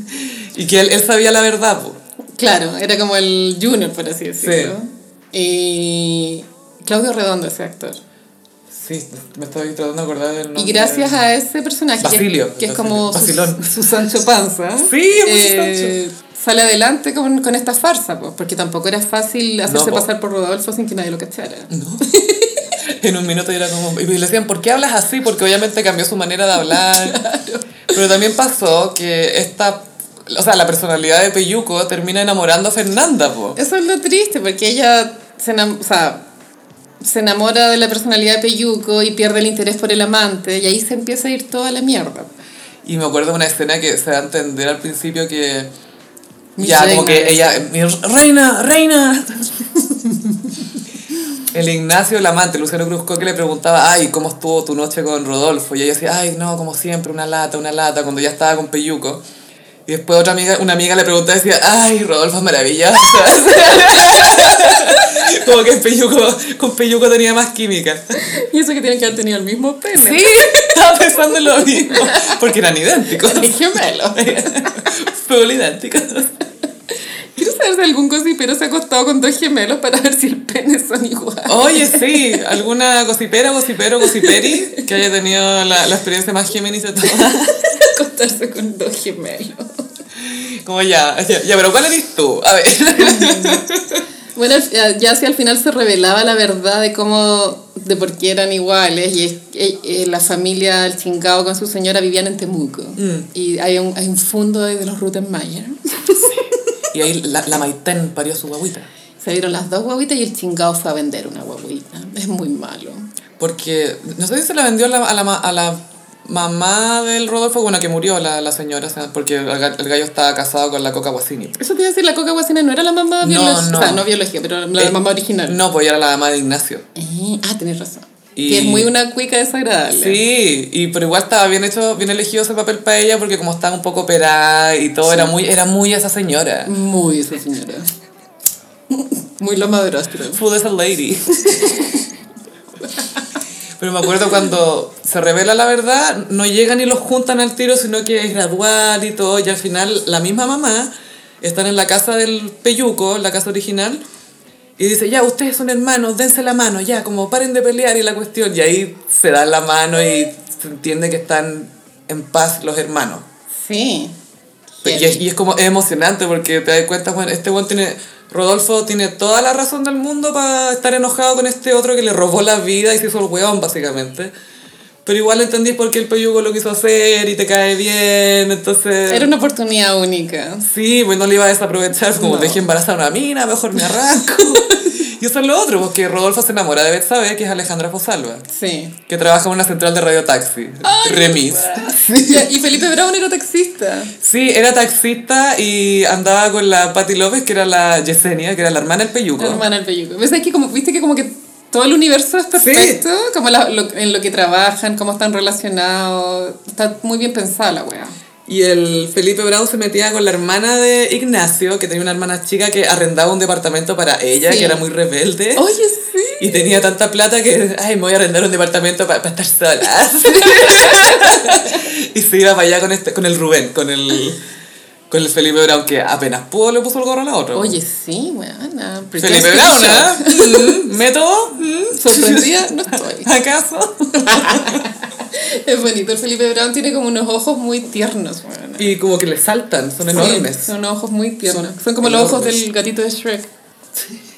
Speaker 1: Y que él, él sabía la verdad, pues.
Speaker 2: Claro, era como el junior, por así decirlo. Y Claudio Redondo, ese actor.
Speaker 1: Sí, me estoy tratando de acordar del nombre.
Speaker 2: Y gracias a ese personaje, que-
Speaker 1: Basilio,
Speaker 2: que, es como
Speaker 1: Basilio.
Speaker 2: su,
Speaker 1: Basilón.
Speaker 2: su Sancho Panza, eh,
Speaker 1: Sí, es muy
Speaker 2: sale adelante con, con esta farsa, pues, porque tampoco era fácil hacerse
Speaker 1: po.
Speaker 2: pasar por Rodolfo sin que nadie lo cachara.
Speaker 1: En un minuto yo era como... Y le decían, ¿por qué hablas así? Porque obviamente cambió su manera de hablar. Pero también pasó que esta... O sea, la personalidad de Peyuco termina enamorando a Fernanda, po.
Speaker 2: Eso es lo triste, porque ella se, enam- o sea, se enamora de la personalidad de Peyuco y pierde el interés por el amante, y ahí se empieza a ir toda la mierda.
Speaker 1: Y me acuerdo de una escena que se da a entender al principio que...
Speaker 2: Mi
Speaker 1: ya, como
Speaker 2: reina.
Speaker 1: que ella... "Mi ¡Reina! ¡Reina! El Ignacio, el amante, Luciano Cruzco, que le preguntaba, ay, ¿cómo estuvo tu noche con Rodolfo? Y ella decía, ay, no, como siempre, una lata, una lata, cuando ya estaba con Peyuco. Y después otra amiga, una amiga le preguntaba y decía, ay, Rodolfo es maravilloso. como que Peyuco, con Peyuco tenía más química.
Speaker 2: Y eso que tienen que haber tenido el mismo pelo.
Speaker 1: Sí, estaba pensando lo mismo, porque eran idénticos.
Speaker 2: Es gemelo.
Speaker 1: Fueron idénticos.
Speaker 2: Quiero saber si algún gossipero se ha acostado con dos gemelos para ver si el pene son iguales.
Speaker 1: Oye, sí, alguna gocipera, gocipero, gociperi que haya tenido la, la experiencia más Géminis de todas.
Speaker 2: Acostarse con dos gemelos.
Speaker 1: Como ya, ya, ya, pero ¿cuál eres tú? A ver.
Speaker 2: Bueno, al- ya- ya si al final se revelaba la verdad de cómo, de por qué eran iguales, y es- eh, eh, la familia, el chingado con su señora vivían en Temuco.
Speaker 1: Mm.
Speaker 2: Y hay un, hay un fondo de de los Ruttenmeier.
Speaker 1: Y ahí la, la Maitén parió su guaguita.
Speaker 2: Se dieron las dos guaguitas y el chingado fue a vender una guaguita. Es muy malo.
Speaker 1: Porque, no sé si se la vendió a la, a la, ma- a la mamá del Rodolfo, bueno, que murió la, la señora, o sea, porque el, ga- el gallo estaba casado con la coca guasini.
Speaker 2: Eso te iba a decir, la coca guasina no era la mamá
Speaker 1: No,
Speaker 2: biológica.
Speaker 1: no.
Speaker 2: O sea, no biológica, pero la
Speaker 1: Eh,
Speaker 2: mamá original.
Speaker 1: No, pues ella era la mamá de Ignacio.
Speaker 2: Eh, ah, tenés razón.
Speaker 1: Y-
Speaker 2: Que es muy una cuica desagradable.
Speaker 1: Sí, y pero igual estaba bien hecho, bien elegido ese papel para ella porque como estaba un poco operada y todo, era muy era muy esa señora.
Speaker 2: Muy esa señora. Muy lo madrastra.
Speaker 1: Food as a lady. Pero me acuerdo cuando se revela la verdad, no llegan y los juntan al tiro, sino que es gradual y todo. Y al final, la misma mamá están en la casa del Peyuco, la casa original, y dice: Ya, ustedes son hermanos, dense la mano, ya, como paren de pelear y la cuestión. Y ahí se dan la mano y se entiende que están en paz los hermanos.
Speaker 2: Sí.
Speaker 1: Y es, y es como es emocionante porque te das cuenta, bueno, este buen tiene. Rodolfo tiene toda la razón del mundo para estar enojado con este otro que le robó la vida y se hizo el hueón, básicamente. Pero igual entendís por qué el peyugo lo quiso hacer y te cae bien, entonces...
Speaker 2: Era una oportunidad única.
Speaker 1: Sí, pues no le iba a desaprovechar, como
Speaker 2: No.
Speaker 1: dejé embarazada a una mina, mejor me arranco. y eso es lo otro, porque Rodolfo se enamora de Betsabe, que es Alejandra Fosalva,
Speaker 2: Sí.
Speaker 1: que trabaja en una central de radio taxi, remis.
Speaker 2: Y Felipe Brown era taxista.
Speaker 1: Sí, era taxista y andaba con la Patti López, que era la Yesenia, que era la hermana del
Speaker 2: La
Speaker 1: peyuco.
Speaker 2: hermana del Peyuco. ¿Ves que como, ¿Viste que como que todo el universo es perfecto? Como la- lo- en lo que trabajan, cómo están relacionados. Está muy bien pensada la wea.
Speaker 1: Y el Felipe Brown se metía con la hermana de Ignacio, que tenía una hermana chica que arrendaba un departamento para ella,
Speaker 2: Sí. Oh.
Speaker 1: que era muy rebelde.
Speaker 2: Oye, sí.
Speaker 1: Y tenía tanta plata que, ay, me voy a arrendar un departamento para estar sola. y se iba para allá con, este, con el Rubén, con el, con el Felipe Brown, que apenas pudo le puso el gorro a la otra.
Speaker 2: Oye, sí, weona.
Speaker 1: Felipe Brown, ¿eh? Mm, ¿Método? Mm,
Speaker 2: Sorprendida no estoy.
Speaker 1: ¿Acaso?
Speaker 2: Es bonito. El Felipe Brown tiene como unos ojos muy tiernos, weona.
Speaker 1: Y como que le saltan, son
Speaker 2: Sí,
Speaker 1: enormes.
Speaker 2: son unos ojos muy tiernos. Son, como los ojos
Speaker 1: enormes.
Speaker 2: del gatito de Shrek.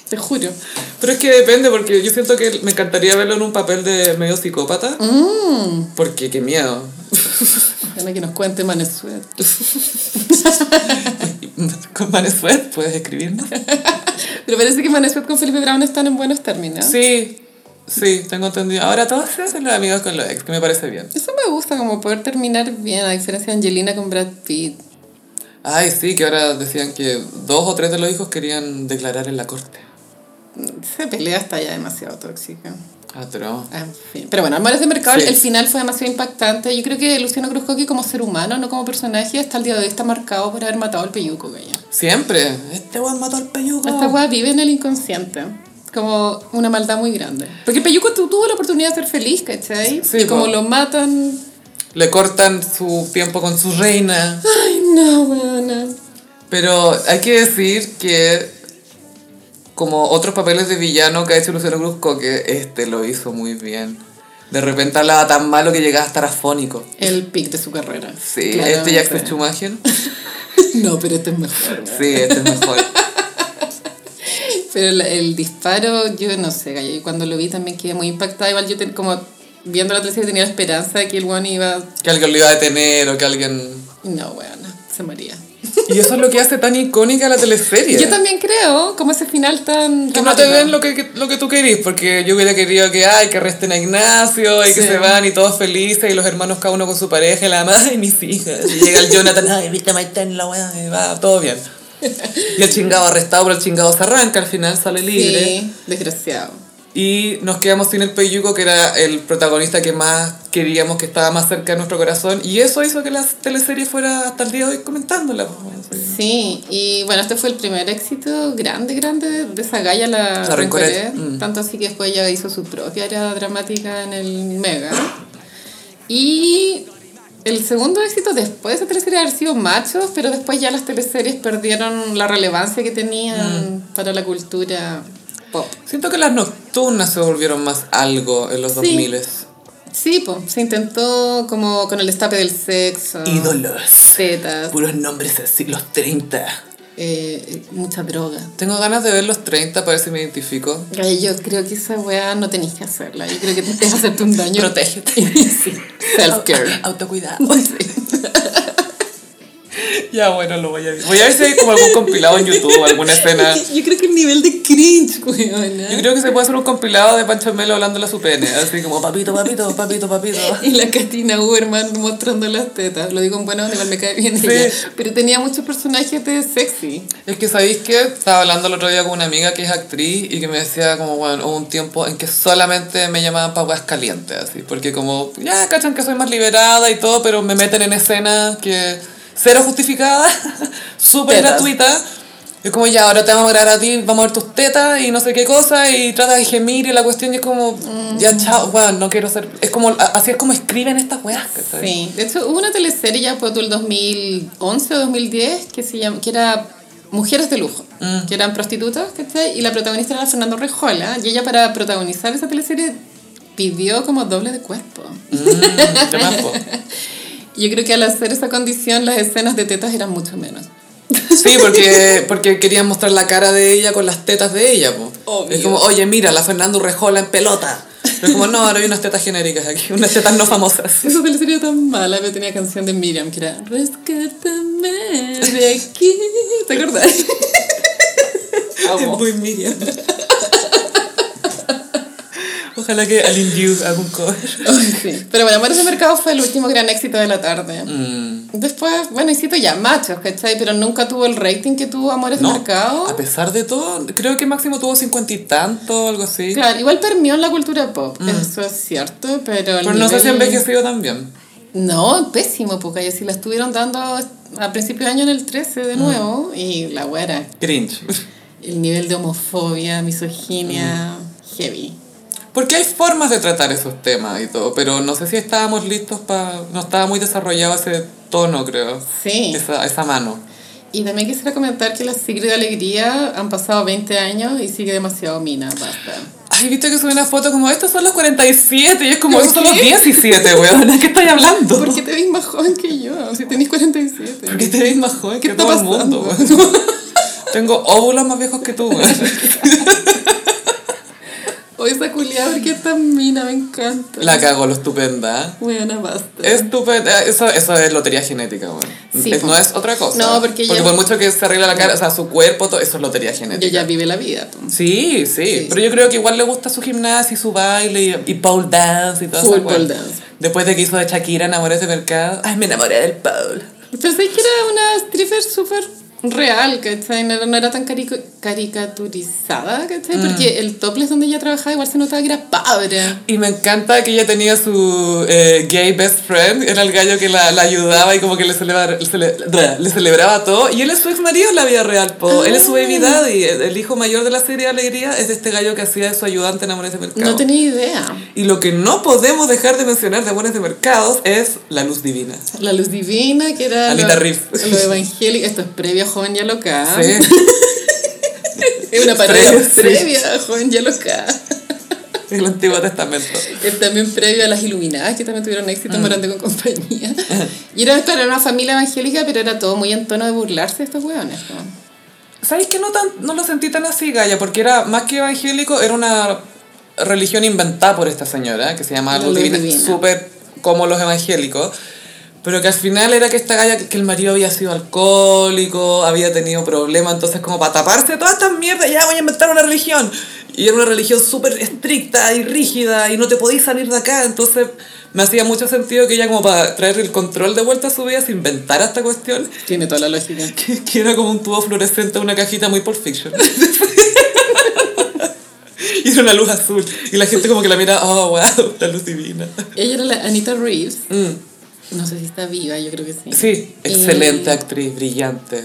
Speaker 2: Te juro.
Speaker 1: Pero es que depende, porque yo siento que me encantaría verlo en un papel de medio psicópata. Porque qué miedo.
Speaker 2: Déjame que nos cuente Manesuet.
Speaker 1: Con Manesuet puedes escribirnos.
Speaker 2: Pero parece que Manesuet con Felipe Brown están en buenos términos.
Speaker 1: Sí, sí, tengo entendido. Ahora todos se hacen los amigos con los ex, que me parece bien.
Speaker 2: Eso me gusta, como poder terminar bien, a diferencia de Angelina con Brad Pitt.
Speaker 1: Ay, sí, que ahora decían que dos o tres de los hijos querían declarar en la corte.
Speaker 2: Esa pelea está ya demasiado tóxica.
Speaker 1: Ah, pero...
Speaker 2: En fin. Pero bueno, Amores de Mercado,
Speaker 1: Sí.
Speaker 2: el final fue demasiado impactante. Yo creo que Luciano Cruzcoqui como ser humano, no como personaje, hasta el día de hoy está marcado por haber matado al peyuco, gaya.
Speaker 1: Siempre. Este weón mató al peyuco.
Speaker 2: Esta weá vive en el inconsciente. Como una maldad muy grande. Porque el Peyuco tu- tuvo la oportunidad de ser feliz, ¿cachai?
Speaker 1: Sí,
Speaker 2: y como
Speaker 1: po.
Speaker 2: lo matan.
Speaker 1: Le cortan su tiempo con su reina.
Speaker 2: Ay, no, weona.
Speaker 1: Pero hay que decir que como otros papeles de villano que ha hecho Luciano Cruzco, que este lo hizo muy bien. De repente hablaba tan malo que llegaba a estar afónico.
Speaker 2: El pic de su carrera.
Speaker 1: Sí,
Speaker 2: Claramente.
Speaker 1: este Jackson Schumacher.
Speaker 2: No, pero este es mejor.
Speaker 1: Sí, este es mejor.
Speaker 2: Pero el, el disparo, yo no sé, gallo, yo cuando lo vi también quedé muy impactada. Igual yo ten- como viendo la televisión tenía la esperanza de que el weón iba...
Speaker 1: que alguien lo iba a detener o que alguien...
Speaker 2: No, weona, se moría.
Speaker 1: Y eso es lo que hace tan icónica la teleserie.
Speaker 2: Yo también creo, como ese final tan...
Speaker 1: eh. Que no te
Speaker 2: dramático.
Speaker 1: den lo que, que- lo que tú querís, porque yo hubiera querido que, ay, que resten a Ignacio, y que
Speaker 2: Sí.
Speaker 1: se van y todos felices, y los hermanos cada uno con su pareja, y la madre y mis hijas. Y llega el Jonathan, ay, viste a Maiten, la weá, y va, todo bien. Y el chingado arrestado, pero el chingado se arranca, al final sale libre.
Speaker 2: Sí, desgraciado.
Speaker 1: Y nos quedamos sin el Peyuco, que era el protagonista que más queríamos, que estaba más cerca de nuestro corazón. Y eso hizo que la teleserie fuera hasta el día de hoy comentándola. pues.
Speaker 2: Sí, y bueno, este fue el primer éxito grande, grande de- de esa galla, la,
Speaker 1: La Rencoret,
Speaker 2: Rencoret.
Speaker 1: mm.
Speaker 2: Tanto así que después ella hizo su propia área dramática en el Mega. Y el segundo éxito después de esa teleserie haber sido Machos, pero después ya las teleseries perdieron la relevancia que tenían para la cultura pop.
Speaker 1: Siento que las nocturnas se volvieron más algo en los
Speaker 2: Sí.
Speaker 1: 2000.
Speaker 2: Sí, pues se intentó como con el destape del sexo.
Speaker 1: Ídolos.
Speaker 2: Tetas,
Speaker 1: Puros nombres así, los 30.
Speaker 2: eh, mucha droga.
Speaker 1: Tengo ganas de ver los 30 para ver si me identifico.
Speaker 2: Ay, yo creo que esa weá no tenés que hacerla. Yo creo que te vas a hacerte un daño.
Speaker 1: Protégete. Ah,
Speaker 2: sí. Self-care.
Speaker 1: Autocuidado. ya bueno, lo voy a ver. Voy a ver si hay como algún compilado en YouTube, alguna escena.
Speaker 2: Yo creo que el nivel de cringe, ¿eh? weona.
Speaker 1: Yo creo que se puede hacer un compilado de Pancho Melo hablando a su pene. Así como, papito, papito, papito, papito.
Speaker 2: Y la Katina Uberman mostrando las tetas. Lo digo en buena onda, igual me cae bien
Speaker 1: Sí.
Speaker 2: ella. Pero tenía muchos personajes de sexy.
Speaker 1: Es que sabéis que estaba hablando el otro día con una amiga que es actriz y que me decía como, bueno, hubo un tiempo en que solamente me llamaban para weas calientes, así, porque como, ya, cachan que soy más liberada y todo, pero me meten en escenas que cero justificada, súper
Speaker 2: Tetas.
Speaker 1: gratuita. Y es como, ya, ahora te vamos a grabar a ti, vamos a ver tus tetas y no sé qué cosa, y trata de gemir y la cuestión y es como,
Speaker 2: Mm.
Speaker 1: ya, chao, weón, no quiero ser, es como, a- así es como escriben estas weas, ¿cachai?
Speaker 2: Sí. De hecho, hubo una teleserie ya pues, por el 2011 o 2010 que, se llama, que era Mujeres de Lujo, que eran prostitutas, ¿cachai? Y la protagonista era Fernando Rejola. Y ella, para protagonizar esa teleserie, pidió como doble de cuerpo.
Speaker 1: Mm, de más, po.
Speaker 2: Yo creo que al hacer esa condición las escenas de tetas eran mucho menos.
Speaker 1: Sí, porque, porque querían mostrar la cara de ella con las tetas de ella. po.
Speaker 2: Obvio.
Speaker 1: Es como, oye, mira, la Fernando Urrejola en pelota. Pero es como, no, ahora hay unas tetas genéricas aquí, unas tetas no famosas.
Speaker 2: Esa teleserie tan mala, pero tenía canción de Miriam que era Rescátame de aquí. ¿Te acordás? Amo.
Speaker 1: muy Miriam. Ojalá que Aline Dew haga un cover.
Speaker 2: Sí. Pero bueno, Amores de Mercado fue el último gran éxito de la tarde.
Speaker 1: Mm,
Speaker 2: Después, bueno, hicito ya machos, ¿cachai? Pero nunca tuvo el rating que tuvo Amores
Speaker 1: No,
Speaker 2: de Mercado.
Speaker 1: a pesar de todo, creo que máximo tuvo cincuenta y tanto, algo así.
Speaker 2: Claro, igual permeó en la cultura pop, eso es cierto, pero... el
Speaker 1: Mm. Pero no sé si
Speaker 2: nivel-
Speaker 1: envejeció también.
Speaker 2: No, pésimo, porque ellos sí la estuvieron dando a principio de año en el 13
Speaker 1: Mm.
Speaker 2: de nuevo, y la güera,
Speaker 1: Cringe.
Speaker 2: el nivel de homofobia, misoginia,
Speaker 1: Mm.
Speaker 2: heavy.
Speaker 1: Porque hay formas de tratar esos temas y todo, pero no sé si estábamos listos para... No estaba muy desarrollado ese tono, creo.
Speaker 2: Sí.
Speaker 1: Esa, esa mano.
Speaker 2: Y también quisiera comentar que la Sigrid Alegría han pasado 20 años y sigue demasiado mina, basta.
Speaker 1: Ay, viste que subí una foto como, estos son los 47, y es como,
Speaker 2: ¿Qué?
Speaker 1: esos son los 17, weón, ¿de qué estoy hablando?
Speaker 2: ¿Por qué te ves más joven que yo? Si tenés 47.
Speaker 1: Porque te ves más joven que
Speaker 2: está
Speaker 1: todo el mundo,
Speaker 2: pasando?
Speaker 1: weón. Tengo óvulos más viejos que tú, weón.
Speaker 2: Hoy esa culiada, porque es tan mina, me encanta.
Speaker 1: La cago, lo estupenda.
Speaker 2: Buena, basta.
Speaker 1: Estupenda, eso, eso es lotería genética, weón.
Speaker 2: Sí,
Speaker 1: Es-
Speaker 2: po.
Speaker 1: no es otra cosa.
Speaker 2: No, porque
Speaker 1: Porque
Speaker 2: ya-
Speaker 1: por mucho que se arregla la cara, o sea, su cuerpo, todo, eso es lotería genética.
Speaker 2: Yo ya vive la vida. po.
Speaker 1: Sí, sí, pero yo creo que igual le gusta su gimnasia y su baile y, y pole dance y todo eso.
Speaker 2: Full pole dance.
Speaker 1: Después de que hizo de Shakira en Amores de Mercado, ay, me enamoré del pole.
Speaker 2: Pensé que era una stripper súper real, ¿cachai? No, era- no era tan carico- caricaturizada, ¿cachai?
Speaker 1: Mm.
Speaker 2: Porque el topless donde ella trabajaba igual se notaba que era pobre.
Speaker 1: Y me encanta que ella tenía su eh, gay best friend, era el gallo que la, la ayudaba y como que le, celebra- cele- le celebraba todo. Y él es su ex marido en la vida real, po. Él es su baby
Speaker 2: Ah.
Speaker 1: daddy, el, el hijo mayor de la serie Alegría es este gallo que hacía de su ayudante en Amores de Mercado.
Speaker 2: No tenía idea.
Speaker 1: y lo que no podemos dejar de mencionar de Amores de Mercados es la luz divina.
Speaker 2: La luz divina, que era
Speaker 1: Alita
Speaker 2: lo,
Speaker 1: Riff.
Speaker 2: lo evangélico. Esto es previo a Joven y Alocada.
Speaker 1: Sí.
Speaker 2: Es una pareja
Speaker 1: Previo, sí.
Speaker 2: previa a Joven y Alocada.
Speaker 1: El Antiguo Testamento.
Speaker 2: Es también previo a las iluminadas que también tuvieron éxito en Morante con compañía. Y era, claro, era una familia evangélica, pero era todo muy en tono de burlarse de estos hueones. ¿no?
Speaker 1: ¿Sabéis que no, tan, no lo sentí tan así, Gaya? Porque era más que evangélico, era una religión inventada por esta señora, que se llama
Speaker 2: La
Speaker 1: Luz
Speaker 2: Luz
Speaker 1: Divina,
Speaker 2: Divina.
Speaker 1: súper como los evangélicos. Pero que al final era que esta Gaya, que el marido había sido alcohólico, había tenido problemas, entonces como para taparse de todas estas mierdas, ya voy a inventar una religión. Y era una religión súper estricta y rígida y no te podías salir de acá, entonces me hacía mucho sentido que ella como para traer el control de vuelta a su vida se inventara esta cuestión
Speaker 2: Tiene toda la lógica.
Speaker 1: que, que era como un tubo fluorescente, una cajita muy por fiction. y era una luz azul. Y la gente como que la mira, oh, wow, la luz divina.
Speaker 2: Ella era la Anita Reeves. No sé si está viva, yo creo que Mm. sí.
Speaker 1: Sí,
Speaker 2: Y
Speaker 1: excelente actriz, brillante.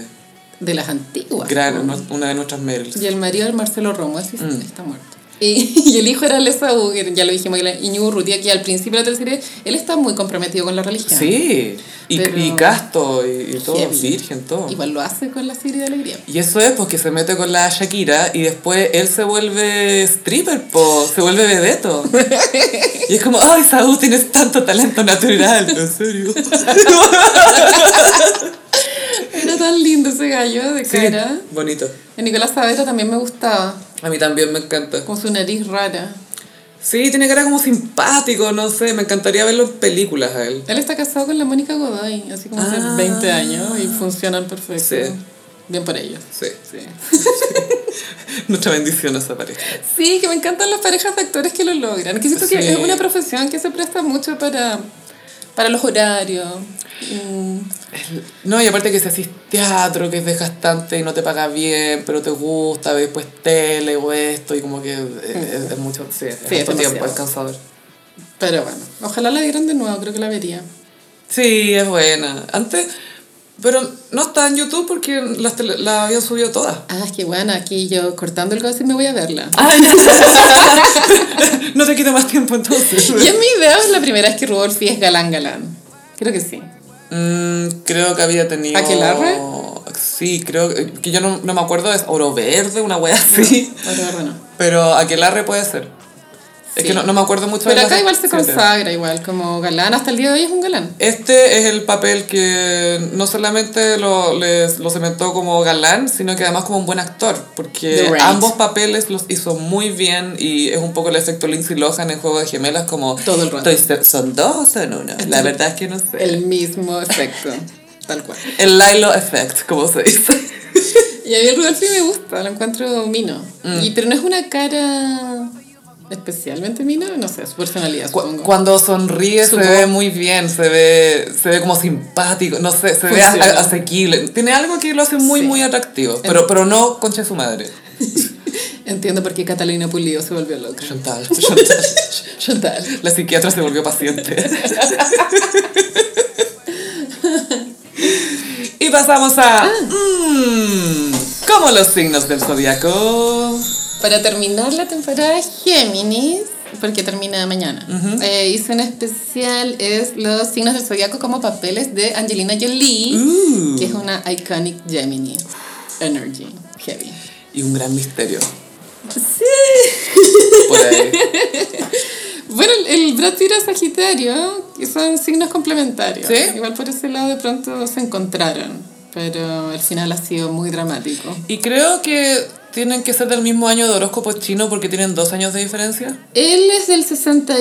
Speaker 2: De las antiguas.
Speaker 1: Gran, Mm. una- una de nuestras Merils.
Speaker 2: Y el marido del Marcelo Romo, así está muerto. Y, y el hijo era el Esaú, que ya lo dijimos, y la Iñigo Urrutia, que al principio de la tercera, él está muy comprometido con la religión.
Speaker 1: Sí, y,
Speaker 2: Pero-
Speaker 1: y casto, y, y todo,
Speaker 2: Heavy.
Speaker 1: virgen, todo.
Speaker 2: Igual lo hace con la serie de alegría.
Speaker 1: Y eso es porque se mete con la Shakira y después él se vuelve stripper, po, se vuelve vedeto. Y es como, ay, Saúl, tienes tanto talento natural. En serio.
Speaker 2: Era tan lindo ese gallo de
Speaker 1: Sí,
Speaker 2: cara.
Speaker 1: bonito.
Speaker 2: El Nicolás Saavedra también me gustaba,
Speaker 1: A mí también me encanta.
Speaker 2: con su nariz rara.
Speaker 1: Sí, tiene cara como simpático, no sé, me encantaría verlo en películas a él.
Speaker 2: Él está casado con la Mónica Godoy, así como hace
Speaker 1: Ah.
Speaker 2: 20 años, y funcionan perfecto.
Speaker 1: Sí.
Speaker 2: Bien por ellos.
Speaker 1: Sí.
Speaker 2: Sí.
Speaker 1: Nuestra bendición a esa pareja.
Speaker 2: Sí, que me encantan las parejas de actores que lo logran. Que siento
Speaker 1: Sí.
Speaker 2: que es una profesión que se presta mucho para, para los horarios. Mm,
Speaker 1: No, y aparte que si haces teatro, que es desgastante y no te paga bien, pero te gusta, ves después tele o esto, y como que es, es mucho, sí, es
Speaker 2: Sí, es
Speaker 1: harto tiempo,
Speaker 2: demasiado.
Speaker 1: es cansador.
Speaker 2: Pero bueno, ojalá la dieran de nuevo, creo que la vería.
Speaker 1: Sí, es buena. Antes, pero no está en YouTube porque las tele- la habían subido todas.
Speaker 2: Ah, qué bueno, aquí yo cortando el gossip me voy a verla.
Speaker 1: Ah, No te quito más tiempo entonces.
Speaker 2: Y en mi idea es la primera vez que Rudolfi es galán galán. Creo que sí.
Speaker 1: Mm, creo que había tenido.
Speaker 2: ¿Aquelarre?
Speaker 1: Sí, creo que que yo no, no me acuerdo, es oro verde, una wea así.
Speaker 2: Ahora, ahora no.
Speaker 1: Pero aquelarre puede ser. Es que no, no me acuerdo mucho de
Speaker 2: Pero
Speaker 1: las
Speaker 2: acá igual se
Speaker 1: siete.
Speaker 2: consagra, igual, como galán, hasta el día de hoy es un galán.
Speaker 1: Este es el papel que no solamente lo, les- lo cementó como galán, sino que además como un buen actor,
Speaker 2: The
Speaker 1: porque
Speaker 2: Raid.
Speaker 1: ambos papeles los hizo muy bien y es un poco el efecto Lindsay Lohan en Juego de Gemelas, como
Speaker 2: Todo el rato.
Speaker 1: "Estoy cer- son dos o son uno. La verdad es que no sé. El,
Speaker 2: El mismo efecto, tal cual.
Speaker 1: Lilo Effect, como se dice.
Speaker 2: Y a mí el Rudolfi me gusta, lo encuentro mino.
Speaker 1: Mm.
Speaker 2: Y, pero no es una cara especialmente mino, no sé, su personalidad,
Speaker 1: Cu-
Speaker 2: supongo.
Speaker 1: Cuando sonríe
Speaker 2: Supongo.
Speaker 1: se ve muy bien, se ve, se ve como simpático, no sé, se ve
Speaker 2: Funciona.
Speaker 1: a- asequible. Tiene algo que lo hace muy,
Speaker 2: Sí.
Speaker 1: muy atractivo, pero, pero no concha de su madre.
Speaker 2: Entiendo por qué Catalina Pulido se volvió loca.
Speaker 1: Chantal, Chantal.
Speaker 2: Chantal.
Speaker 1: La psiquiatra se volvió paciente. y pasamos
Speaker 2: Ah.
Speaker 1: a... mm, ¿Cómo los signos del zodiaco?
Speaker 2: Para terminar la temporada Géminis, porque termina mañana, eh, hice un especial, es los signos del zodiaco como papeles de Angelina Jolie,
Speaker 1: Uh.
Speaker 2: que es una iconic Gemini. Energy, heavy.
Speaker 1: Y un gran misterio
Speaker 2: Sí.
Speaker 1: por ahí.
Speaker 2: Bueno, el, el Brad Pitt era Sagitario, que son signos complementarios.
Speaker 1: ¿Sí?
Speaker 2: Igual por ese lado de pronto se encontraron, pero el final ha sido muy dramático.
Speaker 1: Y creo que tienen que ser del mismo año de horóscopo chino porque tienen dos años de diferencia.
Speaker 2: Él es del 63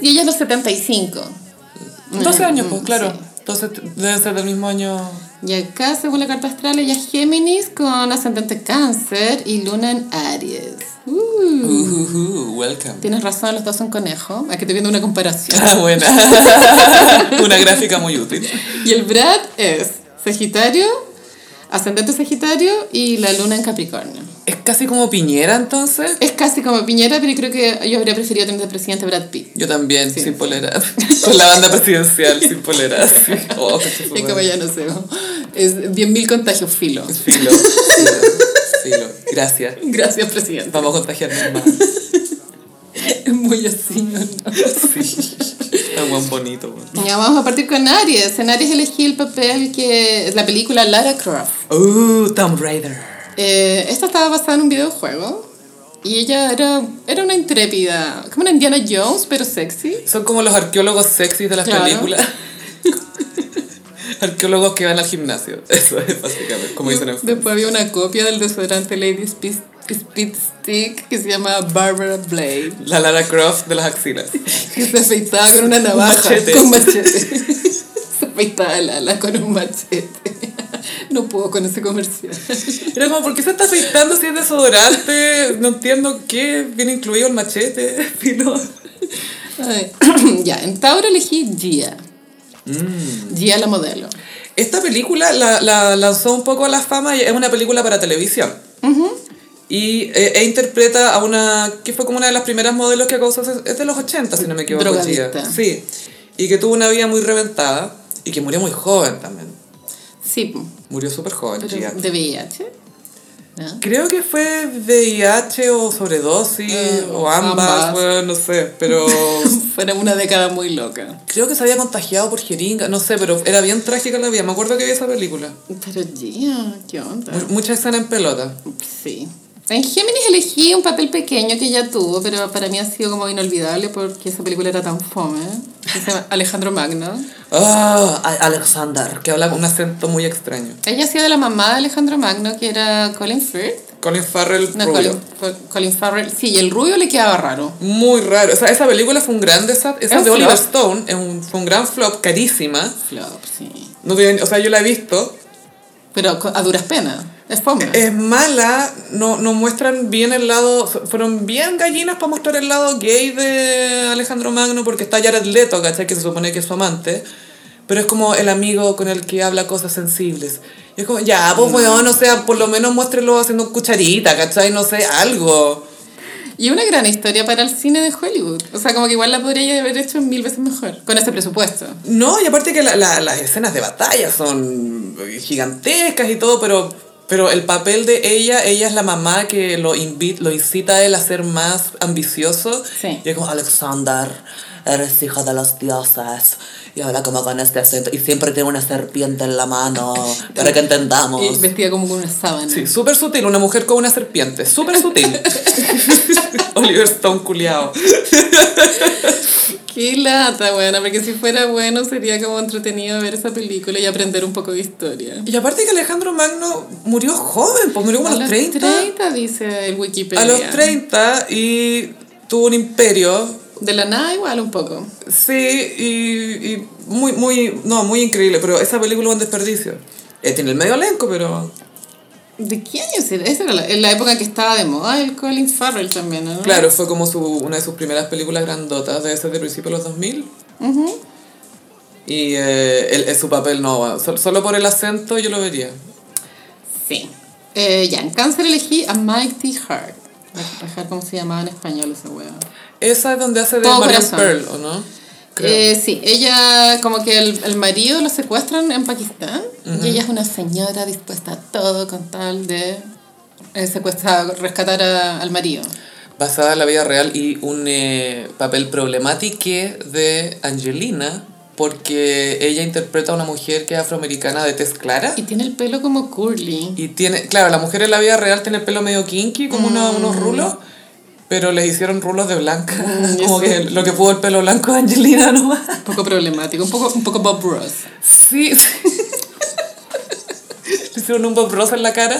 Speaker 2: y ella es del 75.
Speaker 1: 12 años, pues
Speaker 2: Mm,
Speaker 1: claro.
Speaker 2: sí.
Speaker 1: Entonces deben ser del mismo año.
Speaker 2: Y acá, según la carta astral, ella es Géminis con ascendente cáncer y luna en Aries. Uh.
Speaker 1: Ujujú, welcome.
Speaker 2: Tienes razón, los dos son conejo. Aquí te viendo una comparación.
Speaker 1: Ah, buena. Una gráfica muy útil.
Speaker 2: Y el Brad es Sagitario, ascendente Sagitario y la luna en Capricornio.
Speaker 1: Es casi como Piñera entonces.
Speaker 2: Es casi como Piñera, pero creo que yo habría preferido tener de presidente Brad Pitt.
Speaker 1: Yo también,
Speaker 2: Sí.
Speaker 1: sin polera. Con la banda presidencial, sin polera. Sí. Oh, qué
Speaker 2: Es como
Speaker 1: bueno.
Speaker 2: ya no sé. Es 10.000 contagios filo.
Speaker 1: Filo, filo, filo. Gracias.
Speaker 2: Gracias, presidente.
Speaker 1: Vamos a contagiarnos más.
Speaker 2: Es muy así, ¿o ¿no?
Speaker 1: Sí. Tan buen bonito. bueno.
Speaker 2: Ya vamos a partir con Aries. En Aries elegí el papel que es la película Lara Croft.
Speaker 1: Uh, Tomb Raider.
Speaker 2: Eh, esta estaba basada en un videojuego y ella era, era una intrépida, como una Indiana Jones, pero sexy.
Speaker 1: Son como los arqueólogos sexys de las
Speaker 2: Claro.
Speaker 1: películas. arqueólogos que van al gimnasio. Eso es básicamente, como dicen en
Speaker 2: Después había una copia del desodorante Lady Speed, Speed Stick que se llama Barbara Blade,
Speaker 1: la Lara Croft de las axilas.
Speaker 2: que se afeitaba con una navaja,
Speaker 1: Machete.
Speaker 2: con machete. se afeitaba la ala con un machete. No puedo con ese comercial.
Speaker 1: Era como, ¿por qué se está afeitando si es desodorante? No entiendo qué. Viene incluido el machete. Filo.
Speaker 2: Ay. ya, en Tauro elegí Gia.
Speaker 1: Mm.
Speaker 2: Gia la modelo.
Speaker 1: Esta película la, la lanzó un poco a la fama y es una película para televisión. Y eh, e interpreta a una que fue como una de las primeras modelos que causó, es de los 80, si no me equivoco. Gia.
Speaker 2: Drogadicta.
Speaker 1: Sí. Y que tuvo una vida muy reventada y que murió muy joven también.
Speaker 2: Sí,
Speaker 1: Murió súper joven,
Speaker 2: pero
Speaker 1: Gia.
Speaker 2: de VIH. ¿no?
Speaker 1: Creo que fue VIH o sobredosis
Speaker 2: Eh,
Speaker 1: o ambas,
Speaker 2: ambas.
Speaker 1: bueno, no sé, pero
Speaker 2: Fuera una década muy loca.
Speaker 1: creo que se había contagiado por jeringa, no sé, pero era bien trágica la vida. Me acuerdo que vi esa película.
Speaker 2: Pero Gia, ¿qué onda?
Speaker 1: Mu- Mucha escena en pelota.
Speaker 2: Sí. En Géminis elegí un papel pequeño que ya tuvo, pero para mí ha sido como inolvidable porque esa película era tan fome. que se llama Alejandro Magno.
Speaker 1: Ah, A- Alexander, que habla con un acento muy extraño.
Speaker 2: Ella hacía de la mamá de Alejandro Magno, que era Colin Firth.
Speaker 1: Colin Farrell,
Speaker 2: No,
Speaker 1: rubio.
Speaker 2: Colin, Col- Colin Farrell. Sí, y el rubio le quedaba raro.
Speaker 1: Muy raro. O sea, esa película fue un gran desastre. Esa
Speaker 2: Es
Speaker 1: de
Speaker 2: un
Speaker 1: Oliver
Speaker 2: flop.
Speaker 1: Stone es un- fue un gran flop, carísima.
Speaker 2: Flop, sí.
Speaker 1: No tiene- o sea, yo la he visto.
Speaker 2: Pero co- a duras penas. Es fome.
Speaker 1: Es mala, no, no muestran bien el lado. fu- Fueron bien gallinas para mostrar el lado gay de Alejandro Magno, porque está Jared Leto, ¿cachai? Que se supone que es su amante. Pero es como el amigo con el que habla cosas sensibles. Y es como, ya, pues, weón, o sea, por lo menos muéstrelo haciendo cucharita, ¿cachai? No sé, algo.
Speaker 2: Y una gran historia para el cine de Hollywood. O sea, como que igual la podría haber hecho mil veces mejor. Con ese presupuesto.
Speaker 1: No, y aparte que la- la- las escenas de batalla son gigantescas y todo, pero, pero el papel de ella, ella es la mamá que lo, invi- lo incita a él a ser más ambicioso.
Speaker 2: Sí.
Speaker 1: Y es como, Alexander, eres hija de los dioses.
Speaker 3: y habla como con este acento, y siempre tiene una serpiente en la mano, para que entendamos.
Speaker 2: Y vestida como con una sábana.
Speaker 1: Sí, súper sutil, una mujer con una serpiente, súper sutil. Oliver Stone culiao.
Speaker 2: Qué lata, buena, porque si fuera bueno sería como entretenido ver esa película y aprender un poco de historia.
Speaker 1: Y aparte que Alejandro Magno murió joven, pues murió como a los 30.
Speaker 2: 30, dice el Wikipedia.
Speaker 1: A los 30 y tuvo un imperio.
Speaker 2: De la nada igual un poco.
Speaker 1: Sí, y, y muy, muy, no, muy increíble, pero esa película es un desperdicio. Eh, tiene el medio elenco, pero...
Speaker 2: ¿De qué año será? Esa era la, en la época que estaba de moda el Colin Farrell también, ¿no?
Speaker 1: Claro, fue como su, una de sus primeras películas grandotas, debe ser de principios de los 2000.
Speaker 2: Ujú.
Speaker 1: Y eh, él- es su papel no, sol- solo por el acento yo lo vería.
Speaker 2: Sí. Eh, ya, en cáncer elegí a Mighty Heart. Voy a dejar cómo se llamaba en español esa hueá.
Speaker 1: Esa es donde hace de
Speaker 2: Todo
Speaker 1: Marian
Speaker 2: corazón.
Speaker 1: Pearl, ¿o no? Creo.
Speaker 2: Eh, sí, ella, como que el, el marido lo secuestran en Pakistán y ella es una señora dispuesta a todo con tal de eh, secuestrar, rescatar a- al marido.
Speaker 1: Basada en la vida real y un eh, papel problemático de Angelina, porque ella interpreta a una mujer que es afroamericana de tez clara.
Speaker 2: Y tiene el pelo como curly.
Speaker 1: Y tiene, claro, la mujer en la vida real tiene el pelo medio kinky, como una- unos rulos, pero le hicieron rulos de blanca.
Speaker 2: Mm,
Speaker 1: como
Speaker 2: eso.
Speaker 1: que lo que pudo el pelo blanco de Angelina nomás.
Speaker 2: Un poco problemático, un poco, un poco Bob Ross.
Speaker 1: Sí, sí. Le hicieron un Bob Ross en la cara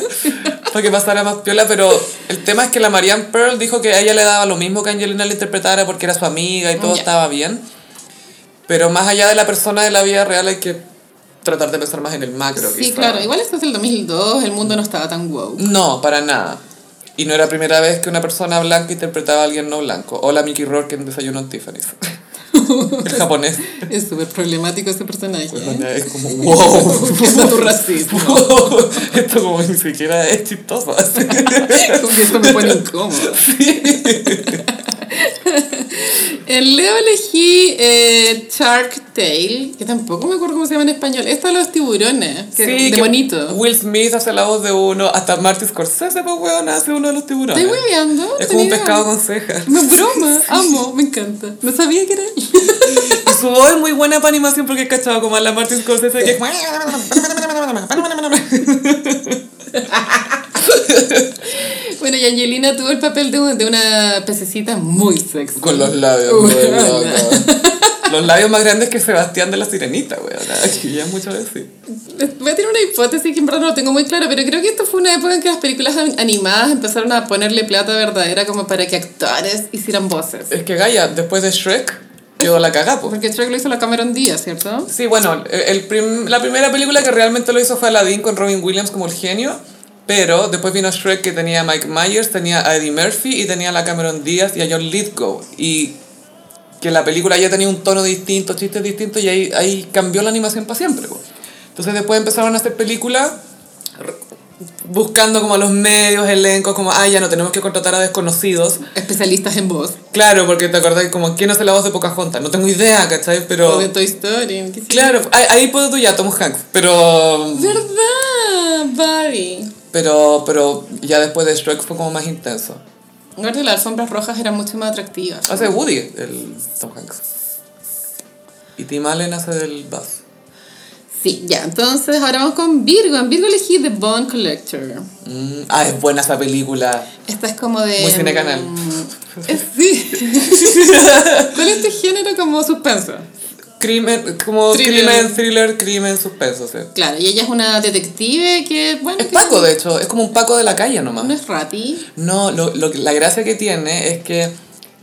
Speaker 1: para que pasara más piola, pero el tema es que la Marianne Pearl dijo que a ella le daba lo mismo que Angelina le interpretara porque era su amiga y todo
Speaker 2: Ya.
Speaker 1: estaba bien. Pero más allá de la persona de la vida real hay que tratar de pensar más en el macro.
Speaker 2: Sí,
Speaker 1: quizá.
Speaker 2: claro. Igual esto es el 2002, el mundo no estaba tan wow.
Speaker 1: No, para nada. Y no era primera vez que una persona blanca interpretaba a alguien no blanco. Hola Mickey Rourke en Desayuno en Tiffany's. El japonés.
Speaker 2: Es súper problemático ese personaje. ¿eh?
Speaker 1: Es como, wow.
Speaker 2: Confiesa tu racismo.
Speaker 1: Wow, esto como ni siquiera es chistoso. así.
Speaker 2: Confieso, me pone incómodo. En Leo elegí eh, Shark Tale, que tampoco me acuerdo cómo se llama en español. Esta de los tiburones, que, de
Speaker 1: que
Speaker 2: bonito.
Speaker 1: Will Smith hace la voz de uno, hasta Martin Scorsese, pues weón, hace uno de los tiburones.
Speaker 2: ¿Estoy hueveando?
Speaker 1: es como un
Speaker 2: Tenía-
Speaker 1: pescado con cejas.
Speaker 2: No es broma, amo, me encanta. No sabía que era él.
Speaker 1: Y su voz es muy buena para animación porque es cachado como a la Martin Scorsese que es como-
Speaker 2: Bueno, y Angelina tuvo el papel de, un- de una pececita muy sexy.
Speaker 1: con los labios.
Speaker 2: Weona.
Speaker 1: weón, weón. Los labios más grandes que Sebastián de la Sirenita, weón. Aquí ya mucho decir.
Speaker 2: Voy a tirar una hipótesis que en verdad no lo tengo muy claro, pero creo que esto fue una época en que las películas an- animadas empezaron a ponerle plata verdadera como para que actores hicieran voces.
Speaker 1: Es que Gaia, después de Shrek, quedó la pues. cagapo.
Speaker 2: Porque Shrek lo hizo la Cameron Díaz, ¿cierto?
Speaker 1: Sí, bueno, el- el prim- la primera película que realmente lo hizo fue Aladdin con Robin Williams como el genio, pero después vino Shrek que tenía a Mike Myers, tenía a Eddie Murphy y tenía a la Cameron Díaz y a John Lithgow. Y que la película ya tenía un tono distinto, chistes distintos y ahí, ahí cambió la animación para siempre. po. Entonces después empezaron a hacer películas r- buscando como a los medios, elencos, como, ah, ya no tenemos que contratar a desconocidos.
Speaker 2: Especialistas en voz.
Speaker 1: Claro, porque te acordás como, ¿quién hace la voz de Pocahontas? No tengo idea, ¿cachai? Pero...
Speaker 2: O de Toy Story. qué sé yo.
Speaker 1: Claro, ahí, ahí puedo tú ya, Tom Hanks, pero,
Speaker 2: ¿Verdad, Barry?
Speaker 1: pero, pero ya después de Shrek fue como más intenso.
Speaker 2: Aparte, las alfombras rojas eran mucho más atractivas.
Speaker 1: Hace Woody, el Tom Hanks. Y Tim Allen hace del Buzz.
Speaker 2: Sí, ya, entonces ahora vamos con Virgo. En Virgo elegí The Bone Collector.
Speaker 1: Mm, ah, es buena esa película.
Speaker 2: Esta es como de.
Speaker 1: Muy cinecanal.
Speaker 2: mm, es- sí. ¿Cuál es tu género como suspenso?
Speaker 1: Crimen, como
Speaker 2: Thriller.
Speaker 1: crimen, thriller, crimen, suspenso, sí.
Speaker 2: Claro, y ella es una detective que, bueno.
Speaker 1: Es
Speaker 2: que
Speaker 1: Paco, de hecho, es como un Paco de la calle
Speaker 2: No
Speaker 1: nomás.
Speaker 2: es rati.
Speaker 1: No, lo, lo, que- la gracia que tiene es que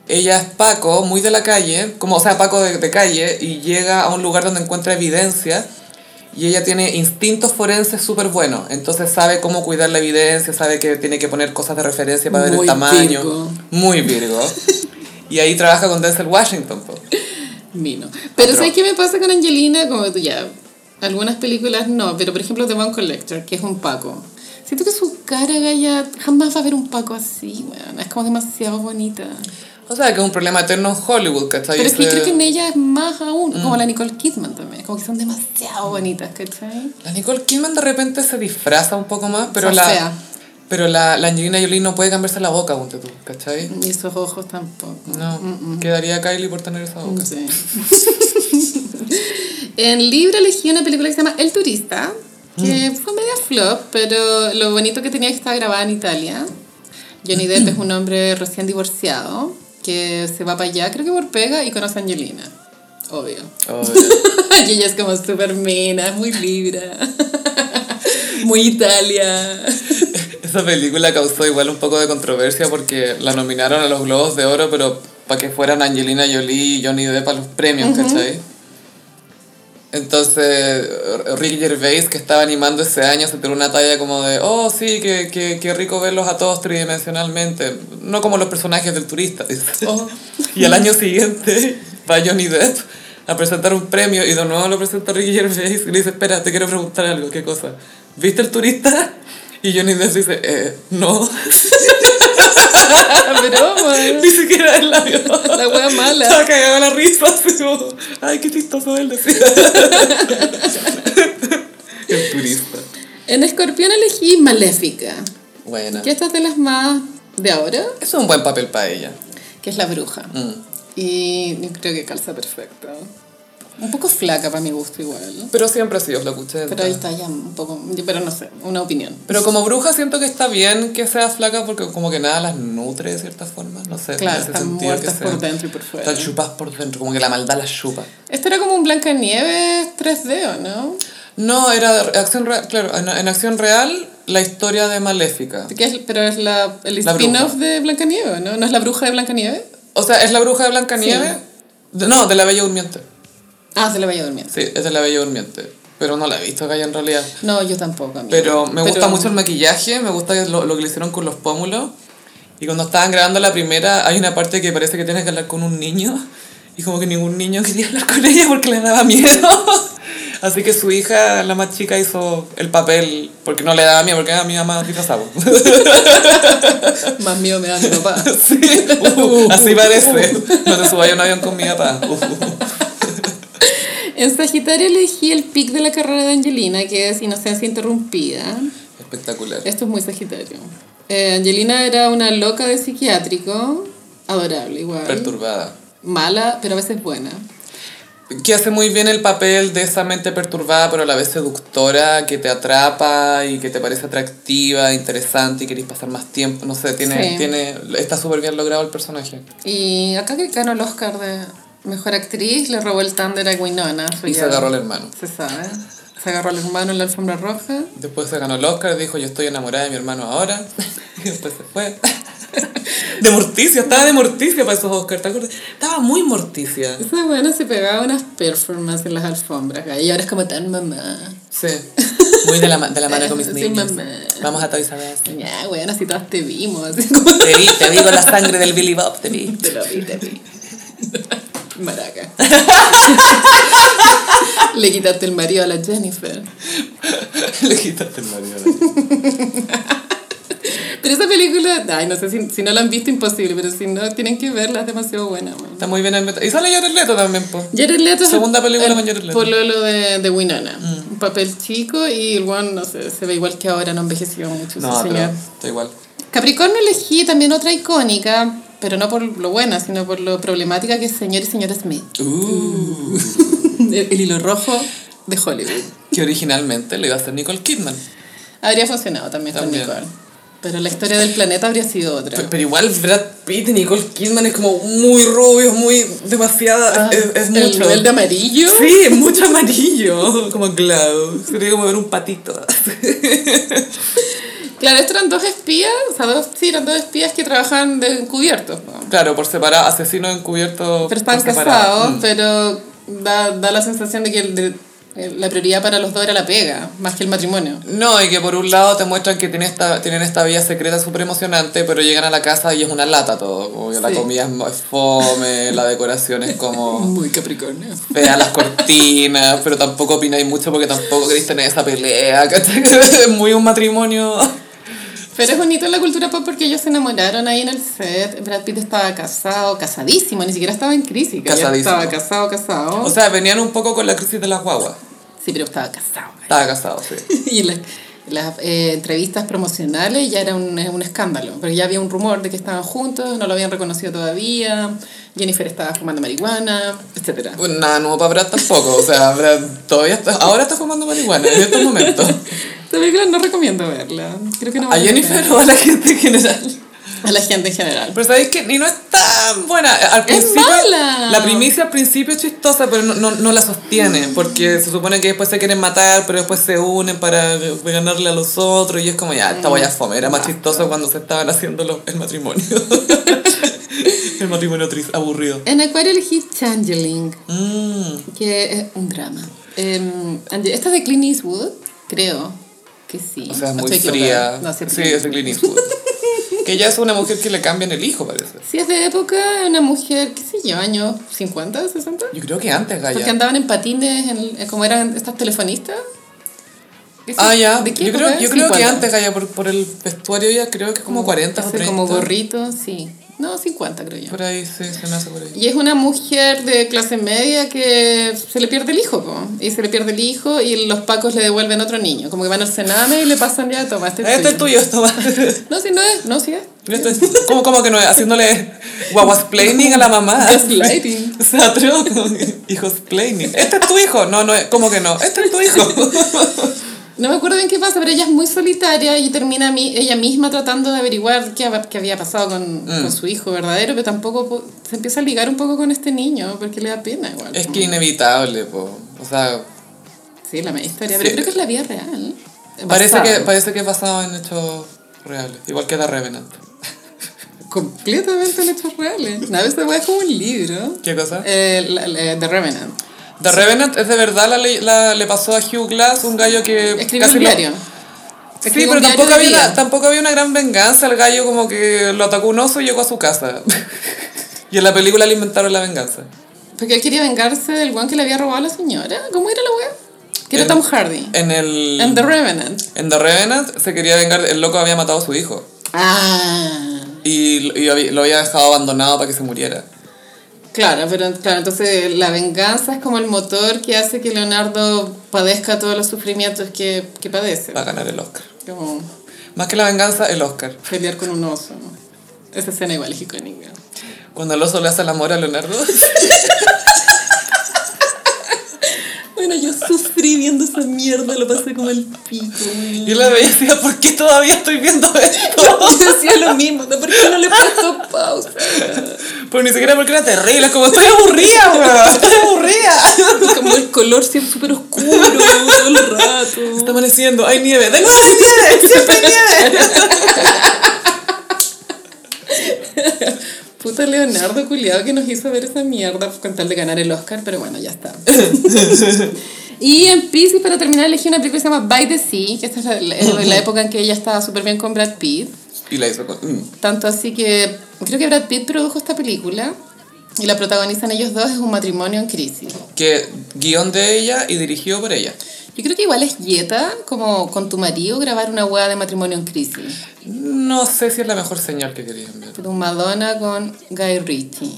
Speaker 1: ella es Paco, muy de la calle, como, o sea, Paco de, de calle, y llega a un lugar donde encuentra evidencia. Y ella tiene instintos forenses súper buenos. Entonces sabe cómo cuidar la evidencia, sabe que tiene que poner cosas de referencia para ver
Speaker 2: Muy
Speaker 1: el tamaño.
Speaker 2: Virgo.
Speaker 1: Muy Virgo. y ahí trabaja con Denzel Washington. po.
Speaker 2: Mino. Pero
Speaker 1: Otro.
Speaker 2: ¿sabes qué me pasa con Angelina? Como tú ya. Algunas películas no, pero por ejemplo The Bone Collector, que es un Paco. Siento que su cara, Gaya, jamás va a ver un Paco así, weón. Es como demasiado bonita.
Speaker 1: O sea, que es un problema eterno en Hollywood, ¿cachai?
Speaker 2: Pero es que
Speaker 1: Ese-
Speaker 2: creo que en ella es más aún,
Speaker 1: Mm.
Speaker 2: como la Nicole Kidman también, como que son demasiado bonitas, ¿cachai?
Speaker 1: La Nicole Kidman de repente se disfraza un poco más, pero
Speaker 2: O
Speaker 1: la...
Speaker 2: sea.
Speaker 1: Pero la, la Angelina Jolie no puede cambiarse la boca, ponte tú, ¿cachai?
Speaker 2: Y esos ojos tampoco.
Speaker 1: No, quedaría Kylie por tener esa boca.
Speaker 2: Sí. en libro elegí una película que se llama El Turista, que fue media flop, pero lo bonito que tenía es que estaba grabada en Italia. Johnny Depp es un hombre recién divorciado que se va para allá, creo que por pega, y conoce a Angelina. Obvio.
Speaker 1: Obvio.
Speaker 2: y ella es como súper mena, muy libra. muy Italia.
Speaker 1: Esa película causó igual un poco de controversia porque la nominaron a los Globos de Oro, pero para que fueran Angelina Jolie y Johnny Depp a los premios, ¿cachai? Entonces, R- Ricky Gervais, que estaba animando ese año, se tiró una talla como de, oh, sí, que que- qué rico verlos a todos tridimensionalmente, no como los personajes del turista. dice.
Speaker 2: Oh.
Speaker 1: Y al año siguiente va Johnny Depp a presentar un premio y de nuevo lo presenta Ricky Gervais y le dice, espera, te quiero preguntar algo, ¿qué cosa? ¿Viste el turista? Y Johnny Depp dice, eh, no,
Speaker 2: Ah, pero bueno,
Speaker 1: ni siquiera él la vio.
Speaker 2: la wea mala.
Speaker 1: Estaba cagado la risa, así como, ay, qué chistoso él decía. el turista.
Speaker 2: En Escorpión elegí Maléfica,
Speaker 1: Buena.
Speaker 2: que esta es de las más de ahora,
Speaker 1: Es un buen papel para ella.
Speaker 2: que es la bruja.
Speaker 1: Mm.
Speaker 2: Y yo creo que calza perfecto. Un poco flaca para mi gusto igual.
Speaker 1: Pero siempre ha sido flacuchenta.
Speaker 2: Pero ahí está ya un poco, pero no sé, una opinión.
Speaker 1: Pero como bruja siento que está bien que sea flaca porque como que nada las nutre de cierta forma. No sé,
Speaker 2: Claro,
Speaker 1: en ese
Speaker 2: están
Speaker 1: sentido
Speaker 2: muertas
Speaker 1: que
Speaker 2: por
Speaker 1: sea.
Speaker 2: dentro y por fuera.
Speaker 1: Están chupadas por dentro, ¿eh? como que la maldad las chupa.
Speaker 2: Esto era como un Blancanieves 3D, ¿o no?
Speaker 1: No, era acción real, claro, en, en acción real la historia de Maléfica.
Speaker 2: Que es- pero es la, el
Speaker 1: La
Speaker 2: spin-off de Blancanieves, ¿no? ¿No es la bruja de Blancanieves?
Speaker 1: O sea, es la bruja de Blancanieves. De- No, de la Bella Durmiente.
Speaker 2: Ah, se la vaya a dormir.
Speaker 1: Sí, es de la Bella Durmiente. Pero no la he visto Gaya en realidad.
Speaker 2: No, yo tampoco, amiga.
Speaker 1: Pero mm. me gusta mucho el maquillaje, me gusta lo, lo que le hicieron con los pómulos. Y cuando estaban grabando la primera, hay una parte que parece que tienes que hablar con un niño. Y como que ningún niño quería hablar con ella porque le daba miedo. Así que su hija, la más chica, hizo el papel porque no le daba miedo, porque era mi mamá disfrazada.
Speaker 2: Más miedo me da mi papá.
Speaker 1: Sí, uh, así parece. No te subas a un avión con mi papá.
Speaker 2: En Sagitario elegí el pic de la carrera de Angelina, que es Inocencia Interrumpida.
Speaker 1: Espectacular.
Speaker 2: Esto es muy Sagitario. Eh, Angelina era una loca de psiquiátrico, adorable igual.
Speaker 1: Perturbada.
Speaker 2: Mala, pero a veces buena.
Speaker 1: que hace muy bien el papel de esa mente perturbada, pero a la vez seductora, que te atrapa y que te parece atractiva, interesante y querés pasar más tiempo. No sé, tiene,
Speaker 2: Sí.
Speaker 1: tiene, está súper bien logrado el personaje.
Speaker 2: Y acá que ganó el Oscar de Mejor Actriz, le robó el tándem a Winona. su
Speaker 1: Y se
Speaker 2: ya-
Speaker 1: agarró al hermano.
Speaker 2: Se sabe. Se agarró al hermano en la alfombra roja.
Speaker 1: Después se ganó el Oscar, dijo yo estoy enamorada de mi hermano ahora. Y después se fue. De morticia, estaba de morticia para esos Oscars, ¿te acuerdas? Estaba muy morticia.
Speaker 2: Esa buena se pegaba unas performances en las alfombras. ¿eh? Y ahora es como tan mamá.
Speaker 1: Sí. Muy de la, ma- de la mano con mis
Speaker 2: Sí,
Speaker 1: niños.
Speaker 2: mamá.
Speaker 1: Vamos a Toy Isabel.
Speaker 2: Ya, bueno, así todas te vimos. así como-
Speaker 3: Te vi, te vi con la sangre del Billy Bob, te vi.
Speaker 2: Te lo vi, te vi. Maraca. Le quitaste el marido a la Jennifer.
Speaker 1: Le quitaste el marido. a la-
Speaker 2: Pero esa película, ay, no sé si, si no la han visto, imposible, pero si no, tienen que verla, es demasiado buena. man.
Speaker 1: Está muy bien el meta. Y sale Jared Leto también, po.
Speaker 2: Jared Leto es
Speaker 1: Segunda
Speaker 2: el-
Speaker 1: película
Speaker 2: el
Speaker 1: con Jared Leto.
Speaker 2: Pololo de, de Winona. Un papel chico y el one, no sé, se ve igual que ahora, no envejeció mucho.
Speaker 1: No,
Speaker 2: ese
Speaker 1: pero
Speaker 2: señor.
Speaker 1: está igual.
Speaker 2: Capricornio elegí también otra icónica, pero no por lo buena, sino por lo problemática que es Señor y Señora Smith.
Speaker 1: Uh,
Speaker 2: el, el hilo rojo de Hollywood.
Speaker 1: Que originalmente lo iba a hacer Nicole Kidman.
Speaker 2: Habría funcionado también,
Speaker 1: También.
Speaker 2: con Nicole. Pero la historia del planeta habría sido otra.
Speaker 1: Pero, igual Brad Pitt y Nicole Kidman es como muy rubio, muy demasiada.
Speaker 2: Ah,
Speaker 1: es, es
Speaker 2: el,
Speaker 1: mucho.
Speaker 2: el de amarillo.
Speaker 1: Sí, es mucho amarillo. Como glow. Sería como ver un patito.
Speaker 2: Claro, estos eran dos espías, o sea, dos, sí, eran dos espías que trabajaban de encubiertos. ¿no?
Speaker 1: Claro, por separado, asesino encubierto.
Speaker 2: Pero están
Speaker 1: por separado.
Speaker 2: casados, pero da, da la sensación de que el de- el- la prioridad para los dos era la pega, más que el matrimonio.
Speaker 1: No, y que por un lado te muestran que tienen esta, tienen esta vida secreta súper emocionante, pero llegan a la casa y es una lata todo. Como que la
Speaker 2: Sí.
Speaker 1: comida es mo- es fome, la decoración es como.
Speaker 2: Muy Capricornio.
Speaker 1: Vea las cortinas, pero tampoco opináis mucho porque tampoco queréis tener esa pelea, ¿cachai? Es muy un matrimonio.
Speaker 2: Pero es bonito en la cultura pop porque ellos se enamoraron ahí en el set. Brad Pitt estaba casado, casadísimo, ni siquiera estaba en crisis. que ya
Speaker 1: Casadísimo.
Speaker 2: Estaba casado, casado.
Speaker 1: O sea, venían un poco con la crisis de las guaguas.
Speaker 2: sí, pero estaba casado.
Speaker 1: Estaba casado, sí.
Speaker 2: Y en la, las eh, entrevistas promocionales ya era un, eh, un escándalo, porque ya había un rumor de que estaban juntos, no lo habían reconocido todavía, Jennifer estaba fumando marihuana, etc.
Speaker 1: Bueno, Pues Nada nuevo para Brad tampoco, o sea, Brad todavía está, ahora está fumando marihuana en estos momentos.
Speaker 2: Esta película no recomiendo verla. Creo que no
Speaker 1: A
Speaker 2: vale la
Speaker 1: Jennifer
Speaker 2: pena.
Speaker 1: o a la gente en general.
Speaker 2: A la gente en general.
Speaker 1: Pero sabéis que ni no es tan buena. Al principio,
Speaker 2: mala.
Speaker 1: La primicia al principio es chistosa, pero no, no, no la sostiene. Porque se supone que después se quieren matar, pero después se unen para ganarle a los otros. Y es como ya, esta vaya fome. Era más chistoso cuando se estaban haciendo los- el matrimonio. el matrimonio triste, aburrido.
Speaker 2: En Acuario elegí Changeling,
Speaker 1: Mm.
Speaker 2: que es un drama. Em, Ange- esta es de Clint Eastwood, creo que sí.
Speaker 1: O sea, es
Speaker 2: No
Speaker 1: muy
Speaker 2: estoy
Speaker 1: fría.
Speaker 2: equivocada. No, sí, es
Speaker 1: sí,
Speaker 2: Clint
Speaker 1: es de Clint Eastwood. que ella es una mujer que le cambian el hijo, parece.
Speaker 2: Si es de época, una mujer, qué sé yo, años 50, 60.
Speaker 1: Yo creo que antes, Gaya.
Speaker 2: Porque andaban en patines, en- eh, como eran estas telefonistas. ¿Qué sé-
Speaker 1: Ah, ya.
Speaker 2: ¿de qué
Speaker 1: yo creo,
Speaker 2: época?
Speaker 1: yo creo que
Speaker 2: 50.
Speaker 1: antes, Gaya, por, por el vestuario ya creo que es como 40 o
Speaker 2: Ese
Speaker 1: 30.
Speaker 2: Mm, Como gorrito, sí. No, 50 creo yo.
Speaker 1: Por ahí, sí, se me hace por ahí.
Speaker 2: Y es una mujer de clase media que se le pierde el hijo, po. y se le pierde el hijo y los pacos le devuelven otro niño. Como que van al cename y le pasan ya, toma, este es
Speaker 1: Este es
Speaker 2: tuyo".
Speaker 1: tuyo, esto va.
Speaker 2: No, si no es, no, si es.
Speaker 1: Esto es como, como que no es, haciéndole guaguas planning a la mamá.
Speaker 2: Gaslighting.
Speaker 1: O sea, atroz. Hijos planning. Este es tu hijo. No, no, es- como que no. Este es tu hijo.
Speaker 2: No me acuerdo bien qué pasa, pero ella es muy solitaria y termina mi- ella misma tratando de averiguar qué, hab- qué había pasado con, con
Speaker 1: Mm.
Speaker 2: su hijo verdadero, pero tampoco po- se empieza a ligar un poco con este niño porque le da pena igual.
Speaker 1: Es
Speaker 2: po.
Speaker 1: que inevitable, po. O sea,
Speaker 2: Sí, la media historia, pero
Speaker 1: Sí.
Speaker 2: creo que es la vida real.
Speaker 1: parece
Speaker 2: Basado.
Speaker 1: que, parece que es basado en hechos reales. Igual que The Revenant.
Speaker 2: Completamente en hechos reales. Una vez se es como un libro.
Speaker 1: ¿Qué cosa?
Speaker 2: Eh, la- la- The Revenant.
Speaker 1: The Revenant es de verdad la, le- la- le pasó a Hugh Glass, un gallo que.
Speaker 2: Escribió
Speaker 1: casi
Speaker 2: un
Speaker 1: lo-
Speaker 2: diario.
Speaker 1: Sí,
Speaker 2: Escribió
Speaker 1: pero
Speaker 2: un diario
Speaker 1: tampoco
Speaker 2: de
Speaker 1: había, una,
Speaker 2: vida.
Speaker 1: tampoco había una gran venganza. El gallo como que lo atacó un oso y llegó a su casa. y en la película le inventaron la venganza.
Speaker 2: Porque él quería vengarse del guan que le había robado a la señora. ¿Cómo era la wea? Que era
Speaker 1: En-
Speaker 2: Tom Hardy.
Speaker 1: En el...
Speaker 2: En The Revenant.
Speaker 1: en The Revenant se quería vengar. El loco había matado a su hijo.
Speaker 2: Ah.
Speaker 1: Y, y habí- lo había dejado abandonado para que se muriera.
Speaker 2: Claro, pero claro, entonces la venganza es como el motor que hace que Leonardo padezca todos los sufrimientos que, que padece.
Speaker 1: Para ganar el Oscar.
Speaker 2: Como
Speaker 1: Más que la venganza, el Oscar.
Speaker 2: pelear con un oso. Esa escena igual es icónica.
Speaker 1: Cuando el oso le hace el amor a Leonardo.
Speaker 2: Bueno, yo sufrí viendo esa mierda, lo pasé como el pico. güey.
Speaker 1: Yo la veía y decía, ¿por qué todavía estoy viendo esto?
Speaker 2: Yo decía lo mismo, ¿no? ¿por qué no le puso pausa?
Speaker 1: Pero ni siquiera porque era terrible. es Como estoy aburrida, weón. Estoy aburrida.
Speaker 2: Como el color siempre súper oscuro todo el rato.
Speaker 1: Está amaneciendo. Hay nieve. De nuevo hay nieve. Siempre hay nieve.
Speaker 2: Puta Leonardo culiado que nos hizo ver esa mierda con tal de ganar el Oscar, pero bueno, ya está. y en Pisces, para terminar, elegí una película que se llama By the Sea, que esta es la, la- la época en que ella estaba súper bien con Brad Pitt.
Speaker 1: Y la hizo con... mm.
Speaker 2: Tanto así que creo que Brad Pitt produjo esta película y la protagonizan ellos dos, es un matrimonio en crisis.
Speaker 1: Que guión de ella y dirigido por ella.
Speaker 2: Yo creo que igual es dieta, como con tu marido, grabar una hueá de matrimonio en crisis.
Speaker 1: No sé si es la mejor señal que querían ver.
Speaker 2: Tu Madonna con Guy Ritchie.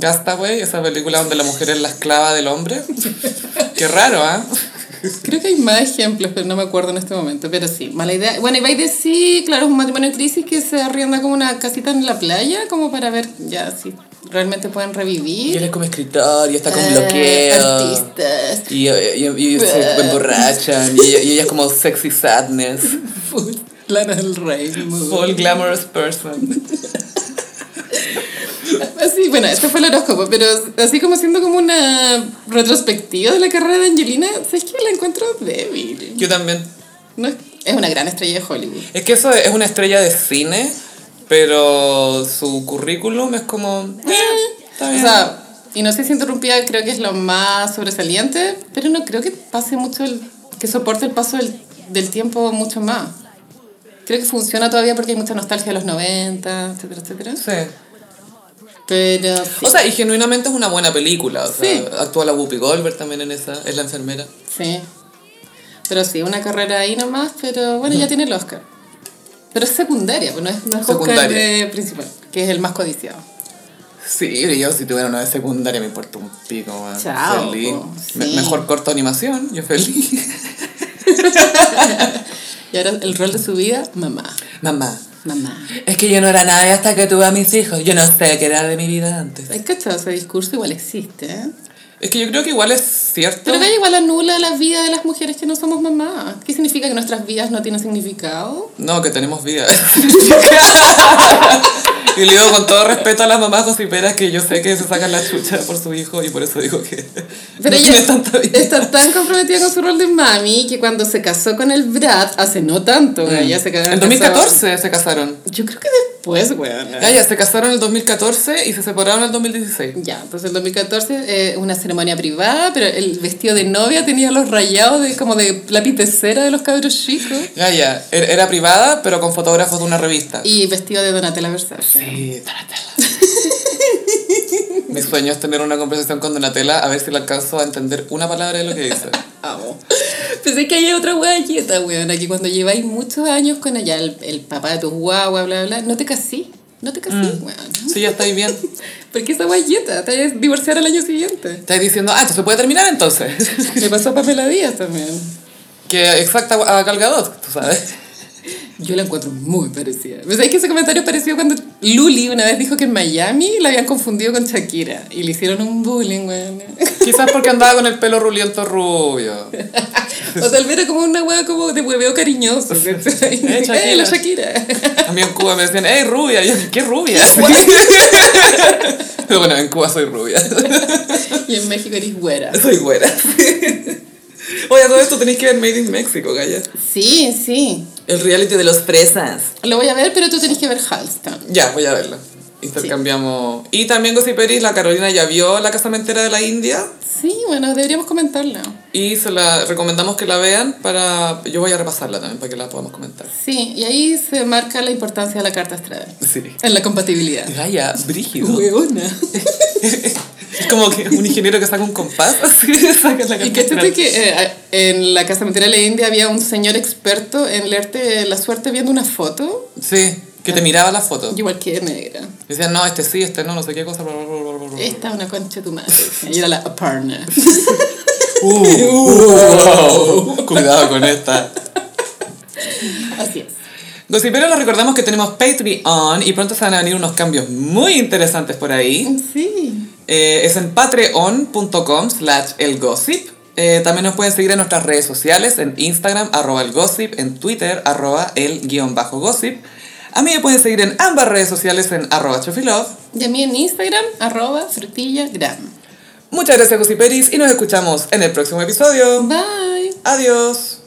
Speaker 1: Castaway, esa película donde la mujer es la esclava del hombre. Qué raro, ¿ah?
Speaker 2: Creo que hay más ejemplos, pero no me acuerdo en este momento. Pero sí, mala idea. Bueno, y de sí, claro, es un matrimonio en crisis que se arrienda como una casita en la playa, como para ver ya si realmente pueden
Speaker 3: Y
Speaker 2: revivir.
Speaker 3: él es como escritor y está con
Speaker 2: Eh,
Speaker 3: bloqueo.
Speaker 2: Artistas.
Speaker 3: Y, y, y- y se emborrachan. Y, y ella es como sexy sadness.
Speaker 2: Full Lana del Rey. muy
Speaker 1: Full glamorous person.
Speaker 2: Así, bueno, este fue el horóscopo, pero así como siendo como una retrospectiva de la carrera de Angelina, ¿sabes que La encuentro débil.
Speaker 1: Yo también.
Speaker 2: No es, es una gran estrella de Hollywood.
Speaker 1: Es que eso es una estrella de cine, pero su currículum es como... eh,
Speaker 3: Ah.
Speaker 1: está
Speaker 2: O
Speaker 1: bien.
Speaker 2: sea, y no sé si interrumpida creo que es lo más sobresaliente, pero no creo que pase mucho el, que soporte el paso del, del tiempo mucho más. Creo que funciona todavía porque hay mucha nostalgia de los 90, etcétera, etcétera.
Speaker 1: Sí.
Speaker 2: Pero sí,
Speaker 1: O sea, y genuinamente es una buena película. O sea,
Speaker 2: Sí.
Speaker 1: actúa la Whoopi Goldberg también en esa, es la enfermera.
Speaker 2: sí. Pero sí, una carrera ahí nomás, pero bueno, ya tiene el Oscar. Pero es secundaria, pues no es, no es Oscar
Speaker 1: Secundaria.
Speaker 2: de principal, que es el más codiciado.
Speaker 1: Sí, yo si tuviera una de secundaria me importa un pico, weón.
Speaker 2: Chao,
Speaker 1: Feliz.
Speaker 2: po,
Speaker 1: Me-
Speaker 2: sí.
Speaker 1: mejor corto animación, yo feliz.
Speaker 2: Y ahora el rol de su vida, mamá.
Speaker 3: Mamá,
Speaker 2: Mamá.
Speaker 3: es que yo no era nadie hasta que tuve a mis hijos. Yo no sé qué era de mi vida antes.
Speaker 2: ¿Has cachado ese discurso? Igual existe, ¿eh?
Speaker 1: Es que yo creo que igual es cierto.
Speaker 2: Pero que igual anula la vida de las mujeres que no somos mamás. ¿Qué significa que nuestras vidas no tienen significado?
Speaker 1: No, que tenemos vida. y le digo con todo respeto a las mamás gossiperas que yo sé que se sacan la chucha por su hijo y por eso digo que
Speaker 2: Pero
Speaker 1: no
Speaker 2: ella
Speaker 1: tiene tanta vida.
Speaker 2: está tan comprometida con su rol de mami que cuando se casó con el Brad, hace no tanto, güey, ya se quedaron
Speaker 1: Mm. En 2014 se casaron.
Speaker 2: casados. Yo creo que después, güey.
Speaker 1: Ya, ya, se casaron en el 2014 y se separaron en el 2016.
Speaker 2: Ya, entonces el 2014 eh, una ceremonia privada, pero el vestido de novia tenía los rayados de como de lápiz de cera de los cabros chicos.
Speaker 1: Ya, ya, er- era privada, pero con fotógrafos de una revista.
Speaker 2: Y vestido de Donatella Versace.
Speaker 1: Sí, Donatella. Mi sueño es tener una conversación con Donatella a ver si le alcanzo a entender una palabra de lo que dice.
Speaker 2: Amo. Pensé que hay otra guayeta, weón, que cuando lleváis muchos años con allá el, el papá de tus guagua, bla, bla, no te casí. No te casí, weón.
Speaker 1: Sí, ya estáis bien.
Speaker 2: Porque esa guayeta te vas a divorciar al año siguiente.
Speaker 1: Estáis diciendo, ah, esto se puede terminar entonces.
Speaker 2: Le pasó a Pamela Díaz también.
Speaker 1: Que exacta a Gal Gadot, tú sabes.
Speaker 2: Yo la encuentro muy parecida. Pero ¿Sabes que ese comentario pareció cuando Luli una vez dijo que en Miami la habían confundido con Shakira? Y le hicieron un bullying, weón.
Speaker 1: Quizás porque andaba con el pelo ruliento rubio.
Speaker 2: O tal vez era como una weá como de hueveo cariñoso. ¿cachai?
Speaker 1: Eh, Shakira.
Speaker 2: ¡Eh, la Shakira!
Speaker 1: A mí en Cuba me decían, hey, rubia. Y yo, ¿qué rubia? Pero bueno, en Cuba soy rubia.
Speaker 2: Y en México eres güera.
Speaker 1: Soy buena. Oye, a todo esto tenéis que ver Made in Mexico, Gaya.
Speaker 2: Sí, sí.
Speaker 3: El reality de los presas.
Speaker 2: Lo voy a ver, pero tú tenés que ver Halston.
Speaker 1: Ya, voy a verla. Intercambiamos. Y también Gossiperis, la Carolina ya vio la casamentera de la India.
Speaker 2: Sí, bueno, deberíamos comentarlo.
Speaker 1: Y se la recomendamos que la vean para... Yo voy a repasarla también para que la podamos comentar.
Speaker 2: Sí, y ahí se marca la importancia de la carta astral.
Speaker 1: Sí.
Speaker 2: En la compatibilidad.
Speaker 1: Gaya, brígido.
Speaker 2: Hueona.
Speaker 1: Es como que un ingeniero que saca un compás, así, saca la
Speaker 2: Y
Speaker 1: carta
Speaker 2: cachate
Speaker 1: astral.
Speaker 2: que eh, en la Casa Material de India había un señor experto en leerte la suerte viendo una foto,
Speaker 1: Sí, que te miraba la foto.
Speaker 2: igual que negra.
Speaker 1: Decían, no, este sí, este no, no sé qué cosa, bla, bla, bla, bla, bla.
Speaker 2: Esta es una concha de tu madre. Y era la Aparna.
Speaker 1: Uh, uh, cuidado con esta.
Speaker 2: Así es.
Speaker 1: Gossipero, les recordamos que tenemos Patreon y pronto se van a venir unos cambios muy interesantes por ahí.
Speaker 2: Sí.
Speaker 1: Eh, es en patreon.com slash elgossip. Eh, también nos pueden seguir en nuestras redes sociales, en Instagram, arroba elgossip, en Twitter, arroba el guión bajo gossip. A mí me pueden seguir en ambas redes sociales en arroba chofilove.
Speaker 2: Y a mí en Instagram, arroba frutillagram.
Speaker 1: Muchas gracias, Gossiperis, y nos escuchamos en el próximo episodio.
Speaker 2: Bye.
Speaker 1: Adiós.